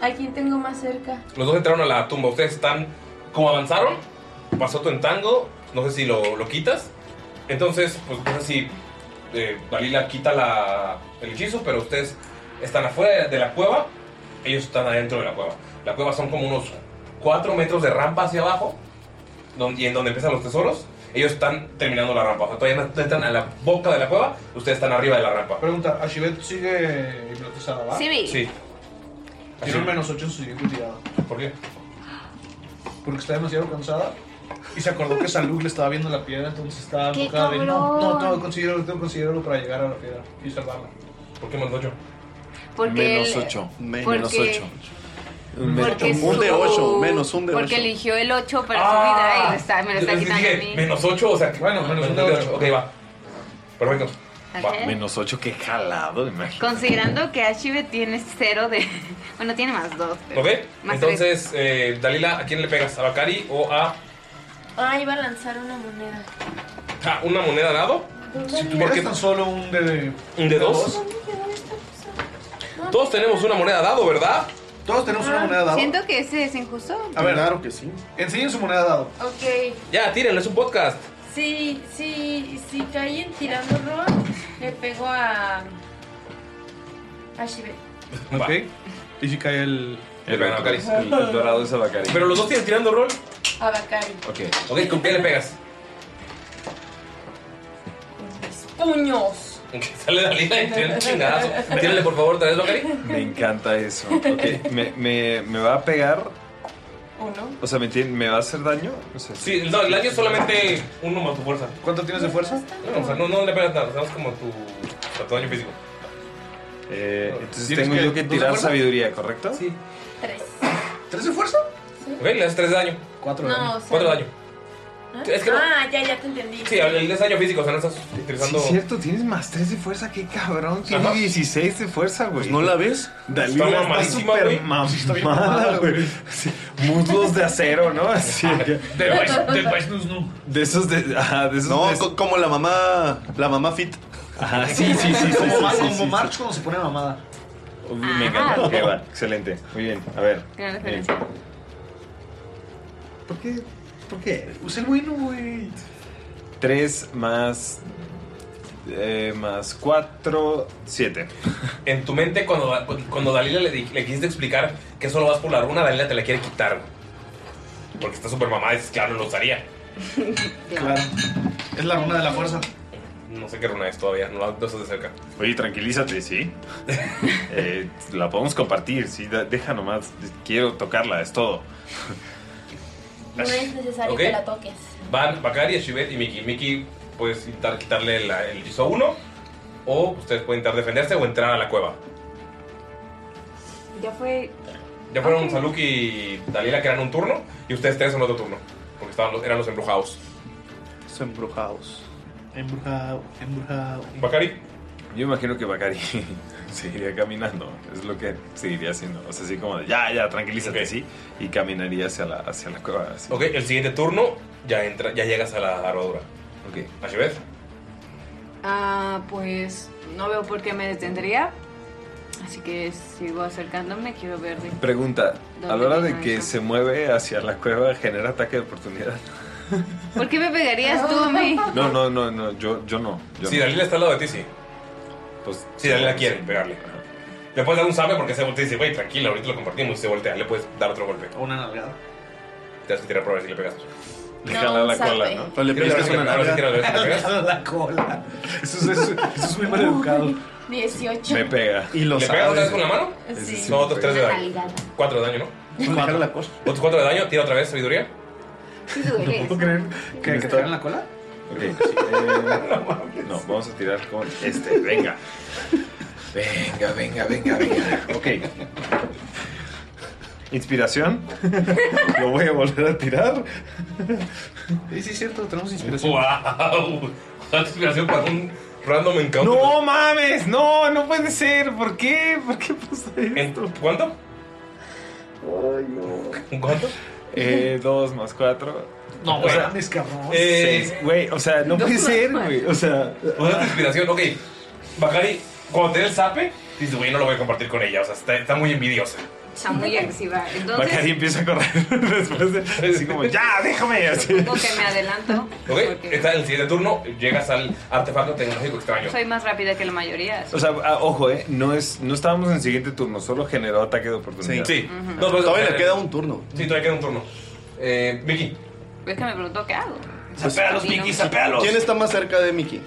¿A quién tengo más cerca? Los dos entraron a la tumba. Ustedes están. Como avanzaron, pasó tu entango. No sé si lo, lo quitas. Entonces, pues no sé si eh, Dalila quita la, el hechizo, pero ustedes están afuera de, de la cueva. Ellos están adentro de la cueva. La cueva son como unos 4 metros de rampa hacia abajo. don- y en donde empiezan los tesoros. Ellos están terminando la rampa. O sea, todavía no están a la boca de la cueva. Ustedes están arriba de la rampa. Pregunta, ¿Ashibet sigue hipnotizada, va? Sí, vi. Sí. Tiene un menos 8 en su siguiente tirada. ¿Por qué? Porque está demasiado cansada. Y se acordó que Salud le estaba viendo la piedra, entonces estaba ¡Qué enfocada de no, cabrón! no, tengo que conseguirlo, tengo que conseguirlo para llegar a la piedra y salvarla. ¿Por qué menos 8? Porque Menos él- 8. Menos Menos porque- 8. porque Un de su- 8, menos un de 8. Porque eligió el 8 para su vida y lo está- me lo está Ah. Yo les quitando a dije, mí. Menos 8, o sea, que- bueno, menos 8. Ok, va. Perfecto. Ok. Menos 8, qué jalado, imagínate. Considerando que Ashibe tiene cero de. Bueno, tiene más dos. pero- ¿Ok? Más Entonces, eh, Dalila, ¿a quién le pegas? ¿A Bakari o a Ah, iba a lanzar una moneda. a una moneda al lado? Si ¿Por qué tan solo un de. ¿Un de dos? ¿Dónde quedó esta cosa? Todos tenemos una moneda al lado, ¿verdad? Todos tenemos una moneda dado. Ah, Siento que ese es injusto. claro que sí. Enseñen su moneda dado. Ok. Ya, tírenlo, es un podcast. Sí, sí, sí caí en tirando rol, le pego a. a Shibe. Ok. Y si cae el. El, Bacari. El- el dorado es Bacari. Pero los dos tienen tirando rol. A Bakari. Ok. Ok, ¿con qué le pegas? ¡Puños! Sale Dalila y tiene un chingadazo. Tírale, por favor, otra vez, Bacari. Me encanta eso. Ok, me, me- me va a pegar. Uno. O sea, ¿me, entienden? ¿Me va a hacer daño? O sea, Sí, no, el daño es solamente uno más tu fuerza. ¿Cuánto tienes de fuerza? No, o sea, no, no le pegas nada, o sea, es como tu, o sea, tu daño físico. Eh, entonces ¿Tienes tengo que- yo que dos de tirar fuerza? sabiduría, ¿correcto? Sí. Tres. ¿Tres de fuerza? Ok, le das tres de daño. Cuatro de No, daño. o sea- Cuatro de daño. ¿Ah? Es que no- Ah, ya, ya te entendí. Sí, el es daño físico, o sea, no estás utilizando. Sí, es cierto, tienes más 3 de fuerza, qué cabrón. Tiene Ajá. 16 de fuerza, güey. Pues, ¿No la ves? Dalila está mamadísima, súper güey. mamada, bien mamada, güey. Sí, muslos de acero, ¿no? Así que- De esos de. Ajá, de esos No, de- co- como la mamá. La mamá fit. Ajá, sí, sí, sí. sí, Como sí, ma- sí, como sí, sí. March cuando se pone mamada. Me encanta. Ah. Ok, va, Excelente. Muy bien. A ver. eh, Gran Bien. referencia. ¿Por qué? ¿Por qué? Usa Pues el bueno, güey. 3 más. eh, más 4, 7. En tu mente, cuando, cuando Dalila le, di- le quisiste explicar que solo vas por la runa, Dalila te la quiere quitar. güey. Porque está súper mamada y dices, claro, no lo usaría. Claro. Es la runa de la fuerza. No sé qué runa es todavía, no la no estás de cerca. Oye, tranquilízate, ¿sí? Eh, la podemos compartir, ¿sí? Da- Deja nomás. Quiero tocarla, es todo. No es necesario Ok. que la toques. Van Bakari, Shivet y Miki. Miki, puedes intentar quitarle la- el hechizo 1. O ustedes pueden intentar defenderse o entrar a la cueva. Ya fue. Ya fueron Saluk y Dalila que eran un turno. Y ustedes tres en otro turno. Porque estaban los- eran los embrujados. Los embrujados. Embrujado, embrujado. ¿Bakari? Yo imagino que Bakari seguiría caminando. Es lo que seguiría haciendo. O sea, así como de ya, ya, tranquilízate, ¿sí? Y caminaría hacia la, hacia la cueva. así. Ok, el siguiente turno ya entra, ya llegas a la armadura. Ok. ¿A Shivet? Ah, pues no veo por qué me detendría. Así que sigo acercándome, quiero ver de Pregunta: a la ¿Dónde hora viene de que eso? se mueve hacia la cueva, ¿genera ataque de oportunidad? ¿Por qué me pegarías tú a mí? No, no, no, no, yo, yo no. Yo Si no. Dalila está al lado de ti, sí. Pues, Si Dalila quiere pegarle. Le puedes dar un sable porque se voltea y dice, güey, tranquila, ahorita lo compartimos. Y se voltea, le puedes dar otro golpe. O una nalgada. Te has que tirar a probar si le pegas. Le No, jala la sabe. cola, ¿no? O le Tírale a ver pellizcas si le- una ahora sí nalga. tírale a ver si le pegas. la cola. Eso es, eso, eso es muy mal educado. 18. pega. Y lo ¿Le sabe. pegas otra vez con la mano? Sí. Son otros tres de Una daño. nalgada. Cuatro de daño, ¿no? Cuatro. La cosa. Otros cuatro de daño, tira otra vez sabiduría. Sí duele. creer que te jalan la cola? Ok. eh, no, vamos a tirar con este. Venga. Venga, venga, venga, venga. Ok. Inspiración. pues. Lo voy a volver a tirar. Sí, sí, es cierto, tenemos inspiración. ¡Wow! Tanta inspiración para un random encounter. ¡No mames! ¡No! ¡No puede ser! ¿Por qué? ¿Por qué puse esto? ¿Cuánto? Ay, no. ¿Cuánto? Eh, dos más cuatro. o No, güey. Eh, sea, mames, cabrón. Eh, seis. Güey, o sea, no Dos puede más ser, cuatro. güey. O sea. eh, Otra inspiración, ok. Bacari, cuando te dé el zape, dices, güey, no lo voy a compartir con ella. O sea, está, está muy envidiosa. Está muy agresiva. Bacari Entonces, empieza a correr después de. Así como, ¡ya! ¡Déjame! Así. supongo que me adelanto. Ok, está en el siguiente turno, llegas al artefacto tecnológico extraño. Soy más rápida que la mayoría. así O sea, ah, ojo, eh, no, es, no estábamos en el siguiente turno, solo generó ataque de oportunidad. Sí. Sí. Ujú. No, pues, eh, Todavía le queda un turno. Sí, todavía queda un turno. Eh, Vicky. Es que me preguntó qué hago. Zapéalos, Vicky, zapéalos. ¿Quién está más cerca de Mickey?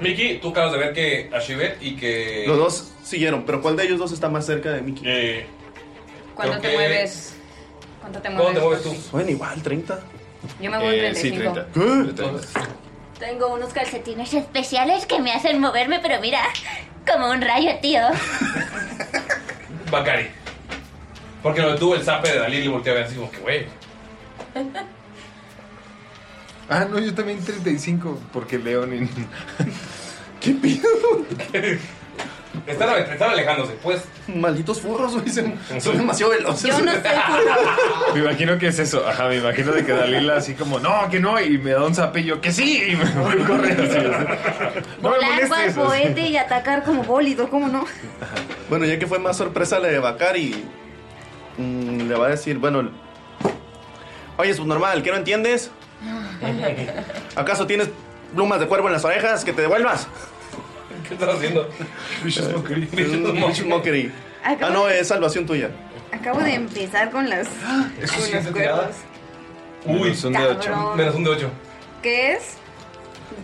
Miki, tú acabas de ver que a Shivet y que. Los dos siguieron, pero ¿cuál de ellos dos está más cerca de Mickey? ¿Cuánto te Eh, Creo que- mueves? ¿Cuánto te Oh, mueves? Bueno, igual, 30. Yo me Eh, eh, voy 35. Tengo unos calcetines especiales que me hacen moverme, pero mira, como un rayo, tío. Bacari. Porque lo detuvo el zape de Dalí y le volteó a ver así como que, güey. Ah, no, yo también 35, porque Leonin. Están, ale- están alejándose, pues. Malditos furros, güey. se- Son demasiado veloces. Yo no sé. Me imagino que es eso, ajá, me imagino de que Dalila así como, no, que no, y me da un zapillo, que sí, y me voy corriendo así. No me Volar cual molestes. cohete y atacar como bólido, ¿cómo no? Bueno, ya que fue más sorpresa la de Bakari, mm, le va a decir, bueno, oye, subnormal, ¿qué no entiendes? ¿Acaso tienes plumas de cuervo en las orejas? ¡Que te devuelvas! ¿Qué estás haciendo? Vicious Mockery. Mockery. Acabo Ah, no, de- es salvación tuya. Acabo de empezar con las. Eso con sí los es cuervos. Uy, son de ocho. Cabrón. Menos un de 8. ¿Qué es?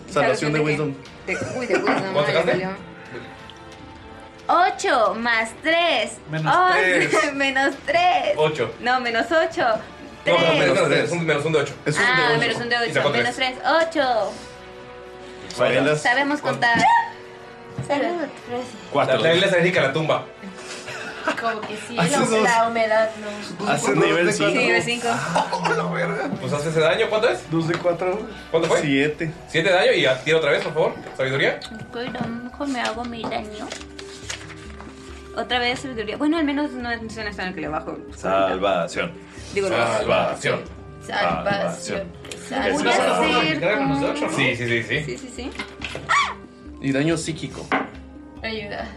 Salvación de qué? Wisdom. De, uy, de Wisdom. ¿Cuánto no, ya sacaste? valió. 8 más 3. Menos tres. menos 3. 8. No, menos 8. No, menos, menos, Tres. menos, un- menos un de 8. Ah, menos un de 8. Menos 3. 8. Sabemos contar. Salud. Cuatro. La isla se dedica a la tumba. Como que sí, Hace la, dos. la humedad, ¿no? Hace nivel Sí, cinco. nivel 5. Pues hace ese daño, ¿cuánto es? 2 de 4. ¿Cuánto fue? 7. 7 daño y a- tira otra vez, por favor. Sabiduría. Pero mejor me hago mi daño. Otra vez sabiduría. Bueno, al menos no es suena tan que le bajo. Ah, Salvación. Digo, no. Salvación. Salvación. Eso Voy a es hacer salvación. como- Sí, sí, sí, sí. Sí, sí, sí. Y daño psíquico. Ayuda.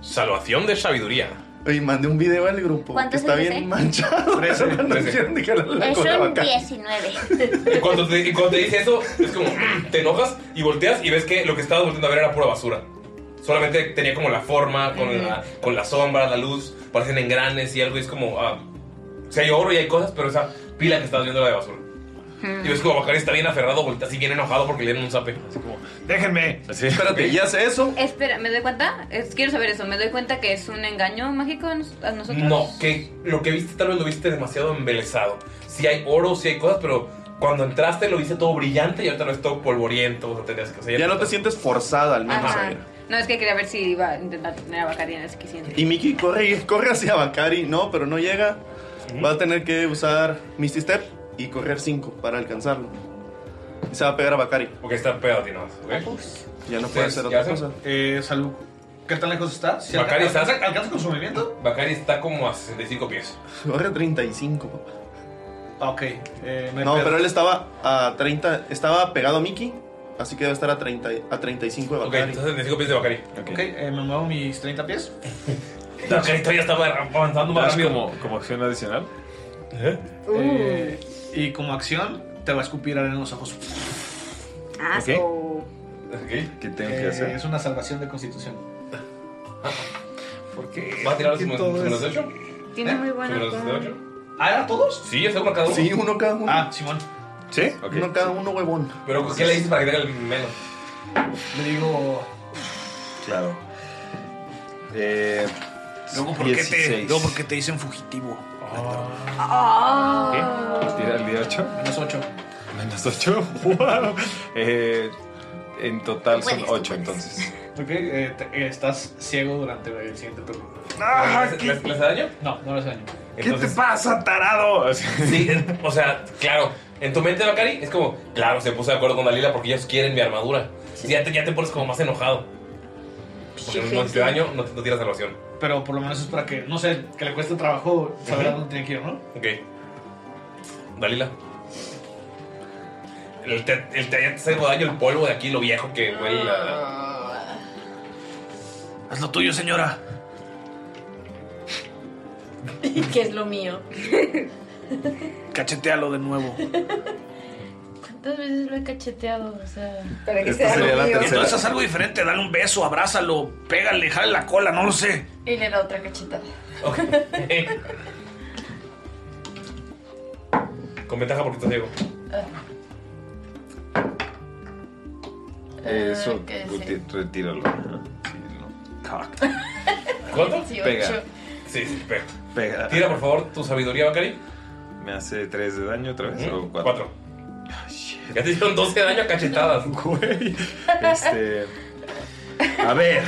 Salvación de sabiduría. Y mandé un video al grupo. Que ¿Cuántos está años bien es? manchado. No hicieron ni jalar la Es cola un acá. 19. Y cuando te, y cuando te dice eso, es como, mm, te enojas y volteas y ves que lo que estabas volteando a ver era pura basura. Solamente tenía como la forma, con, la, con la sombra, la luz, parecen engranes y algo, y es como, ah, o sea, hay oro y hay cosas, pero esa pila que estás viendo era de basura. Y ves como Bacari está bien aferrado, voltea así bien enojado porque le dieron un zape. Así como, déjenme. Espérate, ¿ya hace eso? Espera, ¿me doy cuenta? Es- quiero saber eso. ¿Me doy cuenta que es un engaño mágico a nos- a nosotros? No, que lo que viste tal vez lo viste demasiado embelesado. Sí hay oro, sí hay cosas, pero cuando entraste lo viste todo brillante y ahorita lo es todo polvoriento. o sea, tenías que, ya no te sientes forzada al Ajá. No, es que quería ver si iba a intentar tener a Bacari en el siguiente. Y Miki corre, corre hacia Bakari. No, pero no llega. Va a tener que usar Misty Step y correr 5 para alcanzarlo. Y se va a pegar a Bakari. Porque está pegado, ¿no? Ya no Ustedes, puede hacer ¿qué otra hacen? cosa. Eh, salud. ¿Qué tan lejos está? Si Bacari, alca- ¿estás- alcanza, alcanza con su movimiento? Bacari está como a 65 pies. Corre 35, papá. Ah, ok. eh, no hay no, pedo. pero él estaba a 30. Estaba pegado a Miki. Así que debe estar a, 30, y- a 35 de Ok, Bakari. entonces 65 pies de Bacari. Ok, eh, me muevo mis 30 pies. Bacari todavía está avanzando Dash más rápido. como, como acción adicional. Eh, y como acción, te va a escupir arena en los ojos. Ah, ¿Qué tengo Eh, que hacer? Es una salvación de constitución. ¿Por qué? ¿Va a tirar los menos de 8? Tiene muy buena ¿Menos de forma. 8? ¿Ah, eran todos? Sí, es uno cada uno. Sí, uno cada uno. Ah, Simón. ¿Sí? Uno cada uno, huevón. Pero ¿qué le dices para que tenga el menos? Le digo. Claro. Eh, Luego, ¿por qué, te, 16. luego, ¿por qué te dicen fugitivo? Ah. ¿Qué? ¿Tira el D8? Menos 8. Menos 8. Wow. Eh, en total son 8 entonces. Ok, eh, te- eh, estás ciego durante el siguiente turno. Ah, ¿Les, les- les da daño? No, no les daño. Entonces- pasa, tarado? Sí, o sea, claro. En tu mente, Bacari, es como, claro, se puso de acuerdo con Dalila porque ellos quieren mi armadura. Sí, Ya, te, ya te pones como más enojado. Porque no te daño, no, no tiras salvación. Pero por lo menos es para que, no sé, que le cueste trabajo saber a dónde tiene que ir, ¿no? Ok. Dalila. El te, el te, ya te hace daño el polvo de aquí, lo viejo que huele a- Ah. Haz lo tuyo, señora. ¿Y qué es lo mío? Cachetealo de nuevo. ¿Cuántas veces lo he cacheteado? O sea, para que Esta sea sería lo la mío. tercera. Entonces haz algo diferente, dale un beso, abrázalo, pégale, jale la cola, no lo sé. Y le da otra cachetada. Con ventaja porque estás ciego. Eso, que Ah, sí. reti- retíralo. Ajá, Sí, no. Cock. ¿Cuánto? Pega. Sí, sí, pega. Pega. Tira, por favor, tu sabiduría, Bacari. Me hace 3 de daño otra vez o 4. 4. Ya te hicieron 12 de daño a cachetadas. Güey. Este. A ver,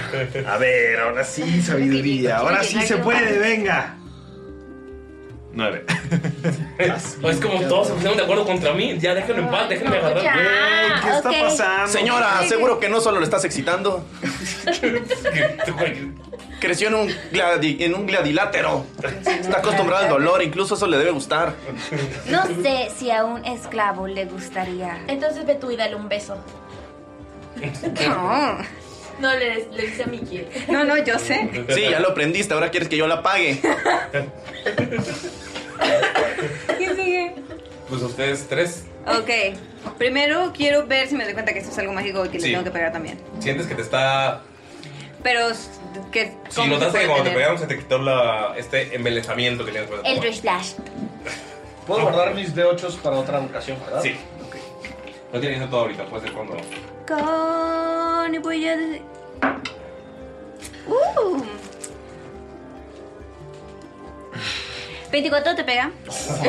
a ver, ahora sí, sabiduría. Ahora sí se puede, venga. 9. No, es como todos se pusieron de acuerdo contra mí. Ya déjenme en paz, déjenme agarrar. Ah, ya, Güey, ¿qué está pasando? Señora, seguro que no solo lo estás excitando. Creció en un, gladi- en un gladilátero. Está acostumbrado al dolor, incluso eso le debe gustar. No sé si a un esclavo le gustaría. Entonces ve tú y dale un beso. No. No, le, le dice a Miki. No, no, yo sé. Sí, ya lo aprendiste, ahora quieres que yo la pague. ¿Quién sigue? Pues ustedes tres. Ok. Primero quiero ver si me doy cuenta que esto es algo mágico y que Sí. le tengo que pegar también. Sientes que te está. Pero s- que. Si ¿cómo se notaste puede que cuando te tener? pegaron se te quitó la, este embelezamiento que tenías. El Rush Dash. Puedo guardar mis D8 para otra ocasión, ¿verdad? Sí. No tienes todo ahorita, pues, puede ser cuando. Con. Y voy a. decir- Uh. 24 te pega.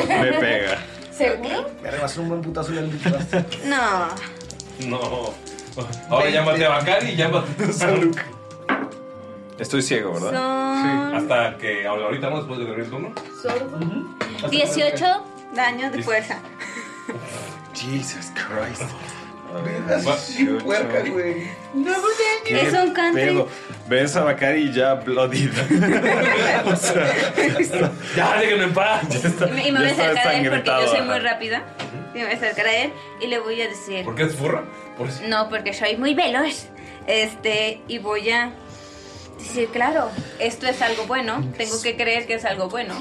Me pega. ¿Seguro? Me rebasó un buen putazo y ya le quitaste. No. No. Ahora llámate a Bacari y llámate a Saluk. Estoy ciego, ¿verdad? Son- Hasta que ahora- ahorita no, después de tener el turno. 18 daños de fuerza. Jesus Christ. Puerca, güey. No, ¿Qué Es un country. pedo? Ves a Bacari y ya bloodied. o sea, ya déjenme en paz. Ya está, Y me, y me ya voy a está acercar a él porque ensangrentado, yo soy ajá. muy rápida. Y me voy a acercar a él y le voy a decir. ¿Por qué es furra? Por eso. No, porque soy muy veloz. Este, y voy a decir, claro, esto es algo bueno. Tengo que creer que es algo bueno.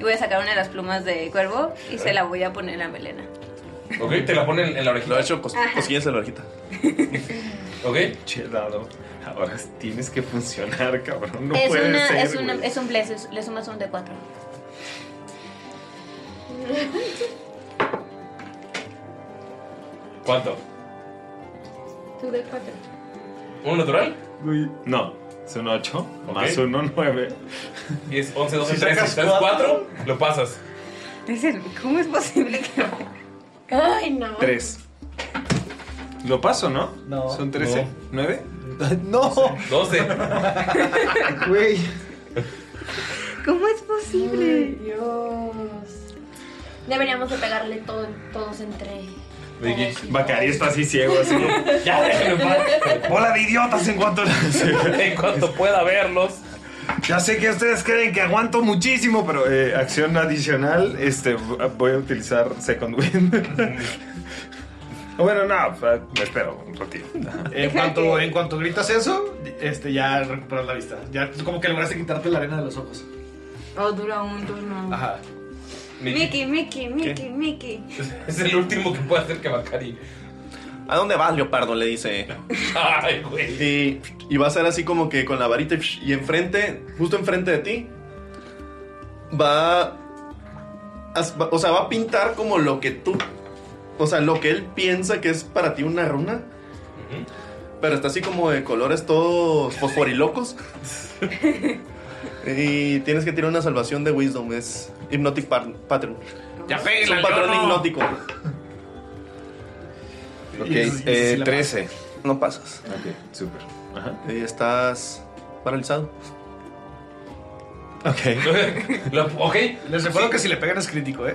Y voy a sacar una de las plumas de cuervo y se la voy a poner en la melena. Ok, te la pone en, en la orejita. Lo ha hecho Ajá. cosquillas en la orejita. ok. Chedado. Ahora Pues, tienes que funcionar, cabrón. No es, puede una, ser. es, una- güey. es un bless, es- le sumas un de 4 ¿Cuánto? Tú de cuatro. ¿Uno natural? No, es un 8 más uno 9. 10, 11, 12, Si 13. sacas Si sacas 4, lo pasas. ¿Cómo es posible que.? Ay, no. 3. Lo paso, ¿no? No. Son 13. ¿9? No. 12. Güey. ¿Cómo es posible? Dios. Deberíamos de pegarle todo- todos entre. Bacari está así ciego, así. ya déjenme en paz. Bola de idiotas en cuanto, en cuanto pueda verlos. Ya sé que ustedes creen que aguanto muchísimo, pero eh, acción adicional, este, voy a utilizar Second Wind. bueno, no, me espero un ratito. En cuanto, en cuanto gritas eso, este, ya recuperas la vista. Ya como que lograste quitarte la arena de los ojos. Oh, dura un turno. Ajá. Mickey, Mickey, Mickey, Mickey. Es el último que puede hacer que Bacari. ¿A dónde vas, leopardo? Le dice. Ay, güey. Y, y va a ser así como que con la varita y- y enfrente, justo enfrente de ti, va, a- as- va- O sea, va a pintar como lo que tú... O sea, lo que él piensa que es para ti una runa. Pero está así como de colores todos fosforilocos. y tienes que tirar una salvación de Wisdom. Es Hypnotic par- Pattern. Ya Es pégale un al patrón leono. hipnótico. Ok, eh, 13. No pasas. Ok, súper. Y estás paralizado. Lo- ok. Les recuerdo que si le pegan es crítico, ¿eh?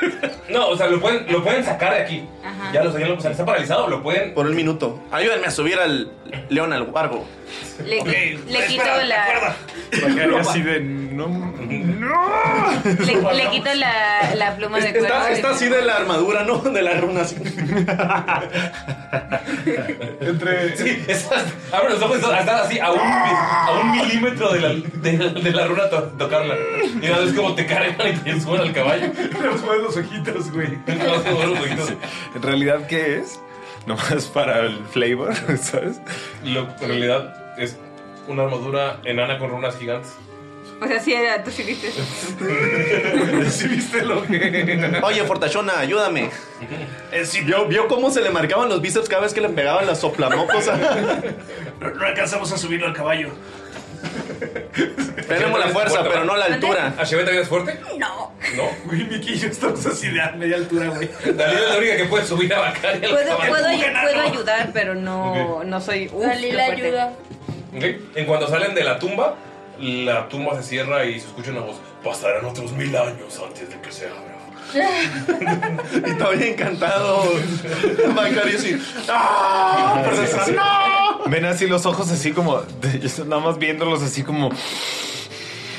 No, o sea, lo pueden, lo pueden sacar de aquí. Ya lo sabían, lo pues, está paralizado, lo pueden. Por un minuto. Ayúdenme a subir al león al barco. Le, le quito la. Bacari así de no. Le, le quito la, la pluma de cuervo. Está, y- está así de la armadura, ¿no? De la runa así. Entre. Sí, estás, abre los ojos, estás así a un, mi- a un milímetro de la, de, la- de la runa to- tocarla. Y nada, es como te cargan y te suben al caballo. Los los ojitos, güey. los ojitos. En realidad, ¿qué es? Nomás para el flavor, ¿sabes? Lo, en realidad es una armadura enana con runas gigantes. O sea, sí pues era, tú sí viste. ¿Decidiste lo que? Oye, Fortachona, ayúdame. Eh, ¿Vio, vio cómo se le marcaban los bíceps cada vez que le pegaban las soplamocos. No, no alcanzamos a subirlo al caballo. Tenemos la fuerza, pero no la altura. ¿A Chevette es fuerte? No. No. Güey, Mickey y yo estamos así de a media altura, güey. Dalila es la única que puede subir a Bacari. al Puedo, caballo. puedo, ayu- puedo ayudar, pero no, no soy. Uf, Dale qué la fuerte. ayuda. Ok, En cuanto salen de la tumba, la tumba se cierra y se escucha una voz. Pasarán otros mil años antes de que se abra. Y estaba bien encantado. Macario así. ¡Ah! Por Sí, detrás, sí. ¡No! Ven así los ojos así como. yo estoy nada más viéndolos así como.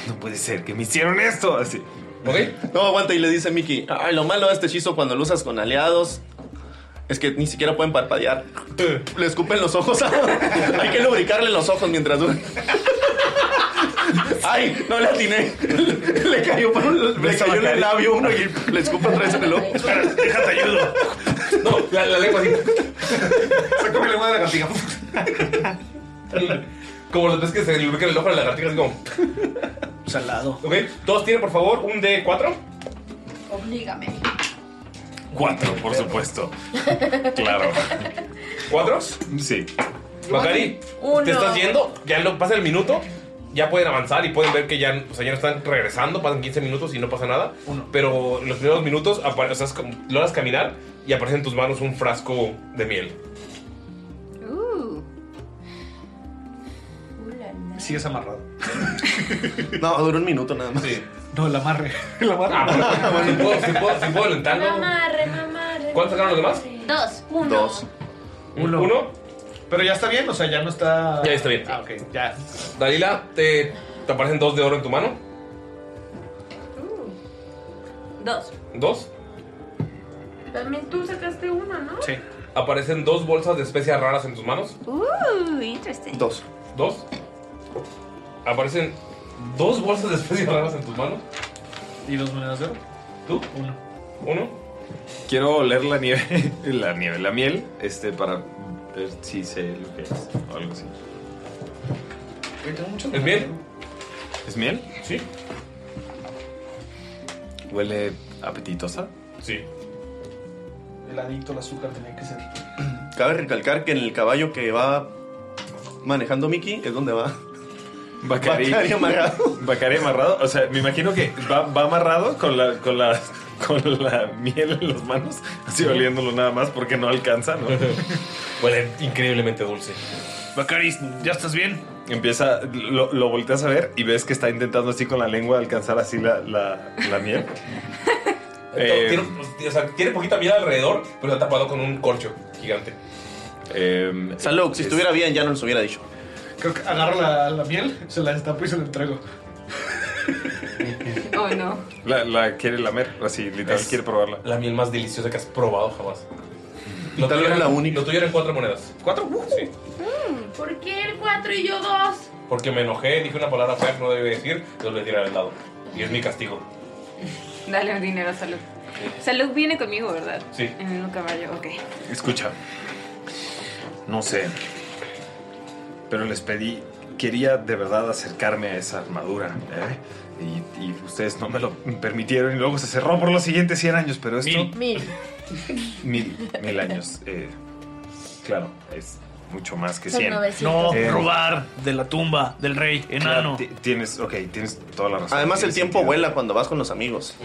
No puede ser que me hicieron esto. Así. No aguanta y le dice Mickey. Ay, lo malo de este hechizo cuando lo usas con aliados es que ni siquiera pueden parpadear. Le escupen los ojos. Hay que lubricarle los ojos mientras dure. ¡Ay! No le atiné. Le cayó, por un- le cayó en el labio uno y le escupa otra vez en el ojo. Déjate ayudo. No, la, la lengua así. Sácame la lengua de la lagartija. Como los ves que se lubrican el ojo a la lagartija, así como. Salado. Ok, todos tienen por favor un D4. Oblígame. Cuatro, por supuesto. Claro. ¿Cuatro? Sí. Bacari, Uno. te estás yendo, ya lo, pasa el minuto, ya pueden avanzar y pueden ver que ya, o sea, ya no están regresando, pasan 15 minutos y no pasa nada. Pero los primeros minutos apa- o sea, es como- logras caminar y aparece en tus manos un frasco de miel. Uh. Sigues amarrado. No, duró un minuto nada más. No, la amarre. La amarre. Ah, si puedo, si puedo, si puedo alentarlo. Mamarre, mamarre. ¿Cuántos sacaron los demás? Dos. Uno. Dos. Uno. Pero ya está bien, o sea, ya no está. Ya está bien. Ah, ok, ya. Dalila, te, te aparecen dos de oro en tu mano. Dos. ¿Dos? También tú sacaste uno, ¿no? Sí. Aparecen dos bolsas de especias raras en tus manos. Uh, interesting. Dos. ¿Dos? Aparecen dos bolsas de especias raras en tus manos. ¿Y dos monedas de oro? ¿Tú? Uno. ¿Uno? Quiero oler la nieve, la nieve, la miel, este, para ver si sé lo que es o algo así. ¿Es miel? ¿Es miel? Sí. ¿Huele apetitosa? Sí. El adicto al azúcar tenía que ser. Cabe recalcar que en el caballo que va manejando Mickey es donde va. Bacari. Bacari amarrado. Bacari amarrado. O sea, me imagino que va, va amarrado con la, con, la, con la miel en las manos, así oliéndolo nada más porque no alcanza, ¿no? Huele increíblemente dulce. Bacari, ¿ya estás bien? Empieza, lo, lo volteas a ver y ves que está intentando así con la lengua alcanzar así la, la, la miel. Eh, Tiene, o sea, tiene poquita miel alrededor, pero está tapado con un corcho gigante. Em, Salud, si estuviera bien ya no nos hubiera dicho. Creo que agarro la, la miel, se la destapo y se la entrego. Oh, no. La, la quiere lamer, así, literal, quiere probarla. La miel más deliciosa que has probado jamás. Lo tuyo eran- Lo tuyo eran cuatro monedas. ¿Cuatro? Sí. ¿Por qué el 4 y yo 2? Porque me enojé, dije una palabra fea que no debe decir, entonces le tiré al lado. Y es mi castigo. Dale un dinero a Salud. Salud viene conmigo, ¿verdad? Sí. En el mismo caballo, ok. Escucha. No sé. Pero les pedí. Quería de verdad acercarme a esa armadura. ¿eh? Y, y ustedes no me lo permitieron. Y luego se cerró por los siguientes 100 años. Pero esto. Mil. Mil. Mil, años. eh, claro, es mucho más que Eh, Son 100. 900. No, robar de la tumba del rey enano. tienes, ok, tienes toda la razón. Además el Tienes tiempo vuela cuando vas con los amigos.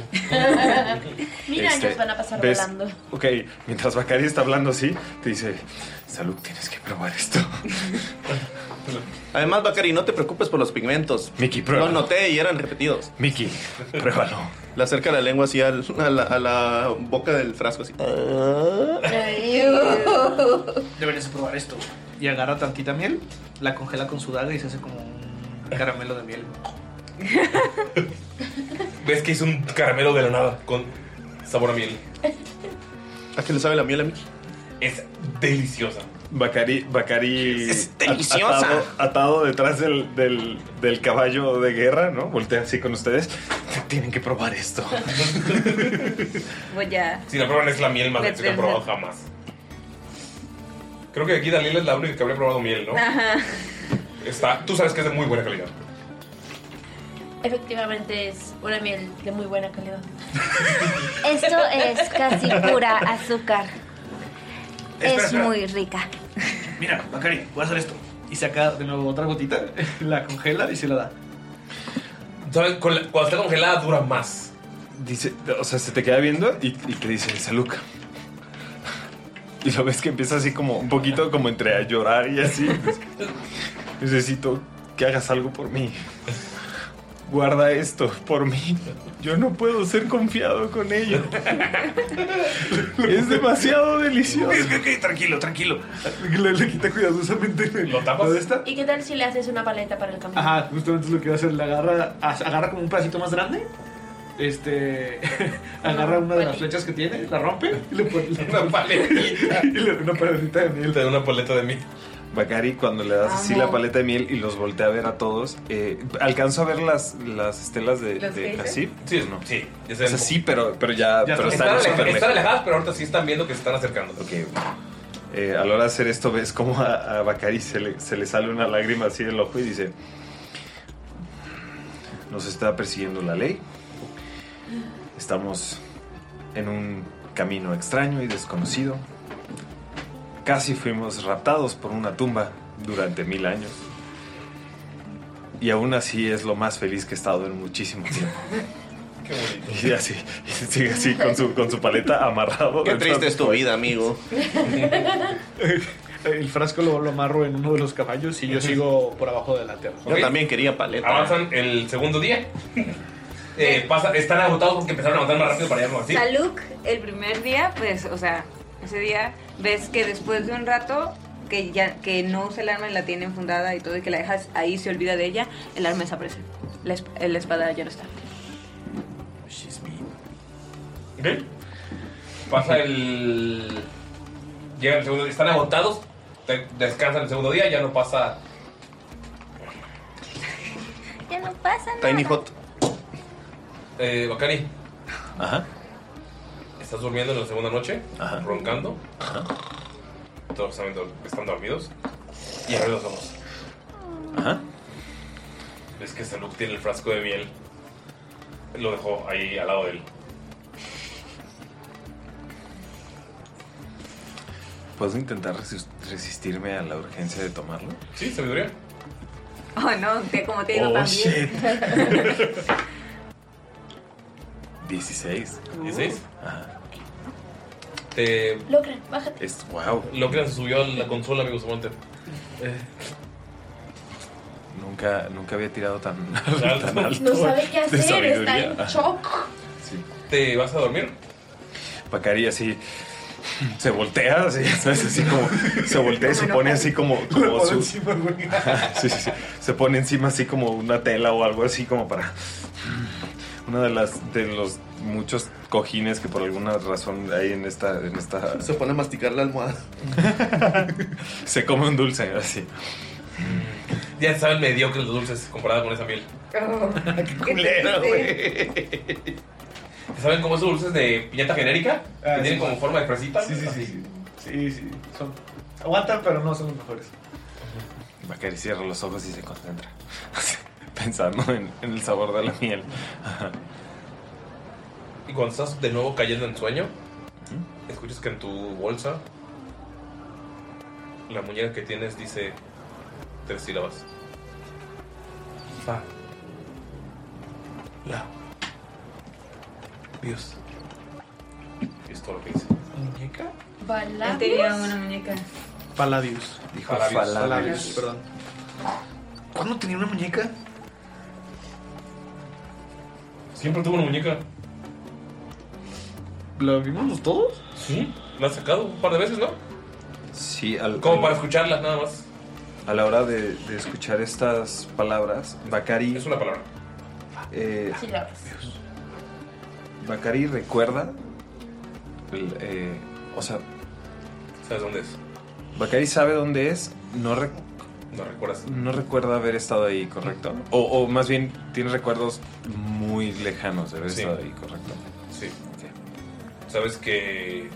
Mil Este, años van a pasar ves- volando. Ok, mientras Bacari está hablando así, te dice, Salud, tienes que probar esto. Además, Bacari, no te preocupes por los pigmentos. Mickey, prueba. Los noté y eran repetidos. Mickey, pruébalo. Le acerca la lengua así al- a, la, a la boca del frasco así. Ah. Deberías probar esto. Y agarra tantita miel, la congela con su daga y se hace como un caramelo de miel. ¿Ves que hizo un caramelo de la nada con sabor a miel? ¿A qué le sabe la miel a Mickey? Es deliciosa. Bacari, Bacari deliciosa. atado, atado detrás del, del- del caballo de guerra, ¿no? Voltea así con ustedes. Tienen que probar esto. Voy a. Si la prueban es la miel más De deliciosa que he tres, probado jamás. Creo que aquí Dalila es la única que habría probado miel, ¿no? Ajá. Está, tú sabes que es de muy buena calidad. Efectivamente es una miel de muy buena calidad. Esto es casi pura azúcar. Espera, Es espera. muy rica. Mira, Bacari, voy a hacer esto. Y saca de nuevo otra gotita, la congela y se la da. ¿Sabes? Con la- cuando está congelada dura más. Dice, o sea, se te queda viendo y, y te dice, Salud. Y lo ves que empieza así como un poquito como entre a llorar y así. Necesito que hagas algo por mí. Guarda esto por mí. Yo no puedo ser confiado con ello. es demasiado delicioso. tranquilo, tranquilo. Le, le quita cuidadosamente. este ¿Lo tapas? esta? ¿Y qué tal si le haces una paleta para el camino? Ajá, justamente es lo que va a hacer. La agarra, as- agarra como un pedacito más grande. Este. agarra una de las flechas que tiene, la rompe y le pone. Una paletita. una paletita de miel. Te da una paleta de miel. Bacari, cuando le das así Amo. la paleta de miel y los voltea a ver a todos, eh, ¿alcanzo a ver las, las estelas de, ¿Las de que Hasib? Sí, no. Sí. O sea, sí, pero, pero ya, pero están están, súper ale- están lejos. alejadas, pero ahorita sí están viendo que se están acercando. Eh, a la hora de hacer esto, ves como a, a Bacari se le, se le sale una lágrima así del ojo y dice: Nos está persiguiendo la ley. Estamos en un camino extraño y desconocido. Casi fuimos raptados por una tumba durante mil años. Y aún así es lo más feliz que he estado en muchísimo tiempo. Y así, y sigue así con su, con su paleta amarrado. Qué triste es tu vida, amigo. El frasco lo, lo amarro en uno de los caballos y yo sigo por abajo de la tierra. quería paleta. Avanzan el segundo día. Eh, pasa- están agotados porque empezaron a avanzar más rápido para allá, ¿no? así. Saluk, el primer día, pues, o sea, ese día ves que después de un rato que ya que no usa el arma y la tiene enfundada y todo y que la dejas ahí se olvida de ella, el arma desaparece. La, es- la espada ya no está. Ok. Pasa el. Llega el segundo día. Están agotados. te- descansan el segundo día. Ya no pasa. Ya no pasa Tiny Hot. Eh, Bacari. Ajá. Estás durmiendo en la segunda noche. Roncando. Ajá. Todos están, dor- están dormidos. Y ahora los ojos. Ajá. Ves que Saluk tiene el frasco de miel. Lo dejó ahí al lado de él. ¿Puedo intentar resi- resistirme a la urgencia de tomarlo? Sí, sabiduría. Oh no, te- como te digo Oh, también. 16. ¿16? Te. Locran, bájate. Es, wow. Locran se subió a la consola, amigos. Monte. Eh, Nunca, nunca había tirado tan, Alto. tan alto. No sabe qué de hacer, está sabiduría. en Ajá. shock. ¿Te vas a dormir? Pacari así se voltea, así, ¿sabes? Así como se voltea y se pone así como, como su- Sí, sí, sí. Se pone encima así como una tela o algo así como para una de las de los muchos cojines que por alguna razón hay en esta en esta Se pone a masticar la almohada. se come un dulce así. Mm. Ya saben mediocres los dulces comparado con esa miel. Oh, culero, ¿Saben cómo esos dulces de piñata genérica? Ah, que sí. tienen como forma de fresita. Sí, sí, Así. sí. Sí, sí. Son, aguantan, pero no son los mejores. Bacari cierra los ojos y se concentra. Pensando en, en el sabor de la miel. Y cuando estás de nuevo cayendo en sueño, escuchas que en tu bolsa la muñeca que tienes dice tres sílabas. Va. La. Dios. Y es todo lo que dice. ¿Muñeca? Él tenía una muñeca. Paladius. Dijo Faladius. Faladius, perdón. ¿Cuándo tenía una muñeca? Siempre tuvo una muñeca. ¿La vimos todos? Sí. La has sacado un par de veces, ¿no? Sí, al, Como para al- escucharla, nada más. a la hora de, de escuchar estas palabras, eh, Bacari. Es una palabra. Sílabas. Bacari recuerda. el, eh, o sea, ¿Sabes dónde es? Bacari sabe dónde es, no, rec- No recuerdas. no recuerda haber estado ahí, ¿correcto? O, o más bien tiene recuerdos muy lejanos de haber Sí. estado ahí, ¿correcto? Sí. Sabes que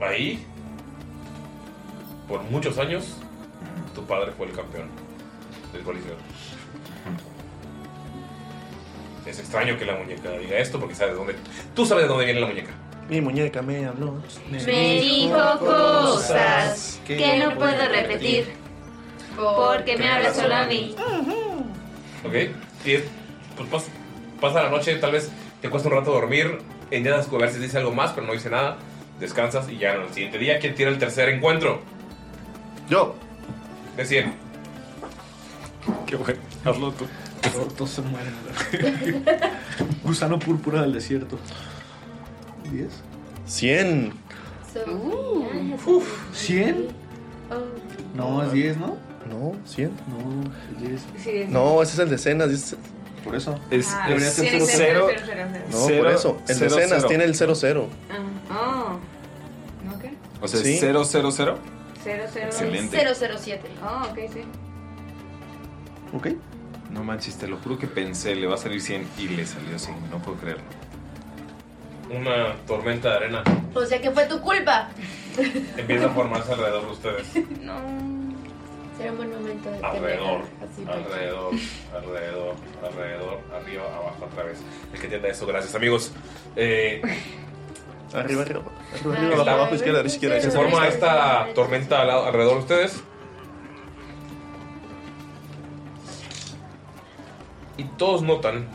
ahí, por muchos años, tu padre fue el campeón del coliseo. Es extraño que la muñeca diga esto porque sabes dónde. Tú sabes de dónde viene la muñeca. Mi muñeca me habló. Me dijo cosas que no puedo repetir porque me habla solo a mí. ¿Ok? Y es- pues pas- pasa la noche, tal vez te cuesta un rato dormir, intentas ver si dice algo más, pero no dice nada, descansas y ya en el siguiente día, ¿quién tiene el tercer encuentro? Yo. De 100. Qué bueno, hazlo tú. Todos se mueren. Gusano púrpura del desierto. 10. 100. Uf. ¿100? Oh. No, es 10, ¿no? No, 100. No, es 10. No, ese es el decenas. es- Por eso. Es, Ah, debería sí, ser sí, cero, sí, sí, cero. sí, sí, sí. No, Cero, por eso. El cero, decenas cero. tiene el 00. Ah, oh. ¿No qué? O sea, Sí. ¿cero, cero, cero? Cero, cero. Excelente. 007. Ah, ok, sí. Ok. No manches, te lo juro que pensé, le va a salir 100 y le salió 100, no puedo creerlo. Una tormenta de arena O sea que fue tu culpa. empieza a formarse alrededor de ustedes. No. Será un buen momento de pelear. Alrededor, Así, pues. alrededor, alrededor, alrededor, arriba, abajo, otra vez. El que entienda eso, gracias amigos. Eh, Arriba, arriba, arriba, arriba, abajo, abajo, izquierda, derecha, izquierda, Se derecha. forma esta tormenta al lado- alrededor de ustedes. Y todos notan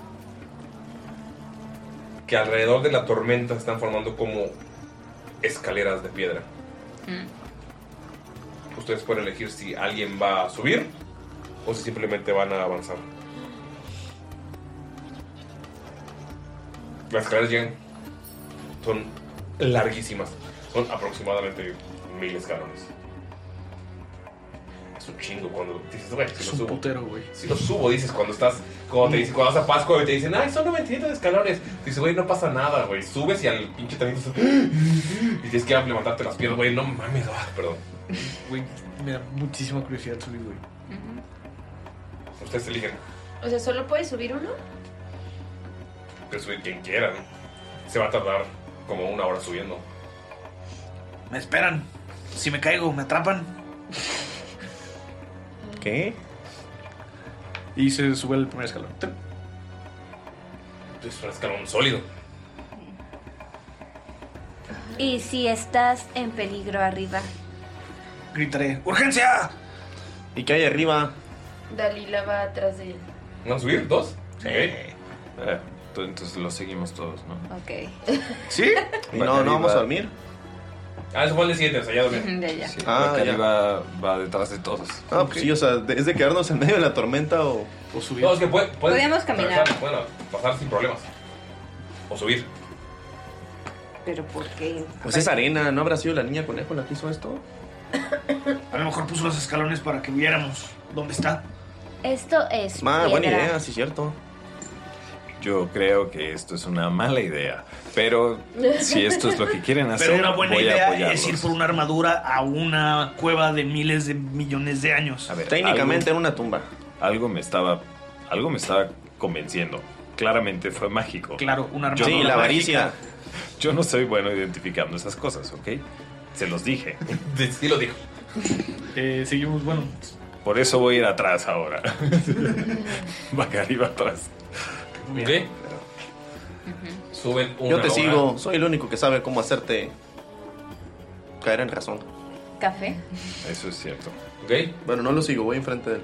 que alrededor de la tormenta se están formando como escaleras de piedra. Mm. Ustedes pueden elegir si alguien va a subir o si simplemente van a avanzar. Las escaleras llegan. Son larguísimas. Son aproximadamente mil escalones. Es un chingo cuando dices, güey, si lo subo. Si lo subo, dices, cuando estás, cuando te dicen, cuando vas a Pascua y te dicen, ay, son 97 escalones. Te dices, güey, no pasa nada, güey. Subes y al pinche también estás- Y tienes que levantarte las piernas, güey, no mames, ah, perdón. Güey, me da muchísima curiosidad subir, güey. Ustedes eligen. O sea, solo puedes subir uno. Pueden subir quien quieran. Se va a tardar como una hora subiendo. Me esperan. Si me caigo, me atrapan. ¿Qué? Y se sube al primer escalón. Es un escalón sólido. Y si estás en peligro arriba. Gritaré, ¡Urgencia! ¿Y qué hay arriba? Dalila va atrás de él. ¿Van a subir? ¿Dos? Sí. Eh, entonces lo seguimos todos, ¿no? Ok. ¿Sí? no, no vamos a dormir. Ah, eso fue el de siete, o sea, ya dormí. Ya, ya. Ah, Bacari ya. va, va detrás de todos. Ah, pues sí, o sea, de- es de quedarnos en medio de la tormenta o, subir. No, es que puede, pueden Podríamos caminar. atravesar, Bueno, pasar sin problemas. O subir. Pero ¿por qué? Pues es arena, ¿no habrá sido la niña conejo la que hizo esto? A lo mejor puso los escalones para que viéramos dónde está. Esto es. Ma, Ah, buena piedra. idea. Sí, cierto. Yo creo que esto es una mala idea, pero si esto es lo que quieren hacer, Pero una buena voy a idea apoyarlos. es ir por una armadura a una cueva de miles de millones de años. A ver, Técnicamente algo- en una tumba. Algo me estaba, algo me estaba convenciendo. Claramente fue mágico. Claro, un armadura Yo no- mágica. Yo no soy bueno identificando esas cosas, ¿ok? Se los dije. sí lo dijo. Eh, seguimos, bueno. Por eso voy a ir atrás ahora. Bacari va atrás. ¿Ok? Suben una Yo te hora. sigo, soy el único que sabe cómo hacerte caer en razón. ¿Café? Eso es cierto. ¿Ok? Bueno, no lo sigo, voy enfrente de él.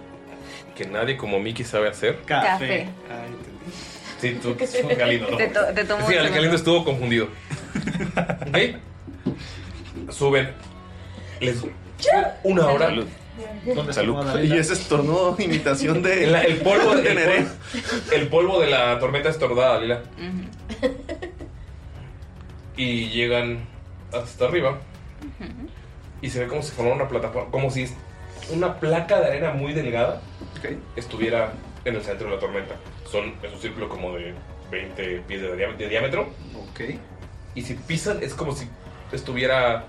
Que nadie como Mickey sabe hacer. Café. Sí, tú, tú, Galindo, no. Te to- te tomo Sí, un el segundo. Galindo estuvo confundido. ¿Ok? Suben. Les una hora. Salud. Y ese estornudo, imitación de. El, el polvo de, el, Neré. polvo, el polvo de la tormenta estordada, Lila. Y llegan hasta arriba. Y se ve como si formara una plataforma. Como si una placa de arena muy delgada estuviera en el centro de la tormenta. Son, es un círculo como de 20 pies de, diá- de diámetro. Y si pisan, es como si estuviera.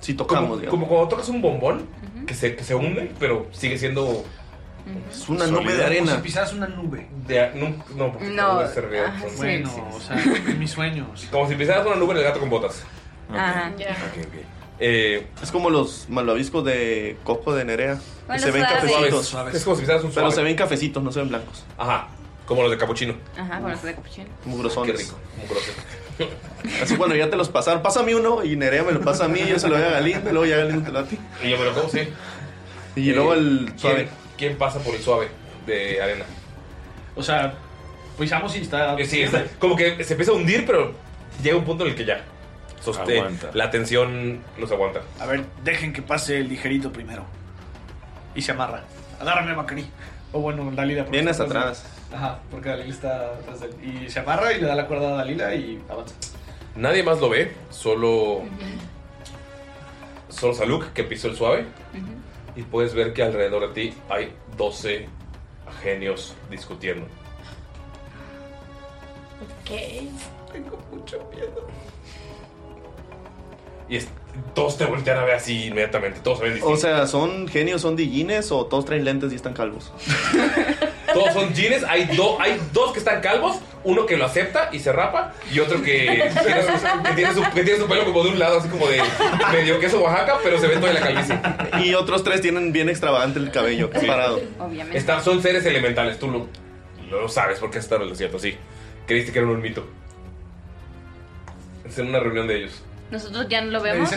Si tocamos, digamos. Como cuando tocas un bombón que, se, que se hunde, pero sigue siendo. Es una nube de arena. Como si pisaras una nube. De, no, no, porque No, no, es servidor. ajá, sí. Bueno, o sea, en mis sueños. Como si pisaras una nube en el gato con botas. Ajá. Eh, es como los malvaviscos de coco de Nerea. que Bueno, se ven suaves. cafecitos. Suaves. Es como si pisaras un Pero suave. se ven cafecitos, no se ven blancos. Ajá. Como los de capuchino. Ajá, con los de capuchino. Muy grosones. Qué rico, muy grosos. Así cuando ya te los pasaron. Pásame uno y Nerea me lo pasa a mí, yo se lo doy a Galindo, y luego ya Galindo te lo da a ti. Y yo me lo como, sí. Eh, Y luego el suave. ¿Quién pasa por el suave de arena? Eh, O sea, pisamos y está. Sí, está- como que se empieza a hundir, pero llega un punto en el que ya. Soste- Aguanta. La tensión los aguanta. A ver, dejen que pase el ligerito primero. Y se amarra. Agárrame, Bacari. O bueno, Dalila. porque Vienes está atrás. de- Ajá, porque Dalila está atrás de él. Y se amarra y le da la cuerda a Dalila y avanza. Nadie más lo ve, solo. Solo Saluk, que pisó el suave. Y puedes ver que alrededor de ti hay 12 genios discutiendo. Ok. Tengo mucho miedo. Y Y es- todos te voltean a ver así inmediatamente. Todos se ven O Oh. distintos. sea, ¿son genios, son digines o todos traen lentes y están calvos? todos son jeans. Hay, do- hay dos que están calvos. Uno que lo acepta y se rapa. Y otro que tiene su, que tiene su, que tiene su pelo como de un lado, así como de medio queso Oaxaca, pero se ve toda la calvicie. Y otros tres tienen bien extravagante el cabello, parado. Obviamente. Están, son seres elementales, tú lo, lo sabes porque has estado en el desierto, sí. Creíste que era un mito. Es en una reunión de ellos. Nosotros ya no lo vemos.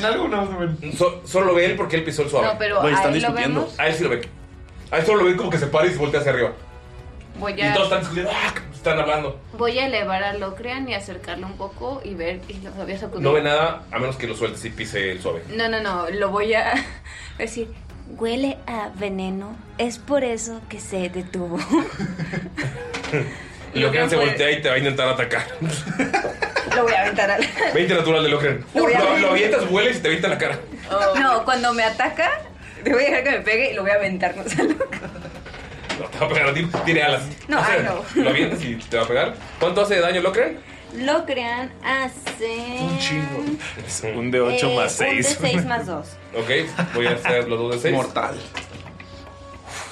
So- solo lo ve él porque él pisó el suave. No, pero Güey, ¿a están él lo discutiendo. vemos? A él sí lo ve. A él solo lo ven como que se para y se voltea hacia arriba. Voy Y a, todos están discutiendo. ¡ah! Están hablando. voy a elevar a Locrian y acercarlo un poco y ver y lo había sacudido. No ve nada a menos que lo sueltes y pise el suave. No, no, no, lo voy a decir, huele a veneno, es por eso que se detuvo. Y Locren se voltea y te va a intentar atacar. Lo voy a aventar al. 20 natural de Locren. Lo- Lo, lo avientas, huele y se te avienta en la cara. No, cuando me ataca, te voy a dejar que me pegue y lo voy a aventar con salud. No te va a pegar a ti, tiene alas. No, O sea, ay, no. Lo avientas y te va a pegar. ¿Cuánto hace de daño Locren? Lo crean hace. Un chingo. Un de eh, Un de 6 más 2. Ok, voy a hacer los dos de 6. Mortal.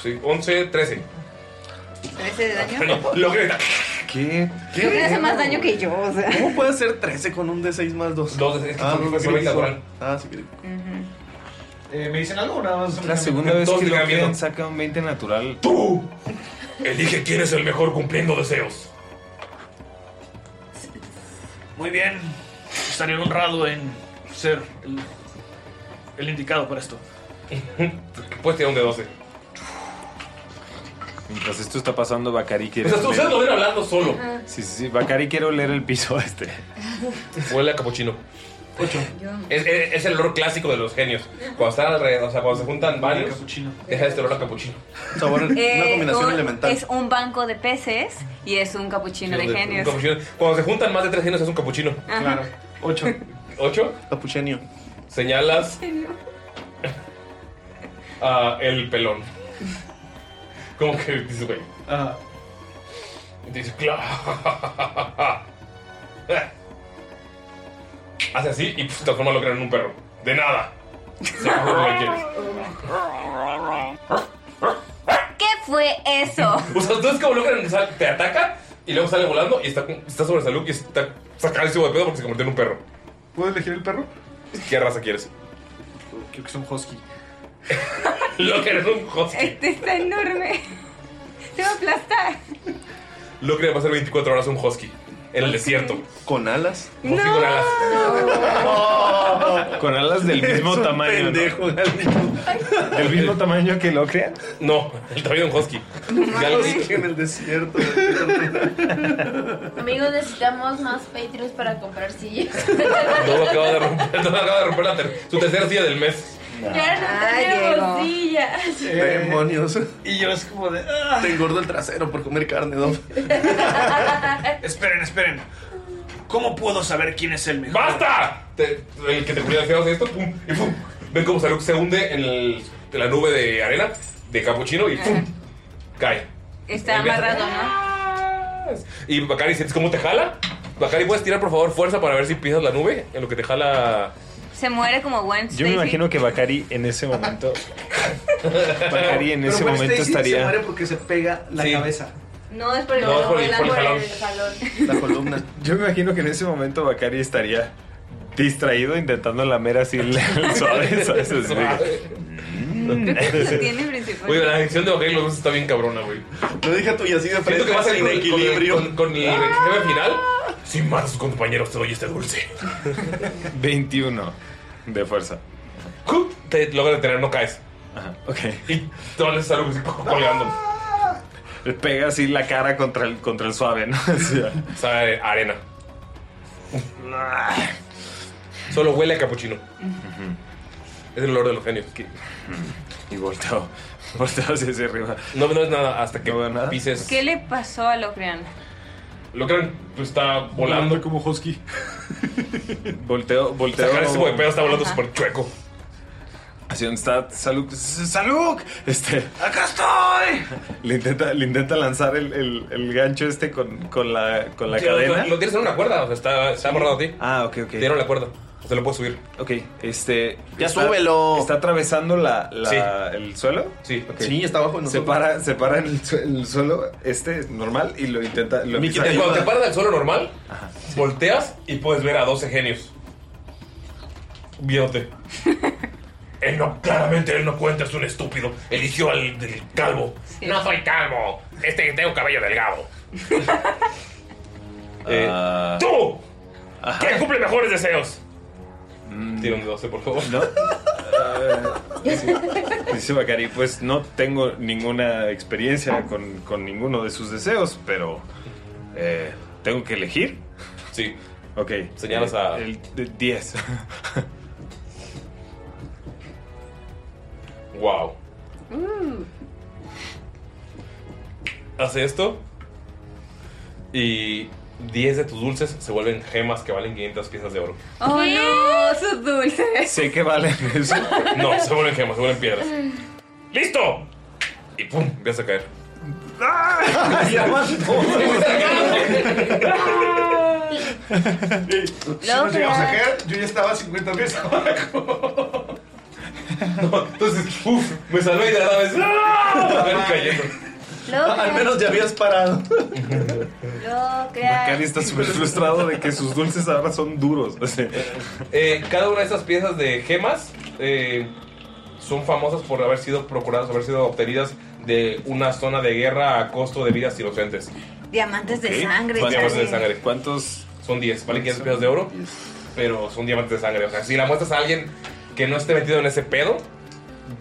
Sí, 11, 13. 13 de daño. Lo que ¿Qué? Lo crean hace más daño que yo, o sea. ¿Cómo puede ser 13 con un D6 más 2? 2 de 6. Ah, Son no, veinte natural. Ah, sí, creo. Eh, ¿Me dicen algo o nada más? La segunda vez Todos que le lo dan miedo. quieren saca un 20 natural. ¡Tú! Elige quién es el mejor cumpliendo deseos. Muy bien. Estaré honrado en ser el, el indicado para esto. Puedes tirar un de 12. Mientras esto está pasando, Bakari quiere. O sea, ustedes lo ven hablando solo. Ajá. Sí, sí, sí. Bakari quiere oler el piso este. Huele a capuchino. Es, es- es el olor clásico de los genios. Cuando están alrededor, o sea, cuando se juntan varios, deja este olor a capuchino. Eh, un- Es un banco de peces y es un capuchino de genios. Cuando se juntan más de tres genios es un capuchino. Ajá. Claro. Ocho. ¿Ocho? Capuchenio. Señalas a el pelón. Como que dices, güey. Ajá. Y te dice, claro. Hace así y pues, transforma lo que era en un perro. De nada. Se va por donde quieres. ¿Qué fue eso? O sea, entonces como logran que sal- te ataca y luego sale volando y está, con- está sobre salud y está sacadísimo de pedo porque se convirtió en un perro. ¿Puedo elegir el perro? ¿Qué raza quieres? Creo que es un husky. Lo que es un husky. Este está enorme. Se va a aplastar. Lo que va a ser 24 horas un husky. En el desierto. ¿Con alas? No. con alas. Con alas del mismo tamaño. ¿no? ¿Del mismo tamaño que lo crean? No, el tamaño de un husky. en el desierto. Amigos, necesitamos más Patreons para comprar sillas. Todo acaba de romper, todo acaba de romper la ter- su tercer día del mes. Ya no Ay, tenemos Diego. sillas. Eh, Demonios. Y yo es como de. Te engordo el trasero por comer carne, ¿no? Esperen, esperen. ¿Cómo puedo saber quién es el mejor? ¡Basta! Te- el que te cuida de esto, pum, y pum. Ven cómo Saluk se hunde en, el- en la nube de arena de capuchino y pum, cae. Está El beso. amarrado, ¿no? Y Bacari, ¿sientes cómo te jala? Bacari, ¿puedes tirar por favor fuerza para ver si pisas la nube? En lo que te jala. Se muere como Gwen Stacy. Yo me imagino que Bakari en ese momento. Bakari en ese momento este Se estaría. muere porque se pega la cabeza. No, es por el No, es por el- vuela por el jalón. jalón. La columna. Yo me imagino que en ese momento Bakari estaría distraído intentando lamer así el el suave. Mm. ¿sabes? Así de- Tiene principal. Oye, la adicción de Bacari los dos está bien cabrona, güey. Lo dije tú y así de Siento frente, que vas a sin ir con, con el- equilibrio. Con, con el jefe final. Sin más, compañeros, te doy este dulce. 21 de fuerza. ¡Cup! Te logras detener, no caes. Ajá, ok. Y todo el Saluk así, colgando. Le pega así la cara contra el, contra el suave, ¿no? Así, Sabe a arena. Solo huele a capuchino. Es el olor de los genios. Y volteo. Volteo hacia, hacia arriba. No, no es nada hasta que pises. ¿Qué le pasó a Locrian? Lo que está volando. como husky. Volteo, volteo. Sacar ese huepedo está volando súper chueco. Hacia donde está Saluk. ¡Saluk! Este. ¡Acá estoy! Le intenta, le intenta lanzar el, el- el gancho este con, con la, con la Sí, cadena. Lo, lo tienes en una cuerda, o sea, está, está amarrado a ti. Ah, ok, ok. Te dieron la cuerda. Se lo puedo subir. Ok, este. Ya está- súbelo. ¿Está atravesando la, la- Sí. el suelo? Sí, Sí, está abajo de Se nosotros. para, se para en el, su- el suelo este normal y lo intenta. Lo Miki, te- cuando te paras del suelo normal, volteas y puedes ver a 12 genios. Viéndote. él no, claramente él no cuenta, es un estúpido. Eligió al del calvo. No soy calvo. Este tengo cabello delgado. Eh, ¡Tú! ¿Quién cumple mejores deseos? Tira un 12, por favor. No. Ah, dice, dice Bacari, pues no tengo ninguna experiencia con, con ninguno de sus deseos, pero eh, tengo que elegir. Sí. Ok. Señalas Eh, a- El el 10. Wow. Hace esto. Y 10 de tus dulces se vuelven gemas que valen 500 piezas de oro. ¡Oh, no! ¡Sus dulces! Sé que valen eso. No, se vuelven gemas, se vuelven piedras. ¡Listo! Y pum, empiezas a caer. ¡Ah! Si nos llegamos a caer, yo ya estaba a 50 pies abajo. entonces, uff, me salvé y de la nada ves, ¡ah! A ver, cayendo. Ah, Al menos ya habías parado. Bacari está súper frustrado de que sus dulces ahora son duros. Eh, cada una de estas piezas de gemas eh, son famosas por haber sido procuradas, haber sido obtenidas de una zona de guerra a costo de vidas inocentes. Diamantes de Ok. sangre. Son diamantes chale. de sangre. ¿Cuántos? Son 10, valen 500 pesos de oro, pero son diamantes de sangre. O sea, si la muestras a alguien que no esté metido en ese pedo,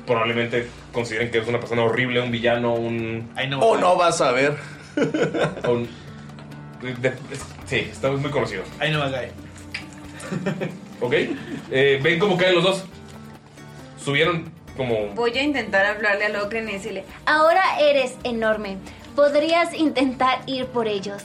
probablemente consideren que es una persona horrible, un villano, un... O no vas a ver. un- de- es- sí, está muy conocido. Ahí no va a caer. ¿Ok? Eh, Ven cómo caen los dos. Subieron como... Voy a intentar hablarle a Locren y decirle, Ahora eres enorme. Podrías intentar ir por ellos.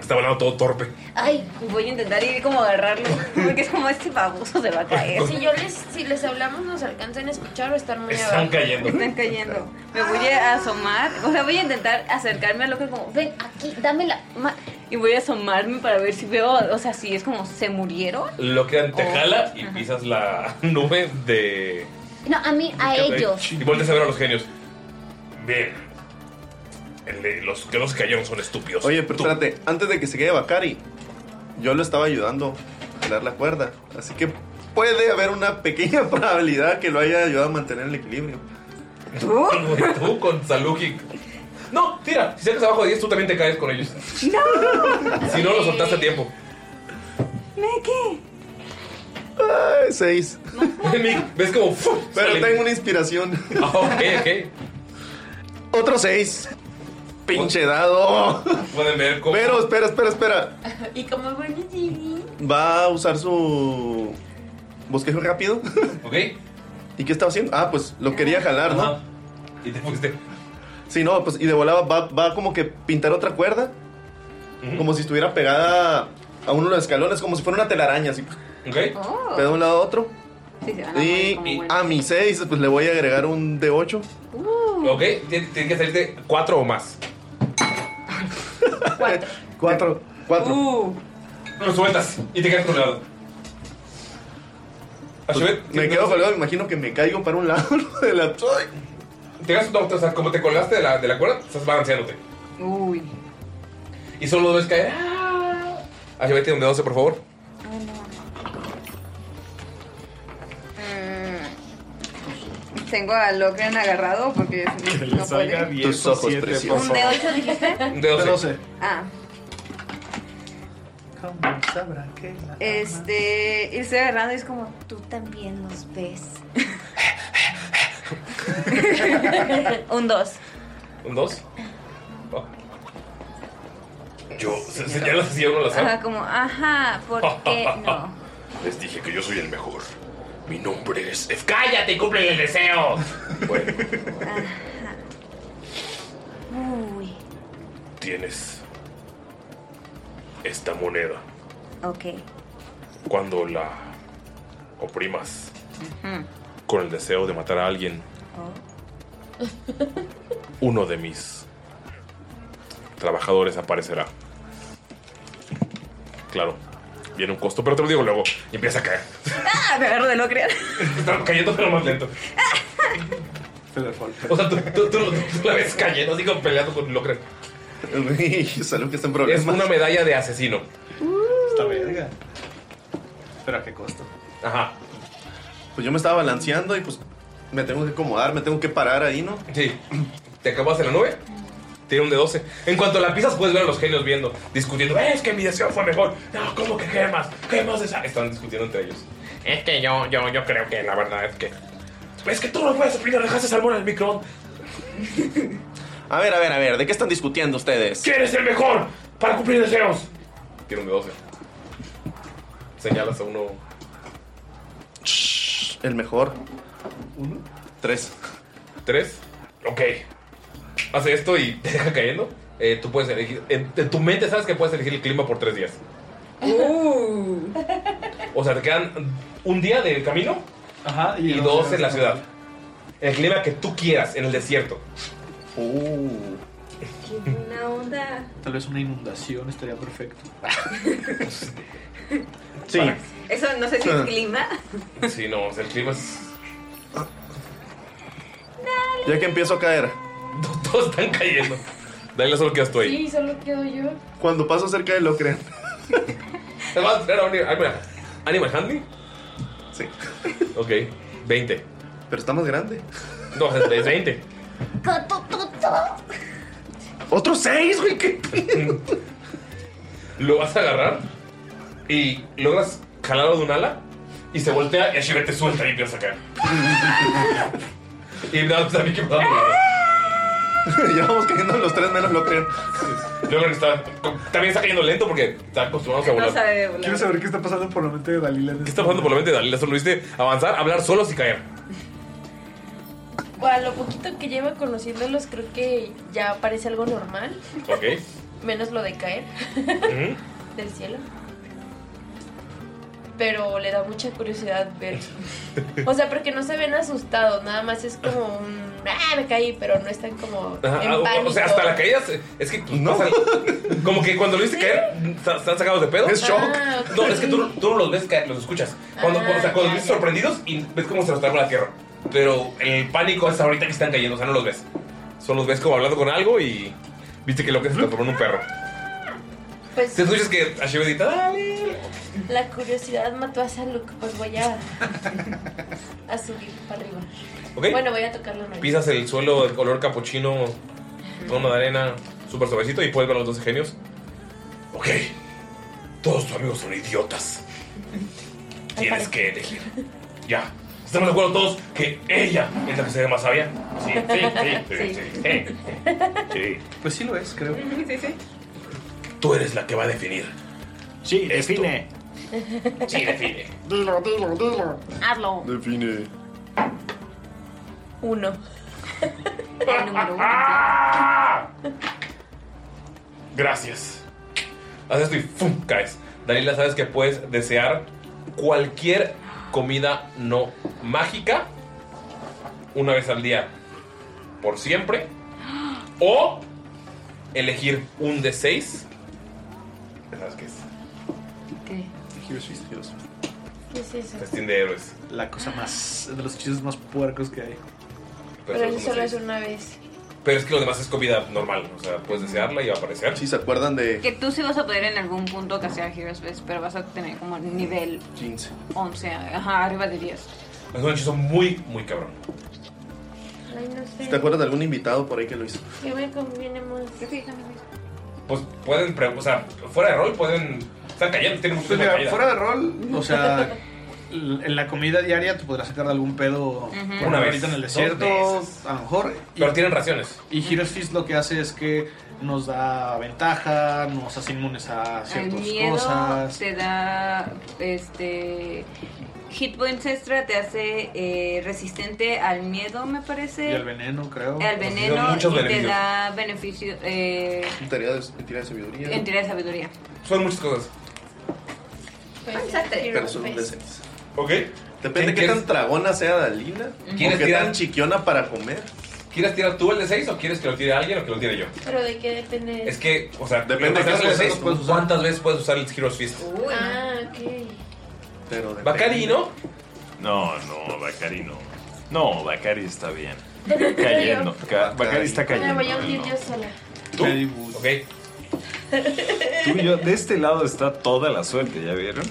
Está volando todo torpe. ay, voy a intentar ir como a agarrarlo, porque es como este baboso se va a caer. Si yo les, si les hablamos, nos alcanzan a escuchar o están muy Están abajo? cayendo. Están cayendo. Me voy a asomar, o sea, voy a intentar acercarme a Locren como, ven aquí, dame la ma-", Y voy a asomarme para ver si veo, o sea, si es como, ¿se murieron? Lo que te Oh. jala y pisas la nube de... No, a mí, a ellos. Y vuelves a ver a los genios. Bien. El de- los que los que cayeron son estúpidos. Oye, pero espérate, antes de que se quede Bakari, yo lo estaba ayudando a jalar la cuerda. Así que puede haber una pequeña probabilidad que lo haya ayudado a mantener el equilibrio. ¿Tú? Tú con Saluki. No, tira. Si sacas abajo de 10, tú también te caes con ellos. ¡No! Si no, lo soltaste a tiempo. ¿Me qué? Ay, seis. Mick, ves como. Pero tengo una inspiración. Ah, ok, ok. Otro seis. Pinche dado. Pueden ver cómo. Pero espera, espera, espera. Y como bueno, sí. Va a usar su bosquejo rápido. Ok. ¿Y qué estaba haciendo? Ah, pues lo quería jalar, ¿no? Y te fuiste. Sí, no, pues y de volada va, va como que pintar otra cuerda. Como si estuviera pegada a uno de los escalones, como si fuera una telaraña, así. Ok. Pero de un lado a otro. Sí, Ah, se van a morir Y como y buenos. a mi 6, pues le voy a agregar un D8. Ok, tienes que salirte 4 o más. 4. 4. Uh. Lo sueltas y te quedas colgado. Pues, me quedo colgado, me imagino que me caigo para un lado ¿no? de la. Te quedas, no, o sea, como te colgaste de la, de la cuerda, estás balanceándote. Uy. Y solo ves caer. Ah. Ashibet, un de 12, por favor. Mm, Tengo a Locren agarrado porque Que le salga bien. Tus ojos ¿Un de 8 dijiste? Un de 12. Ah, este. Y estoy agarrando y es como, tú también nos ves. Un 2. Un 2. Yo, se, señalas así a uno al Ajá, azar. como, ajá, ¿por qué no? Les dije que yo soy el mejor. Mi nombre es F. ¡Cállate y cumple el deseo! Bueno, Uy, tienes esta moneda. ok. Cuando la oprimas con el deseo de matar a alguien, uno de mis trabajadores aparecerá. Claro, tiene un costo, pero te lo digo luego. Y empieza a caer. ¡Ah! Me agarro de no creer. Está cayendo, pero más lento. O sea, tú, tú- tú- tú la ves cayendo, así como peleando con Locre. Salud que está en Es problemas. una medalla de asesino. Esta verga. Pero a qué costo. Ajá. Pues yo me estaba balanceando y pues me tengo que acomodar, me tengo que parar ahí, ¿no? Sí. ¿Te acabas en la nube? Tiene un de 12. En cuanto la pisas, puedes ver a los genios viendo, discutiendo. "Eh, Es que mi deseo fue mejor. No, ¿cómo que gemas? Gemas de esa. Están discutiendo entre ellos. Es que yo, yo, yo creo que la verdad es que. Es que tú no puedes opinar, dejaste salmón en el microondas. A ver, a ver, a ver, ¿de qué están discutiendo ustedes? ¿Quién es el mejor para cumplir deseos? Tiene un de 12. Señalas a uno. El mejor. Tres. ¿Tres? Ok. Hace esto y te deja cayendo. Eh, tú puedes elegir. En, en tu mente sabes que puedes elegir el clima por tres días. O sea, te quedan un día del camino y, dos en la ciudad. El clima que tú quieras, en el desierto. Uh. Una onda. Tal vez una inundación estaría perfecto. sí. Eso no sé si Ah. es clima. Sí, no, o sea, el clima es. Ya que empiezo a caer. Todos están cayendo. Dale solo quedas tú ahí. Sí, solo quedo yo. Cuando paso cerca de Locren. ¿Te vas a tirar a un- ah, mira, Animal Handling? Sí. Ok, 20. Pero está más grande. No, es es 20. ¡Otro seis, güey! ¿Qué pedo? Lo vas a agarrar y logras jalarlo de un ala y se voltea y así te suelta y empieza a caer. y nada, pues a mí que me da Ya vamos cayendo los tres menos Locren. Logran está. También está cayendo lento porque está acostumbrado a volar. Quiero saber qué está pasando por la mente de Dalila. ¿Qué está pasando por la mente de Dalila? Solo viste avanzar, hablar solos y caer. A lo poquito que lleva conociéndolos, creo que ya parece algo normal. Ok. Menos lo de caer Ujú. del cielo. Pero le da mucha curiosidad ver. O sea, porque no se ven asustados, nada más es como un. ¡Ah, me caí! Pero no están como. Ajá, ah, en o- pánico. o sea, hasta la caída se- es que pues, pasa- como que cuando lo viste caer, sa- están sacados de pedo. Es shock. Ah, ok. No, es que tú, tú no los ves caer, los escuchas. Cuando, Ah, o sea, cuando ya, los ves ya. sorprendidos y ves cómo se los traga la tierra. Pero el pánico es ahorita que están cayendo, o sea, no los ves. Solo los ves como hablando con algo y viste que lo que se transformó en un perro. Pues Te escuchas que ah, Ashibedita, dale. la curiosidad mató a Saluk, pues voy a. a subir para arriba. Ok. Bueno, voy a tocar la nariz. Pisas el suelo de color capuchino, tono de arena, súper suavecito y puedes ver a los 12 genios. Ok, todos tus amigos son idiotas. Tienes que elegir. Ya. ¿Estamos de acuerdo todos que ella es la que se ve más sabia? Sí, sí, sí, sí, sí, sí, sí. Pues sí lo es, creo. Sí, sí. Tú eres la que va a definir. Sí, define. Sí, define. Dilo, dilo, dilo. Hazlo. Define. Uno. El número uno. Gracias. Haces esto y ¡fum! caes. Dalila, sabes que puedes desear cualquier comida no mágica una vez al día por siempre. O elegir un de 6 ¿Sabes qué es? ¿Qué? Heroes Feast, Heroes Feast. ¿Qué es eso? Festín de héroes. La cosa más. de los hechizos más puercos que hay. Pero solo él son de solo seis. es una vez. Pero es que lo demás es comida normal. O sea, puedes desearla y va a aparecer. Si se acuerdan de Que tú sí vas a poder en algún punto casear Heroes Best, pero vas a tener como nivel 15. 11, ajá, arriba de 10. Es un hechizo muy, muy cabrón. Ay, no sé. ¿Te acuerdas de algún invitado por ahí que lo hizo? ¿Qué me conviene más? Pues pueden, pre- o sea, fuera de rol pueden. Están cayendo, tienen mucho Pues tiempo de caída. mira, fuera de rol, o sea, l- en la comida diaria te podrás sacar de algún pedo por Una ahorita vez, en el dos desierto, veces. a lo mejor. Pero tienen raciones. Y Heroes Feast lo que hace es que nos da ventaja, nos hace inmunes a El ciertas miedo cosas. te da este hit points extra, te hace eh, resistente al miedo, me Y parece. al veneno, creo. Al veneno y Pues muchos te beneficios. da beneficio eh, Entidad de, entidad de sabiduría. entidad de sabiduría. Son muchas cosas. Pero son un D6. Ok. Depende de qué tan tragona sea Dalila. ¿Quieres o qué tirar? tan chiquiona para comer. ¿Quieres tirar tú el de 6 o quieres que lo tire alguien o que lo tire yo? Pero de qué depende. Es que, o sea, Depende mientras de cuántas hagas el de veces seis, puedes usar. ¿cuántas veces puedes usar el Heroes Fist? Ah, ok. Pero Bacari, ¿no? No, no, Bacari no. No, Bacari está bien. Cayendo. Ca- Bacari está Me cayendo. voy a hundir yo sola. ¿Tú? Ok. Tú y yo, de este lado está toda la suerte, ¿ya vieron?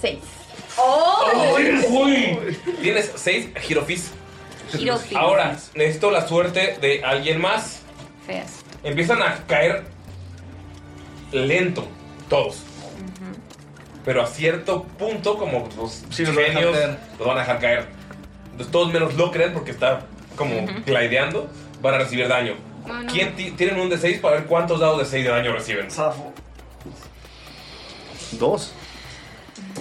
Seis. ¡Oh! Tienes 6 Girofis. Hero Fist. Ahora, necesito la suerte de alguien más. Feas. Empiezan a caer lento, todos. Pero a cierto punto, como los los van a genios dejar los van a dejar caer. Entonces, todos menos Locred, porque está como Ujú. glideando, van a recibir daño. No, no. ¿Quién ti- tienen un de 6 para ver cuántos dados de 6 de daño reciben? Dos.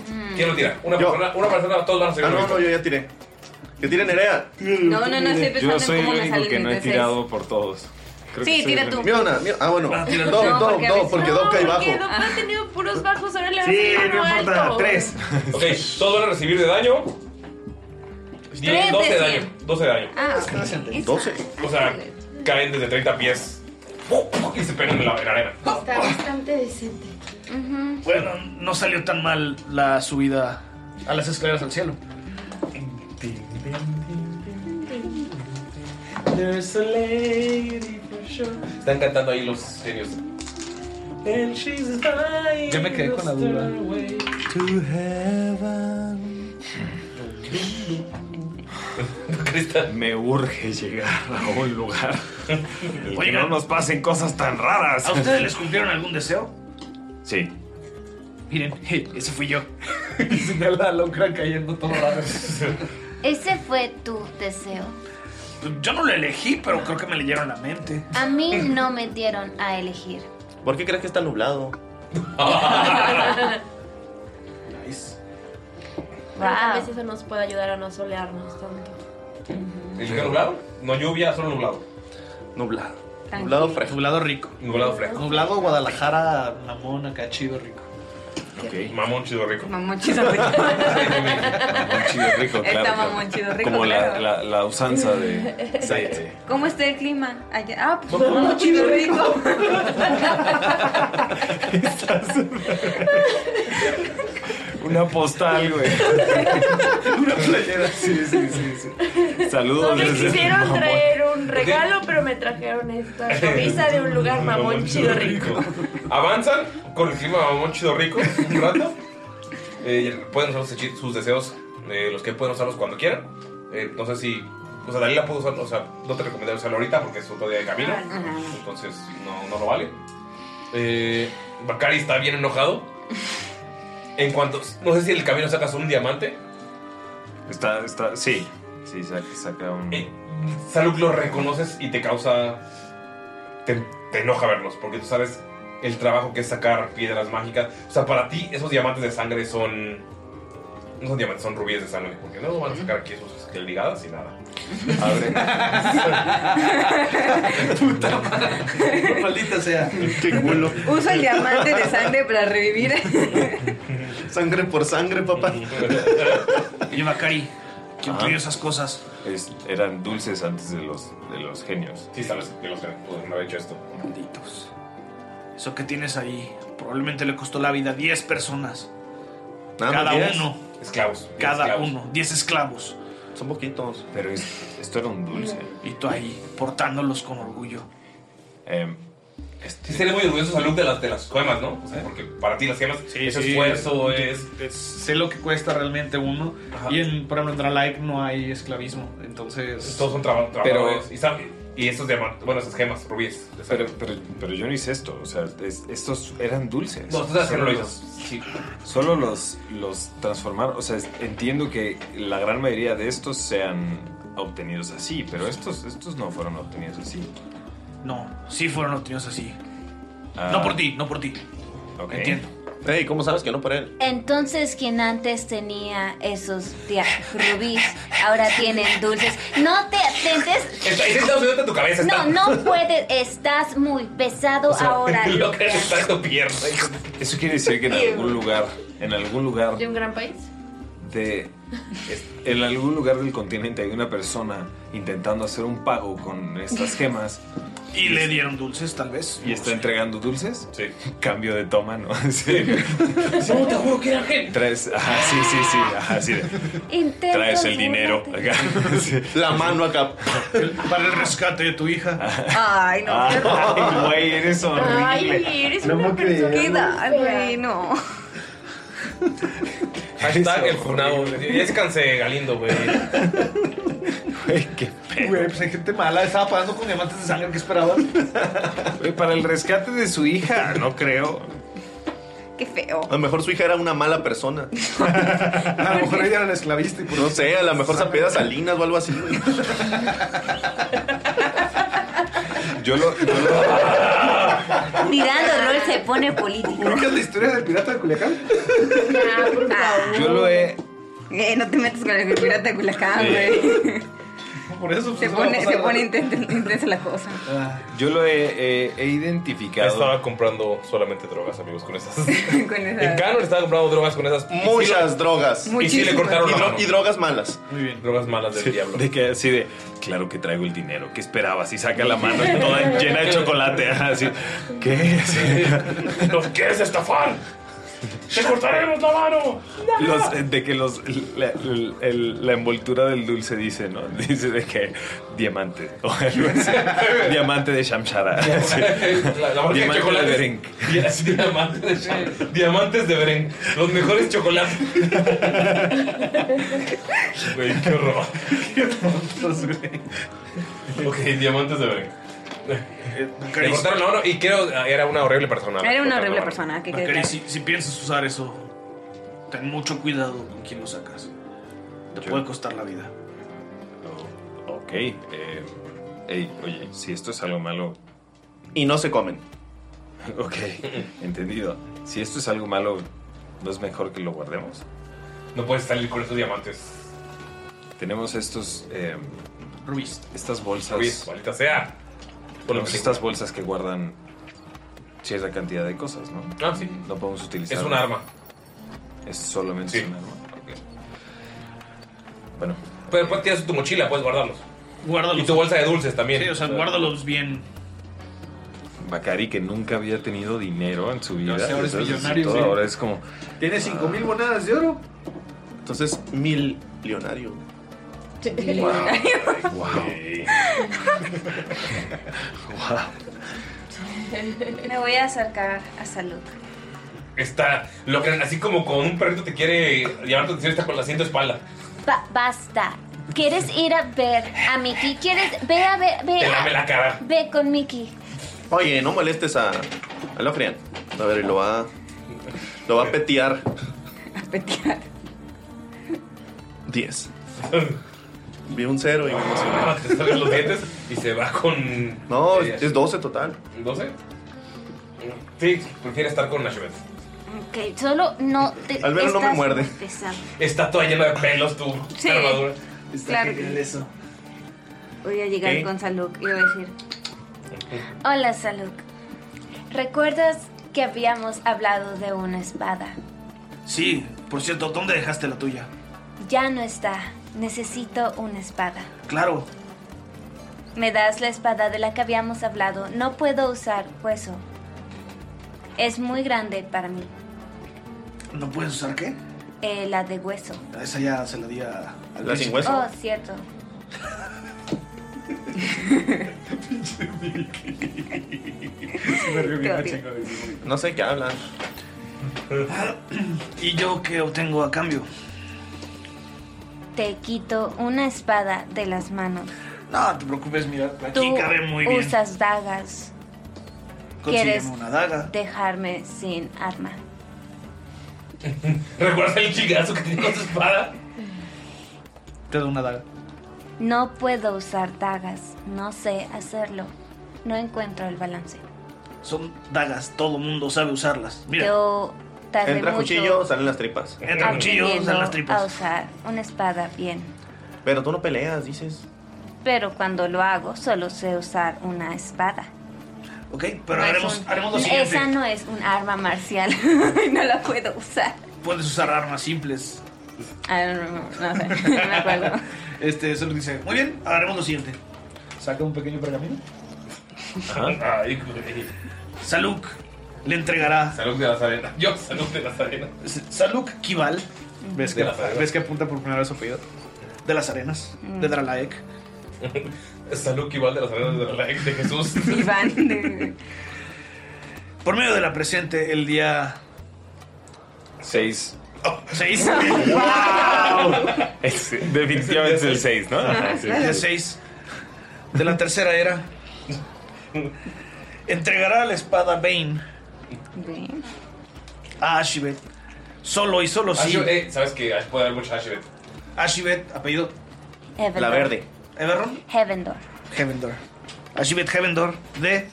Mm. ¿Quién lo tira? Una persona, una persona, todos van a recibir Ah, lo no, mismo. no, yo ya tiré. Que tire Nerea. No, no, no, estoy pensando Yo en soy cómo el me único salen que mis no he D6. tirado por todos. Creo Sí, que soy tira el tú. único. Mira una, mira- Ah, bueno. Ah, tira Dos, tú. dos, No, dos, porque a veces- porque Doc ahí bajo. Que Doc ha tenido puros bajos, ahora le va a Sí, hacer no uno importa, alto. tres. Ok, todos van a recibir de daño. Tres de 12 de daño. cien. 12 de daño. Ah, ok. 12. O sea, caen desde 30 pies y se pegan en la, en la arena. Está bastante decente. Bueno, no salió tan mal la subida a las escaleras al cielo. There's a lady for sure. Están cantando ahí los genios. And she's Yo me quedé con la duda. Me urge llegar a un lugar. y que Oigan. no nos pasen cosas tan raras. ¿A ustedes les cumplieron algún deseo? Sí. Miren, je, ese fui yo. Y señala a Locra cayendo todo raro. Ese fue tu deseo. Yo no lo elegí, pero creo que me leyeron la mente. A mí no me dieron a elegir. ¿Por qué crees que está nublado? Nice. Pero tal vez eso nos puede ayudar a no solearnos tanto. ¿El cielo nublado? No lluvia, solo nublado. Nublado. Tranquilo. Nublado fresco. Nublado rico. Nublado fresco. Nublado Guadalajara, mamón, acá chido rico. Mamón chido rico. Mamón chido rico. Mamón chido rico, Está claro. mamón chido rico, Como la, claro. la- la usanza de. Sí. ¿Cómo está el clima allá? Ah, pues Mamón mamón chido chido rico. Una postal, güey. Una playera. Sí, sí, sí. sí. Saludos. No me desde quisieron Mamón. traer un regalo, pero me trajeron esta camisa de un lugar mamón chido rico. Avanzan con el clima mamón chido rico un rato. Eh, pueden usar sus hechi- sus deseos, eh, los que pueden usarlos cuando quieran. Eh, no sé si. O sea, Dalila puede usarlo, o sea, no te recomendaría usarlo ahorita porque es otro día de camino. Entonces, no, no lo vale. Eh, Bakari está bien enojado. En cuanto. No sé si en el camino sacas un diamante. Está, está. Sí. Sí, saca, saca un. Eh, Saluk los reconoces y te causa. Te, te enoja verlos, porque tú sabes el trabajo que es sacar piedras mágicas. O sea, para ti, esos diamantes de sangre son. No son diamantes, son rubíes de sangre, porque no van a sacar aquí sus ligadas y nada. Abre. Maldita sea. Qué culo. Uso el diamante de sangre para revivir. Sangre por sangre, papá. Oye, Bacari, ¿quién Ajá. pidió esas cosas? Es- eran dulces antes de los, de los genios. Sí, sabes que los genios pudieron haber hecho esto. Malditos. Eso que tienes ahí probablemente le costó la vida a 10 personas. Nada más Cada 10. uno. Esclavos. Cada uno. 10 esclavos. Son poquitos. Pero esto era un dulce. Y tú ahí, portándolos con orgullo. Eh, Sí, sería muy orgulloso Saluk de las, de las gemas, ¿no? O sea, porque para ti las gemas, ese sí, esfuerzo es- es. Sé lo que cuesta realmente uno. Y en, por ejemplo, en Dralaik no hay esclavismo. Entonces. Todos son traba- Pero- trabajadores. y, saben- y esos diamantes, bueno, esas gemas, rubíes. Pero, pero, pero yo no hice esto. O sea, es- estos eran dulces. No, tú sabes que no lo Solo hizo. los- Sí. Solo los, los transformaron. O sea, es- entiendo que la gran mayoría de estos sean obtenidos así, pero estos, estos no fueron obtenidos así. No, sí fueron obtenidos así. Ah. No por ti, no por ti. Entiendo. Ey, ¿cómo sabes que no por él? Entonces, quien antes tenía esos dia- rubíes, ahora tienen dulces. No te atentes. Está, está subiendo tu cabeza. No, Está. no puedes. Estás muy pesado O sea, ahora. lo Luke. que está en tu pierna. Eso quiere decir que en algún lugar, en algún lugar ¿De un gran país? de En algún lugar del continente hay una persona intentando hacer un pago con estas gemas. Y le dieron dulces, tal vez. ¿Y está entregando dulces? Sí. Cambio de toma, ¿no? Sí. No, te juro que era gel. Traes. Ajá, sí, sí, sí. Ajá, sí. Intento Traes el dinero. La mano acá. Para el rescate de tu hija. Ay, no, qué Ah. Ay, güey, eres horrible. Ay, eres No una me creía, persona. muy ¿Qué edad, güey? No. Hashtag el funado. Ya descanse Galindo, güey. Güey, pues hay gente mala. Estaba pagando con diamantes de sangre. ¿Qué esperabas? Para el rescate de su hija, no creo. Qué feo. A lo mejor su hija era una mala persona. a lo mejor ella era la esclavista. Y no sé, a lo mejor se apela a Salinas o algo así. güey. Yo lo. Mirando rol se pone político. ¿Ubicas la historia del pirata de Culiacán? Ah, Ah, Yo lo he. eh, Eh, no te metas con el pirata de Culiacán, Sí. Ah, güey. Por eso pues, Se pone, se pone inten- intensa la cosa. Yo lo he, he- he identificado. Estaba comprando solamente drogas, amigos, con esas. Con En esa... Cano le estaba comprando drogas con esas. Muchas drogas. Y sí le cortaron la Y dro- mano. y drogas malas. Muy bien. Drogas malas del Sí, diablo. De que así de, claro que traigo el dinero, ¿qué esperabas? Y saca la mano toda llena de chocolate, ajá, así, ¿qué? Sí. ¡Nos quieres estafar! ¡Te cortaremos la mano! Los, eh, de que los, la, el- el- la envoltura del dulce dice, ¿no? Dice de que diamante, o algo así. diamante de Shamshara. así. La, la marca de Diamante chocolates. de Bering. Di- sí, diamantes, de- diamantes de Beren. Los mejores chocolates. Güey, qué horror. ok, diamantes de Beren. Eh, Le cortaron la mano y creo ah, era una horrible persona. Era una horrible persona, que quede Ok, claro. si, si piensas usar eso, ten mucho cuidado con quién lo sacas. Te puede costar la vida. Ok, eh, ey, oye, si esto es algo malo... Y no se comen. Ok, entendido. Si esto es algo malo, ¿no es mejor que lo guardemos? No puedes salir con estos diamantes. Tenemos estos... Eh, Ruiz. Estas bolsas... Ruiz, maldita sea. Con lo Tenemos que- estas bolsas que guardan cierta cantidad de cosas, ¿no? Ah, sí. No podemos utilizar... Es un arma. Es solamente un arma. Ok. Bueno. Pero puedes tirar tu mochila, puedes guardarlos. Guárdalos. Y tu bolsa de dulces también. Sí, o sea, guárdalos bien. Bacari que nunca había tenido dinero en su vida. sé, ahora es entonces, millonario, todo sí. Ahora es como... Tiene 5000 monedas de oro. Entonces, mil millonario. Wow. Me voy a acercar a salud. Está, lo que, así como con un perrito te quiere llamar tu atención, está con la asiento espalda. Ba- basta. ¿Quieres ir a ver a Mickey? ¿Quieres? Ve a ver. Ve, Te a- lame la cara. ve con Mickey. Oye, no molestes a, a Lofrian. A ver, y lo va, lo va a petear. Petear. 10. Vi un cero y me Ah, emocioné. te salen los dientes y se va con. No, eh, es, es 12 total. ¿12? Sí, prefiere estar con Nashville. Ok, solo no te. Al menos no me estás muerde. pesado. Está toda llena de pelos tu Sí. armadura. Claro que genial eso. Voy a llegar ¿Qué? con salud y voy a decir, Hola, Saluk. ¿Recuerdas que habíamos hablado de una espada? Sí, por cierto, ¿dónde dejaste la tuya? Ya no está. Necesito una espada. Claro, Me das la espada de la que habíamos hablado. No puedo usar hueso. Es muy grande para mí. ¿no puedes usar qué? Eh, la de hueso. Esa ya se la di a. al ¿La sin príncipe. Oh, cierto. No sé qué hablan. ¿Y yo qué obtengo a cambio? Te quito una espada de las manos. No, te preocupes, mira, aquí Tú cabe muy bien. usas dagas. Consígueme ¿Quieres una daga. dejarme sin arma? ¿Recuerdas el chigazo que tiene con su espada? Te doy una daga. No puedo usar dagas. No sé hacerlo. No encuentro el balance. Son dagas, todo mundo sabe usarlas. Mira. Yo tardé Entra mucho cuchillo, salen las tripas. Entra cuchillo, salen las aprendiendo a usar una espada bien. Pero tú no peleas, dices. Pero cuando lo hago, solo sé usar una espada. Ok, pero haremos, haremos lo siguiente. Esa no es un arma marcial. no la puedo usar. Puedes usar armas simples. I don't remember, Ah, no sé, no me acuerdo. Este, solo dice, muy bien, haremos lo siguiente. Saca un pequeño pergamino. Ay, güey. Saluk le entregará. Salud de las arenas. Yo, salud de las arenas. Saluk Kival. ¿Ves De que, las arenas. ¿Ves que apunta por primera vez su apellido? De las arenas, Mm. de Dralaek. Salud Kival de las arenas de la ex de Jesús. Iván. de- Por medio de la presente, el día. Oh, 6. ¡Seis! Ah. Es- definitivamente es el 6, ¿no? Ajá, sí. El día 6 de la tercera era. Entregará la espada Bane a Ashibet. Solo y solo sí. Ashibet, eh, Sabes que puede haber mucha Ashibet. Ashibet, apellido. Everdor. ¿Everron? Heavendor. Hevendor. Ashibet Hevendor de.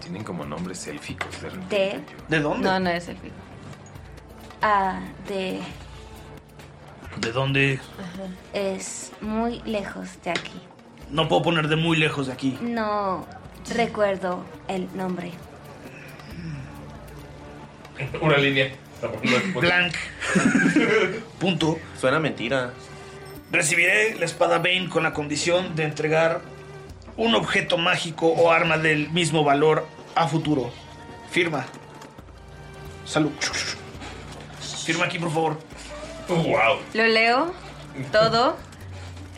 Tienen como nombres élficos. de repente. De. ¿De No, no es el pico. Ah, de. ¿De dónde? Es muy lejos de aquí. No puedo poner de muy lejos de aquí. No recuerdo el nombre. Una línea. Blank. Punto. Suena mentira. Recibiré la espada Bane con la condición de entregar un objeto mágico o arma del mismo valor a futuro. Firma. Salud. Firma aquí, por favor. wow. Lo leo todo,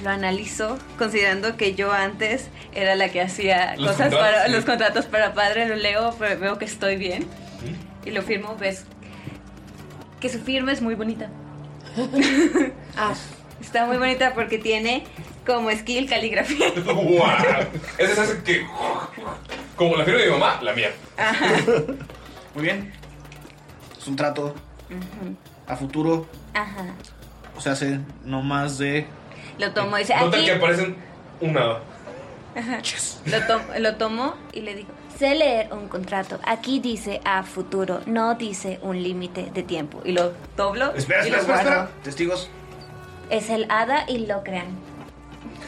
lo analizo, considerando que yo antes era la que hacía Los cosas contratos, para sí. los contratos para padre, lo leo, pero veo que estoy bien y lo firmo, ves que su firma es muy bonita. Está muy bonita porque tiene como skill caligrafía. ¡Wow! Esa es esa que. Como la firma de mi mamá, la mía. Muy bien. Es un trato Ujú, a futuro. Ajá. O sea, hace no más de. Lo tomo y dice, Nota aquí. que aparecen un nada. Ajá. Lo, tom- lo tomo y le digo, Sé leer un contrato. Aquí dice a futuro, no dice un límite de tiempo. y lo doblo. Espera, y lo espera, espera, guardo. espera. Testigos. Es el hada y lo crean.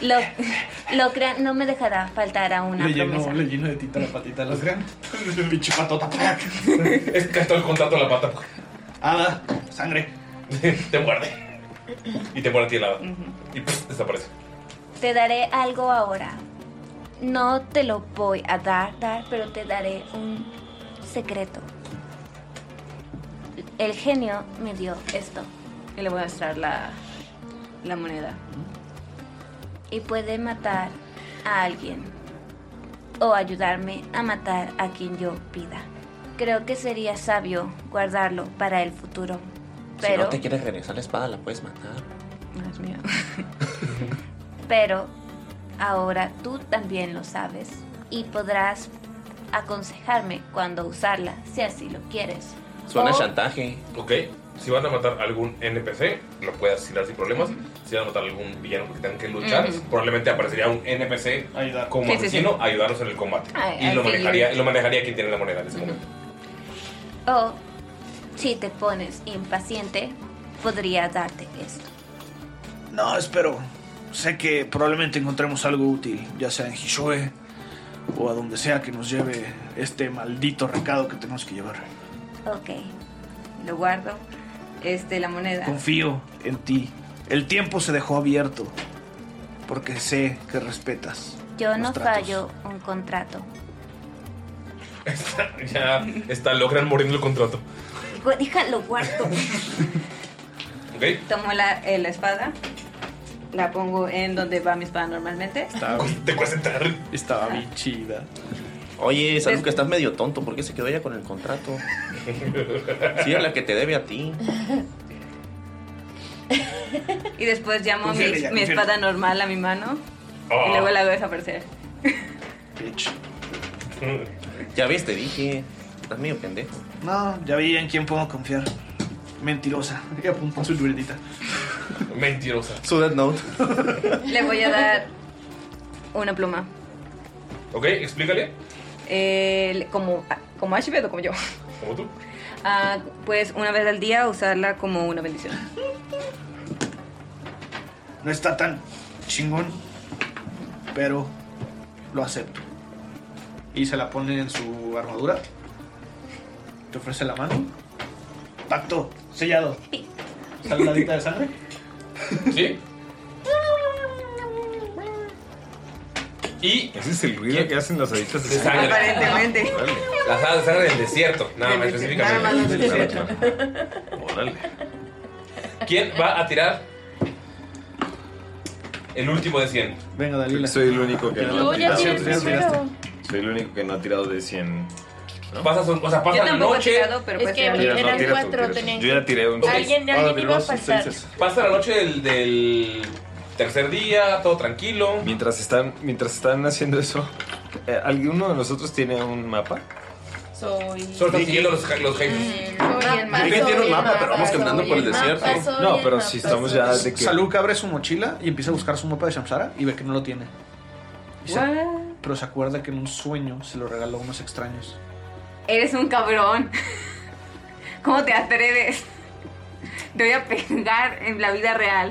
Lo, lo crean no me dejará faltar a una Le promesa. lleno, le lleno de tinta la patita a los grandes. Pinche patota. Es que está el contrato a la pata. Ah, Hada, sangre. te muerde. Y te muerde a ti el hada. Y pff, desaparece. Te daré algo ahora. No te lo voy a dar, dar, pero te daré un secreto. El genio me dio esto. Y le voy a mostrar la, la moneda. Y puede matar a alguien. O ayudarme a matar a quien yo pida. Creo que sería sabio guardarlo para el futuro. Pero... Si no te quieres regresar la espada, la puedes matar. Dios mío. Pero ahora tú también lo sabes y podrás aconsejarme cuando usarla, si así lo quieres. Suena O- chantaje. Ok. Si van a matar algún NPC, lo puedes tirar sin problemas. Si van a matar algún villano que tengan que luchar, Ujú. probablemente aparecería un NPC como Sí, sí, sí. asesino a ayudarnos en el combate. Ay, y al lo fin. manejaría, lo manejaría quien tiene la moneda en ese momento. o si te pones impaciente, podría darte esto. No, espero. Sé que probablemente encontremos algo útil, ya sea en Hishoe o a donde sea que nos lleve este maldito recado que tenemos que llevar. Ok. Lo guardo. Este, la moneda. Confío en ti. El tiempo se dejó abierto porque sé que respetas. Yo los no tratos. fallo un contrato. Ya está, logran morir el contrato. Digo, déjalo, guardo. Ok. Tomo la, eh, la espada. La pongo en donde va mi espada normalmente. Te puedes sentar. Estaba bien chida. Oye, Salud, que estás medio tonto. ¿Por qué se quedó ella con el contrato? Sí, es la que te debe a ti. Y después llamo mi, Confía en ella, mi confía en espada normal a mi mano. Ah. Y luego la hago desaparecer. Ya ves, te dije. Estás medio pendejo. No, ya vi en quién puedo confiar. Mentirosa. Y apuntó su libretita. Mentirosa. Su Death Note. Le voy a dar una pluma. Ok, explícale. El- como, como Ashibet o como yo. Como tú. Ah, pues una vez al día usarla como una bendición. No está tan chingón, pero lo acepto. Y se la pone en su armadura. Te ofrece la mano. Pacto, sellado. ¿Salgadita de sangre? ¿Sí? Y. "Ah, Ese es el ruido que hacen las haditas de sangre. Aparentemente. Las hadas de sangre del desierto, nada más específicamente. Nada más del desierto. Órale. ¿Quién va a tirar el último de 100? Venga, Dalila. Soy el único que no Yo ha ya tirado. tiré el primero. Soy el único que no ha tirado de 100. ¿no? Pasas un- o sea, Yo tampoco he tirado, pero pues ya. Mira, no, eran tira tú, cuatro, tira tú. tenían Yo ya tiré un que- Alguien, seis. alguien iba a pasar. Pasa la noche del, del tercer día, todo tranquilo. Mientras están, mientras están haciendo eso, eh, ¿alguno de nosotros tiene un mapa? Soy. Solo están siguiendo los, ja- los Mm, jaifes. Soy el más- Miguel tiene soy un el mapa, más- pero vamos caminando por el desierto. soy No, el pero mapa, si estamos ya de que- Saluk abre su mochila y empieza a buscar su mapa de Shamsara y ve que no lo tiene. Y se- What? pero se acuerda que en un sueño se lo regaló a unos extraños. Eres un cabrón. ¿Cómo te atreves? Te voy a pegar en la vida real.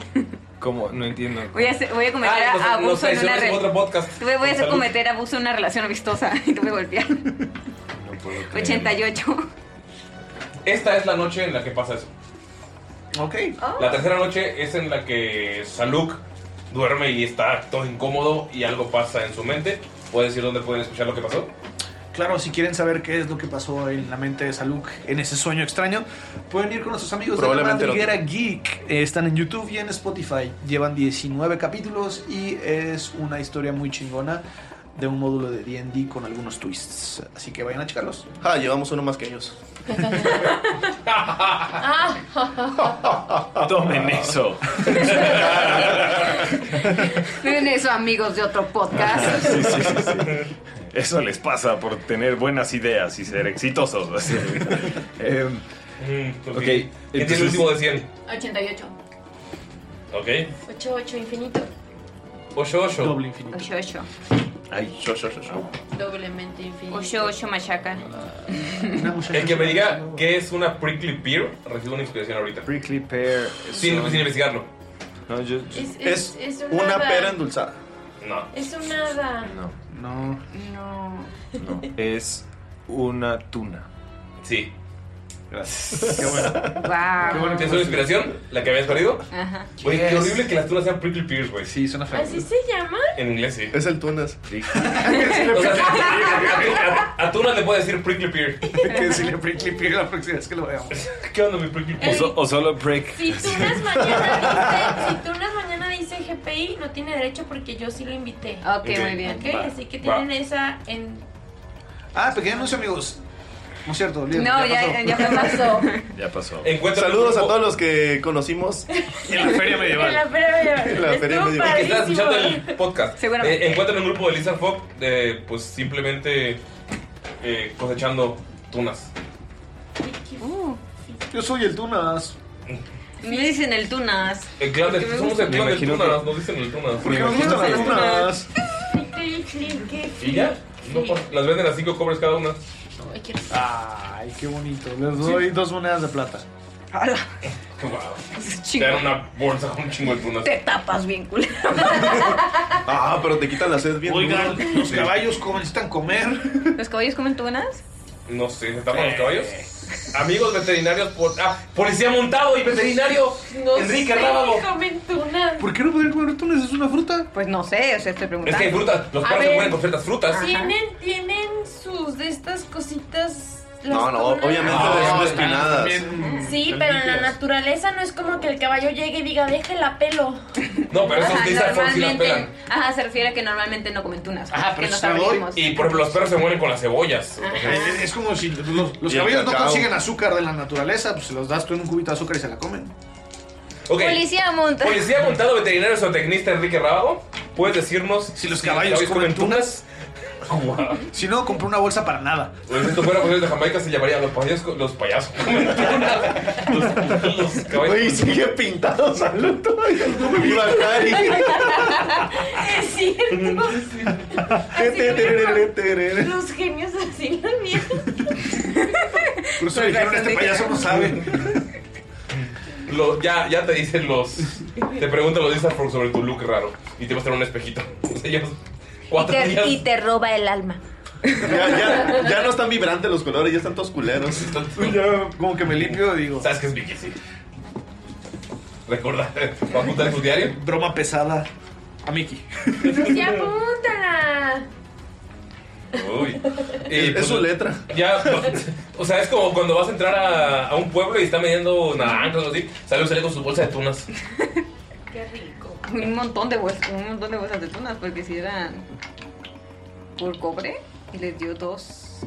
¿Cómo? No entiendo. Voy a, hacer- voy a cometer Ah, nos- nos abuso en una traicionas en re- otro podcast. Te Voy voy a hacer Salud. cometer abuso en una relación amistosa y te voy a golpear. 88. Esta es la noche en la que pasa eso. Ok. La tercera noche es en la que Saluk duerme y está todo incómodo y algo pasa en su mente. ¿Puedes decir dónde pueden escuchar lo que pasó? Claro, si quieren saber qué es lo que pasó en la mente de Saluk en ese sueño extraño, pueden ir con nuestros amigos Probablemente de lo- la Madriguera Geek. Eh, están en YouTube y en Spotify. Llevan 19 capítulos y es una historia muy chingona de un módulo de D&D con algunos twists. Así que vayan a checarlos. Ah, llevamos uno más que ellos. Tomen eso. Miren eso, amigos de otro podcast. Sí, sí, sí, sí. Eso les pasa por tener buenas ideas y ser exitosos. así. Em, ok. ¿Quién Mm, tiene el entonces- último de 100? 88. Ok. 88, infinito. 8, 8. Doble infinito. 88. Ay, yo, yo, yo, yo. Doblemente infinito. 88 machaca. El que me diga que es una prickly pear recibe una inspiración ahorita. Prickly pear. Sin, son- sin investigarlo. No, yo- Es- es- es una hada. endulzada. No. Es una hada. No. No. No. No. Es una tuna. Sí. Gracias. Qué bueno. Ah. Wow. Qué bueno que es una inspiración, la que habías perdido. Ajá. Güey, qué horrible que las tunas sean prickly pears, güey. Sí, suena ¿Así se llama? En inglés sí. Es el tunas. O sea, a, a tunas le puedes decir prickly pear. que si le prickly pear la próxima vez que lo veamos. ¿Qué onda mi prickly pear? O, so- o solo prick. Si Tunas mañana dice, si Tunas mañana dice GPI, no tiene derecho porque yo sí lo invité. Ok, Ok, muy bien. Ok, Va. así que Va. tienen esa en. Ah, pequeño anuncio, amigos. No es cierto, olvídalo, pasó. pasó. Ya pasó. Saludos a todos los que conocimos en la Feria En la feria En la feria Estuvo Y medieval. que estás padrísimo. escuchando el podcast. Seguramente. Eh, encuentran un grupo de Lizard Fox, eh, pues simplemente eh, cosechando tunas. Uh, Yo soy el Tunas. me dicen el tunas. El clan de, Porque me somos el Me clan de imagino tunas, nos dicen el tunas. Me imagino que- Y ya, no pasa- las venden a 5 cobres cada una. Ay, qué bonito. Les doy dos monedas de plata. Wow. Te dan una bolsa con un chingo de tunas. Te tapas bien, culero. Ah, pero te quitan la sed bien. Oigan, duro. los caballos como necesitan comer. ¿Los caballos comen tunas? No sé, ¿se tapan los caballos? Eh. Amigos veterinarios, por, ah, policía montado y veterinario. No Enrique sé, Rábago. comen tunas. ¿Por qué no podrían comer tunas? ¿Es una fruta? Pues no sé, o sea, estoy preguntando. Es que hay frutas, los A perros se ver. mueren por ciertas frutas. Tienen, tienen sus de estas cositas. las No, no, tunas? obviamente son espinadas. Sí, pero en la naturaleza no es como que el caballo llegue y diga, déjela pelo. No, pero esos Ajá, Lizard Fox sí las normalmente. pelan. Ajá, se refiere a que normalmente no comen tunas. Ah, que no Y por ejemplo, los perros se mueren con las cebollas. Es, es como si los, los Y el caballos no cacao. consiguen azúcar de la naturaleza, pues se los das tú en un cubito de azúcar y se la comen. Ok. Policía monta. Policía montado, veterinario, zootecnista Enrique Rábago. ¿Puedes decirnos si los caballos comen Oh, tunas? Si no, compré una bolsa para nada. Pues si esto fuera posible de Jamaica se llamaría los payasos, co- los payasos comen tunas. Los, los caballos. Oye, sigue pintado salud todavía. Y Bacari. Es cierto. Los genios así lo vieron. Por eso dijeron, este payaso no sabe. Lo- ya, ya te dicen los. Te preguntan los Lizard Fox sobre tu look raro. Y te muestran un espejito. O sea, llevas cuatro te- días. y te roba el alma. Ya, ya, ya no están vibrantes los colores, ya están todos culeros. Yo como que me limpio y digo. Sabes que es Vicky, sí. Recordar, va a apuntar en su diario. Broma pesada a Mickey. ¡Sí, apúntala! Uy. Es- es su letra. Ya, o sea, es como cuando vas a entrar a, a un pueblo y están vendiendo naranjas o así, sale un sale con su bolsa de tunas. Qué rico. Un montón de bolsas, un montón de bolsas de tunas, porque si eran por cobre y les dio dos.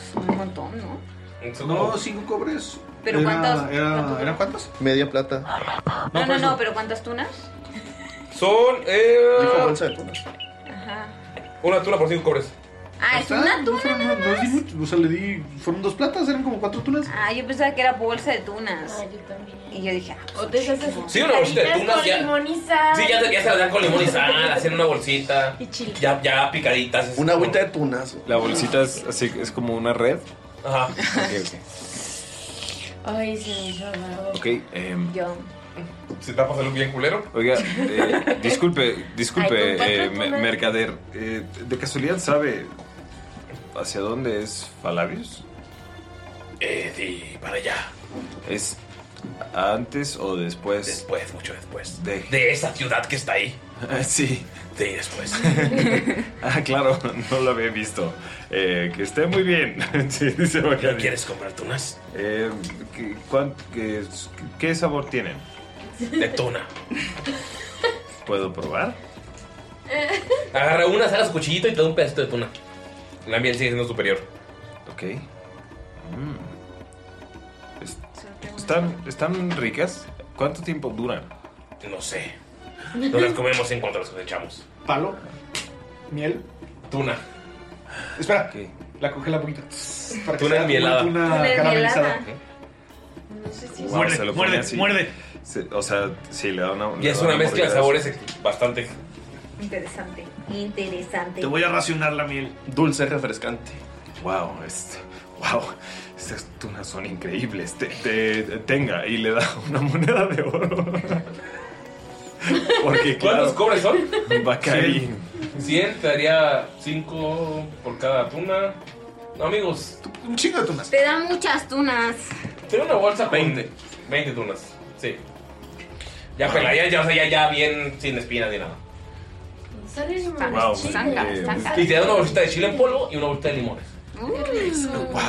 Es Un montón, ¿no? No, cinco cobres. ¿Pero cuántas- cuántos? ¿Eran cuántos? Media plata. No, por no, eso. no, pero ¿cuántas tunas? Son. Eh, Dijo bolsa de tunas. Ajá. Una tuna por cinco cobres. Ah, es una tuna. No, no les di mucho, o sea, le di. Fueron dos platas, eran como cuatro tunas. Ah, yo pensaba que era bolsa de tunas. Ah, yo también. Y yo dije, ah, O te haces Sí, una bolsita de taritas tunas con ya. limón y sal. Sí, ya, se- ya se las dan con limón y sal, hacen una bolsita. Y chile. Ya, ya picaditas. Una agüita de tunas. La bolsita es así, es como una red. Ajá. Ay, se me hizo raro. Ok, em, Yo. Se te va a pasar un bien culero. Oiga, eh, disculpe, Ay, disculpe, con cuatro eh, me- tunas. mercader. eh, ¿De casualidad sabe hacia dónde es Falabius? Eh, sí, para allá. ¿Es antes o después? Después, mucho después. De, De esa ciudad que está ahí. Ah, sí. Sí, después. ah, claro, no lo había visto. Eh, que esté muy bien. sí, dice Bacardí. ¿Quieres comprar tunas? Eh, ¿qué, cuán- qué- qué sabor tienen? De tuna. ¿Puedo probar? Agarra una, saca su cuchillito y te da un pedacito de tuna. La miel sigue siendo superior. Ok. Mm. Es- están, están ricas. ¿Cuánto tiempo duran? No sé. No las comemos en cuanto las cosechamos. Palo, miel. Tuna. Espera, la coge la poquita. Para que Tuna sea enmielada. como Tuna Tuna enmielada. caramelizada. No sé si Wow, Muerde, se lo muerde, pone así. muerde. Se- o sea, sí, le da una. Y le es da una mezcla de mordida. sabores bastante. interesante, interesante. racionar la miel. Dulce, refrescante. Wow, este. Wow, estas tunas son increíbles. Te- te- tenga, y le da una moneda de oro. Porque, claro, ¿Cuántos cobres son? Bacari. 100 te daría 5 por cada tuna. No, amigos. Un chingo de tunas. Te dan muchas tunas. Tiene una bolsa con 20. 20 tunas, sí. Ya pela, ya, ya, o sea, ya, ya bien sin espinas ni nada. Salen Wow, más eh, Y te dan una bolsita de chile en polvo y una bolsita de limones. Wow,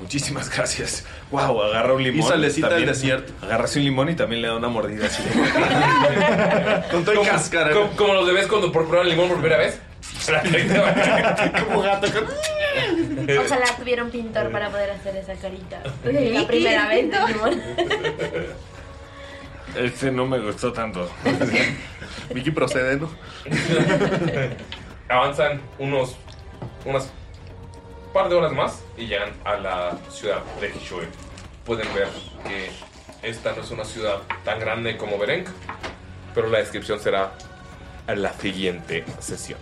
muchísimas gracias. Wow, agarra un limón. Y salecita del desierto. Agarrase un limón y también le da una mordida así. Con todo cáscara. Como, como los bebés cuando por probar el limón por primera vez. como gato. Ojalá tuvieron pintor para poder hacer esa carita. La primera vez, mi amor. Este no me gustó tanto. Vicky procede, ¿no? Avanzan unos. unas par de horas más y llegan a la ciudad de Hishoe. Pueden ver que esta no es una ciudad tan grande como Beren, pero la descripción será en la siguiente sesión.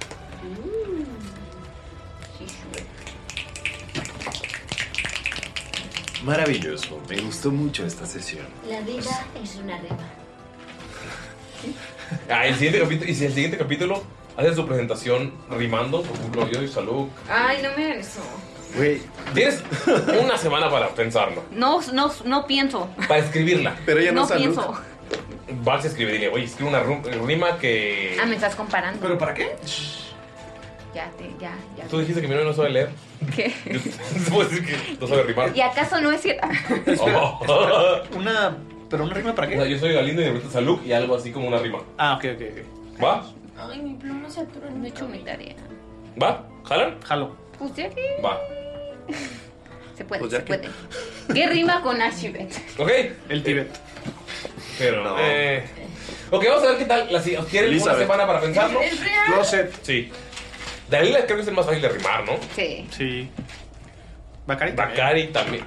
Maravilloso, me gustó mucho esta sesión. La vida es una reba. Ah, el siguiente capítulo, y si el siguiente capítulo hace su presentación rimando, por ejemplo, yo y Salud. Ay, no me eso. Tienes una semana para pensarlo, No, no, no pienso. para escribirla. Pero no pienso. Vas a escribir, dile, oye, escribe una ru- rima que. Ah, me estás comparando. ¿Pero para qué? Ya, te, ya, ya. Tú dijiste que mi novio no sabe leer. ¿Qué? Puedes decir que no sabe rimar. ¿Y acaso no es cierto? Una. ¿Pero una rima para qué? O sea, yo soy Galindo y de repente Salud y algo así como una rima. Ah, ok, ok, ok. ¿Va? Ay, mi pluma se aturó. No he hecho mi tarea. ¿Va? ¿Jalan? Jalo. Pues ya que Va. se puede, Pues ya se puede. ¿Qué rima con Ashibet? Ok. El Tibet. Pero no. ok, vamos a ver qué tal. La, si- ¿Tienen Elizabeth. una semana para pensarlo? El real. Closet. Sí. Dalila creo que es el más fácil de rimar, ¿no? Sí. Sí. Bacari. Bacari también.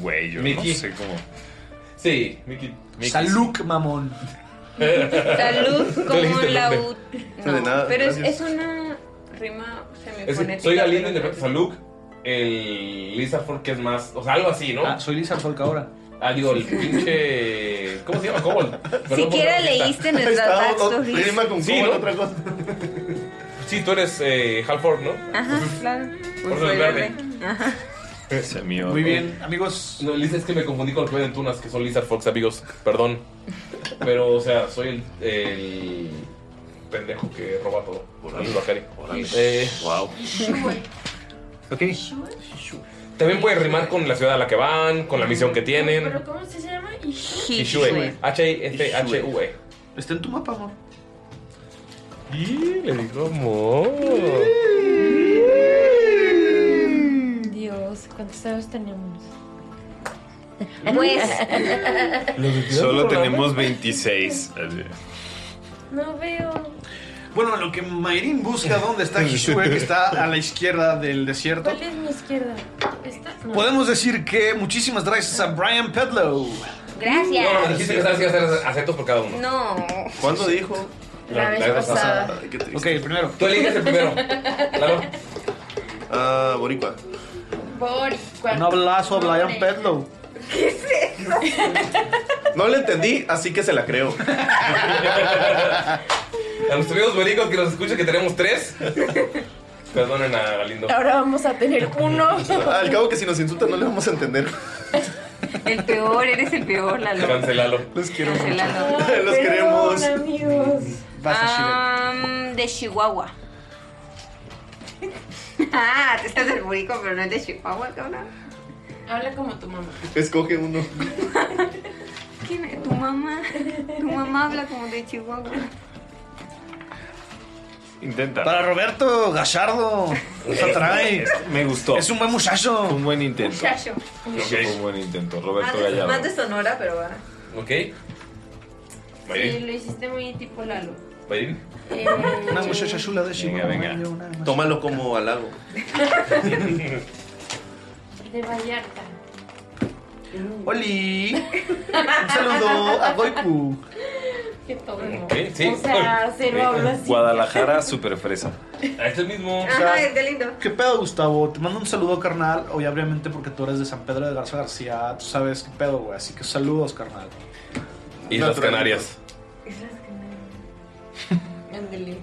Güey, yo Mickey. no sé cómo. Sí, Mickey. Mickey. Salud, mamón. Salud Tú como dijiste un el laúd. nombre. No, De nada, pero es, gracias. es una rima Es semifonética. que soy Galindo y de repente Salud. El Lisa Fork que es más. O sea, algo así, ¿no? Ah, soy Lisa Fork ahora. Ah, digo, el pinche. ¿Cómo se llama? Cobol. Siquiera leíste nuestras backstories. sí, ¿no? otra cosa. Sí, tú eres eh, Halford, ¿no? Ajá, claro. Por eso es verde. Ajá. Muy bien, amigos. No, Lisa, es que me confundí con los que ven en Tunas, que son Lizard Fox, amigos. Perdón. Pero, o sea, soy el, el pendejo que roba todo. Saludos, Bacari. Eh, wow. Ok. También puedes rimar con la ciudad a la que van, con la misión que tienen. ¿Pero cómo se llama? Hishue. H-I-F-H-U-E. Está en tu mapa, amor. Y le digo, amor. Dios, ¿cuántos años tenemos? Pues. Solo tenemos 26. No veo. Bueno, lo que Mayrin busca, ¿dónde está Hishue? Que está a la izquierda del desierto. ¿Cuál es mi izquierda? ¿Esta? No. Podemos decir que muchísimas gracias a Brian Pedlow. Gracias. No, no, dijiste que sabes que hacer acentos por cada uno. No. ¿Cuánto dijo? La vez pasada. Ok, el primero. Tú eliges el primero. Ah, Boricua. Boris, Un abrazo a Brian Pedlow. No le entendí, así que se la creo. A nuestros amigos boricos que nos escuchan, que tenemos tres. Perdonen a Galindo. Ahora vamos a tener uno. Al cabo que si nos insultan no le vamos a entender. El peor, eres el peor, Lalo. Cancelalo. Los quiero mucho. Cancelalo. Los queremos. amigos. Am, de Chihuahua. Ah, te estás del burico, pero no es de Chihuahua, cabrón. Habla como tu mamá. Escoge uno. ¿Quién es? Tu mamá. Tu mamá habla como de Chihuahua. Intenta. Para Roberto Gallardo. Nos atrae. Este, Me gustó. Es un buen muchacho. Un buen intento. Chacho. Fue Un buen intento. Más Roberto de, más de Gallardo. Sonora, pero bueno. Ok. Sí, Mayrin. lo hiciste muy tipo Lalo. Mayrin. Eh, Una muchacha chula de Chihuahua. venga. Tómalo como halago. de Vallarta. ¡Oli! Un saludo a Goiku. Qué todo. Ok, sí. O sea, cero habla así. Guadalajara, super fresa. Ah, este Es el mismo. Ajá, es de lindo. ¿Qué pedo, Gustavo? Te mando un saludo, carnal. Obviamente, porque tú eres de San Pedro de Garza García. Tú sabes qué pedo, güey. Así que saludos, carnal. Islas Canarias. Ándele.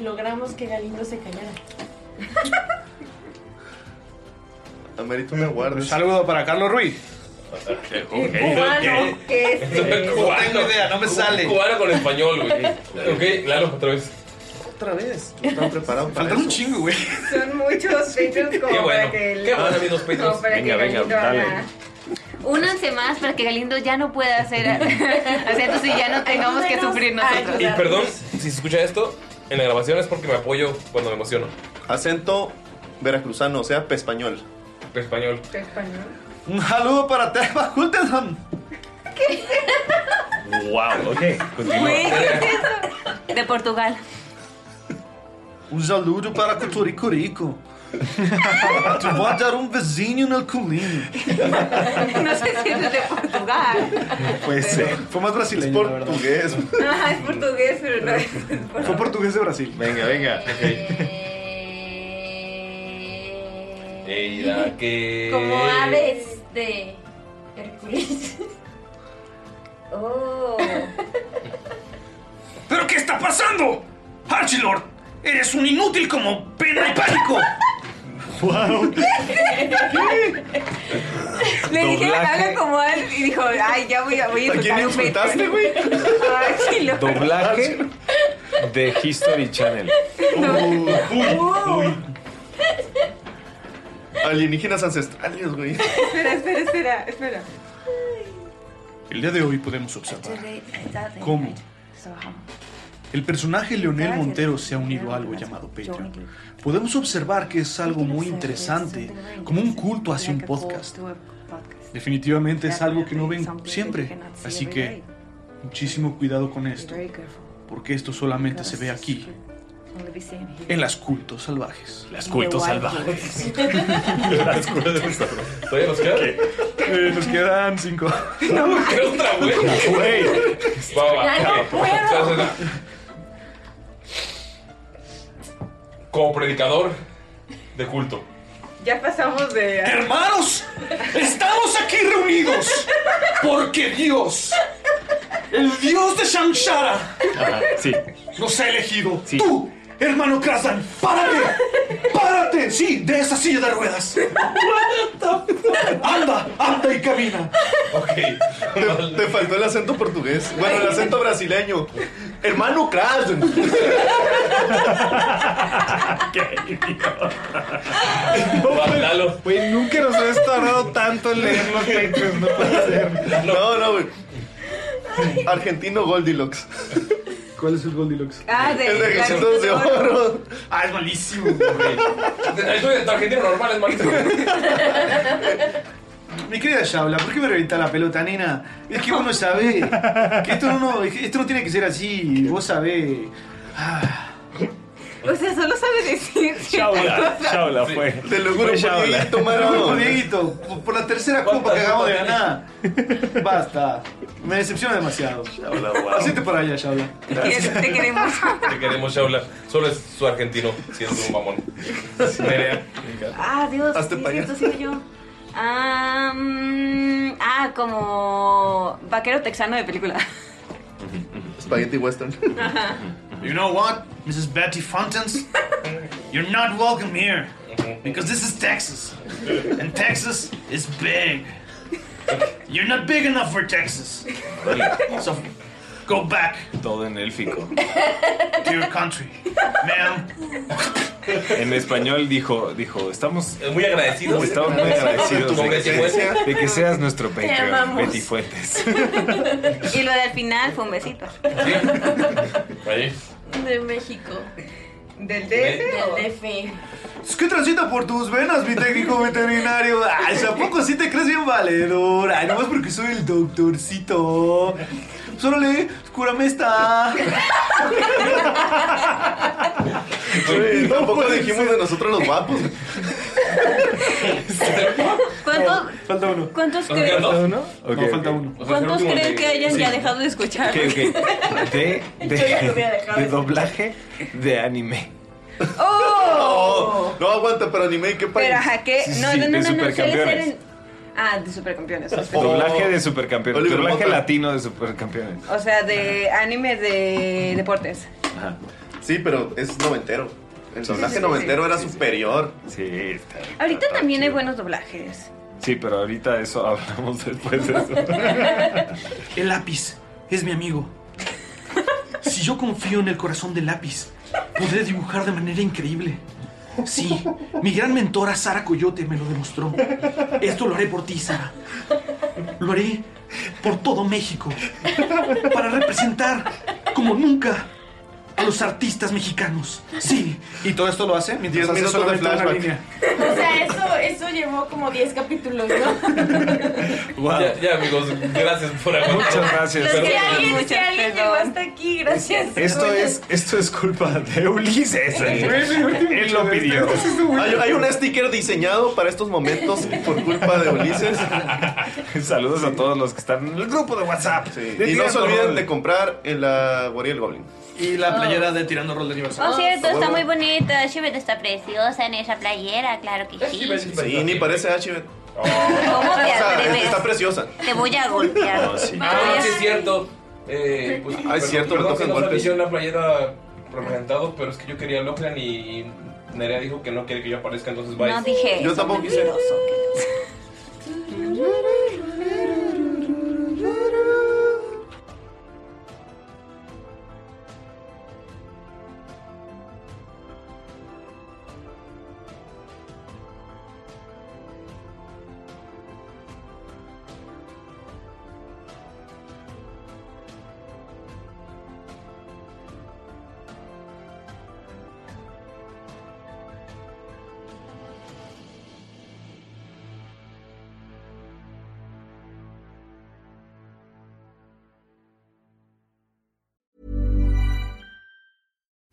Logramos que Galindo se callara. Amerito me guardes. Un saludo para Carlos Ruiz. Cubano, que es de- No tengo idea, no me sale. Cubano con español, güey. Ok, Lalo, otra vez. Otra vez. Estaba preparado para Faltan un eso. chingo, güey. son muchos pechos como Qué para bueno. que el- Qué bueno, amigos como pechos. para Pues, Venga, que venga, Galindo haga- dale. Únanse más para que Galindo ya no pueda hacer acentos y ya no tengamos que sufrir nosotros. Y perdón si se escucha esto en la grabación es porque me apoyo cuando me emociono. Acento veracruzano, o sea, español. En español. Español. Un saludo para Teba Hultenham. Wow, ok. Continúa. Güey, ¿qué es eso? De Portugal. Un Um saludo para Cuturicurico. Te voy a dar um un vizinho en el culino. No sé si es de Portugal. Puede ser. Fue más brasileño, Es portugués. Ah, es portugués, pero no es. Fue portugués de Brasil. Venga, venga. Eida, que. Como aves de Hércules. Oh. ¿Pero qué está pasando? Archilord, eres un inútil como pena y pánico. Wow. Le dije que Doblaje. habla como él y dijo, ay, ya voy a voy ¿A quién insultar un pecho. insultaste, güey? Ay, sí, lo- Doblaje de History Channel. Alienígenas ancestrales, güey. Espera, espera, espera, espera. El día de hoy podemos observar cómo el personaje Leonel Montero se ha unido a algo llamado Patreon. Podemos observar que es algo muy interesante, como un culto hacia un podcast. Definitivamente es algo que no ven siempre, así que muchísimo cuidado con esto, porque esto solamente se ve aquí, en las cultos salvajes. Las cultos salvajes. Las cultos salvajes. ¿Todavía nos queda? Eh, nos quedan cinco. Era otra, güey. Güey. Va, va, Ya va. no puedo. Entonces, la- Como predicador de culto. Ya pasamos de. Hermanos, estamos aquí reunidos porque Dios, el Dios de Shamshara, Ajá, sí. nos ha elegido. Sí. Tú hermano Krasan, párate, párate, sí, de esa silla de ruedas. Anda, anda y camina. Te, te faltó el acento portugués. Bueno, el acento brasileño. Hermano Crash. Güey, nunca nos has tardado tanto en leer los Patreons, no puede ser. No, no, güey. Argentino Goldilocks. ¿Cuál es el Goldilocks? Ah, de- El de de Ejércitos de Oro. Ah, es malísimo, güey. Eso de tu argentino normal es malísimo. Mi querida Shaula, ¿por qué me reventas la pelota, nena? Es que uno sabe que esto no, esto no tiene que ser así. Vos sabés. O sea, solo sabe decir. Shaula, Shaula fue. Te lo juro, por Dieguito, mano. Te lo juro, Dieguito, por- por la tercera copa que acabamos de ganar. Basta. Me decepciona demasiado. Hacete para allá, Shaula. Te queremos. Te queremos, Shaula. Solo es su argentino siendo un mamón. Nerea. Ah, Dios. Hazte sí, pa' allá. cierto, sigo yo. Ah, mm, ah, como vaquero texano de película. Spaghetti Western. Ajá. You know what, Mrs. Betty Fountains? You're not welcome here. Because this is Texas. And Texas is big. You're not big enough for Texas. So go back. Todo en élfico. To your country. Ma'am. En español dijo, dijo, estamos muy agradecidos. Estamos muy agradecidos de que, Con Betty Fuentes. de que seas nuestro Te Patreon, amamos. Betty Fuentes. Y lo del final fue un besito. Ahí. De México. ¿Del DF? Del DF. Es que transita por tus venas, mi técnico veterinario. Ay, ¿a poco sí te crees bien valedor? Ay, nomás porque soy el doctorcito. Solo le, cúrame esta. Güey, Tampoco dijimos de nosotros los guapos. ¿Cuántos, Falta uno. cuántos ¿Nos quedan crees? dos? no, falta uno. ¿Cuántos crees que hayan Sí. ya dejado de escuchar? Ok, ok. De, de, Yo ya lo hubiera dejado. de doblaje de anime. ¡Oh! No aguanta, pero anime, ¿qué Pero país? ajá, ¿qué? Sí, sí, No, sí, no, no, no, de no, suele ser supercampeones. Oh. en... Ah, de supercampeones. o sea. Doblaje de supercampeones. Oliver doblaje Mota. latino de supercampeones. O sea, de anime de deportes. Sí, pero es noventero. El sí, doblaje sí, noventero sí, era sí, sí. superior. Sí, está. Ahorita también hay buenos doblajes. Sí, pero ahorita eso hablamos después de eso. El lápiz es mi amigo. Si yo confío en el corazón del lápiz, podré dibujar de manera increíble. Sí, mi gran mentora Sara Coyote me lo demostró. Esto lo haré por ti, Sara. Lo haré por todo México. Para representar como nunca a los artistas mexicanos. Sí. Y todo esto lo hace Diez hace minutos de solamente una flashback. línea. O sea, eso, eso llevó como 10 capítulos, ¿no? Ya, ya, amigos, gracias por aguantar. Muchas gracias. Los que Si Perdón. alguien, si alguien llegó hasta aquí, gracias. Esto es, esto es culpa de Ulises. Él lo pidió. Hay, hay un sticker diseñado para estos momentos por culpa de Ulises. Saludos a todos los que están en el grupo de WhatsApp. Y no se olviden de comprar en la Guardia del Goblin. Y la playera de Tirando Rol Oh, de Aniversario. Ah, cierto, Ah, está muy bonita. Shivet está preciosa en esa playera, claro que sí. Sí, ni parece Ashibet. ¿Cómo te atreves? Está preciosa. Te voy a golpear. Ah, sí, es cierto. Eh, pues, Ah, es cierto, me perdón tocan que no sabía golpes. yo en la playera representado, pero es que yo quería Loclan y Nerea dijo que no quiere que yo aparezca, entonces bye. No dije Yo eso, tampoco quise. mentiroso.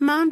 Mom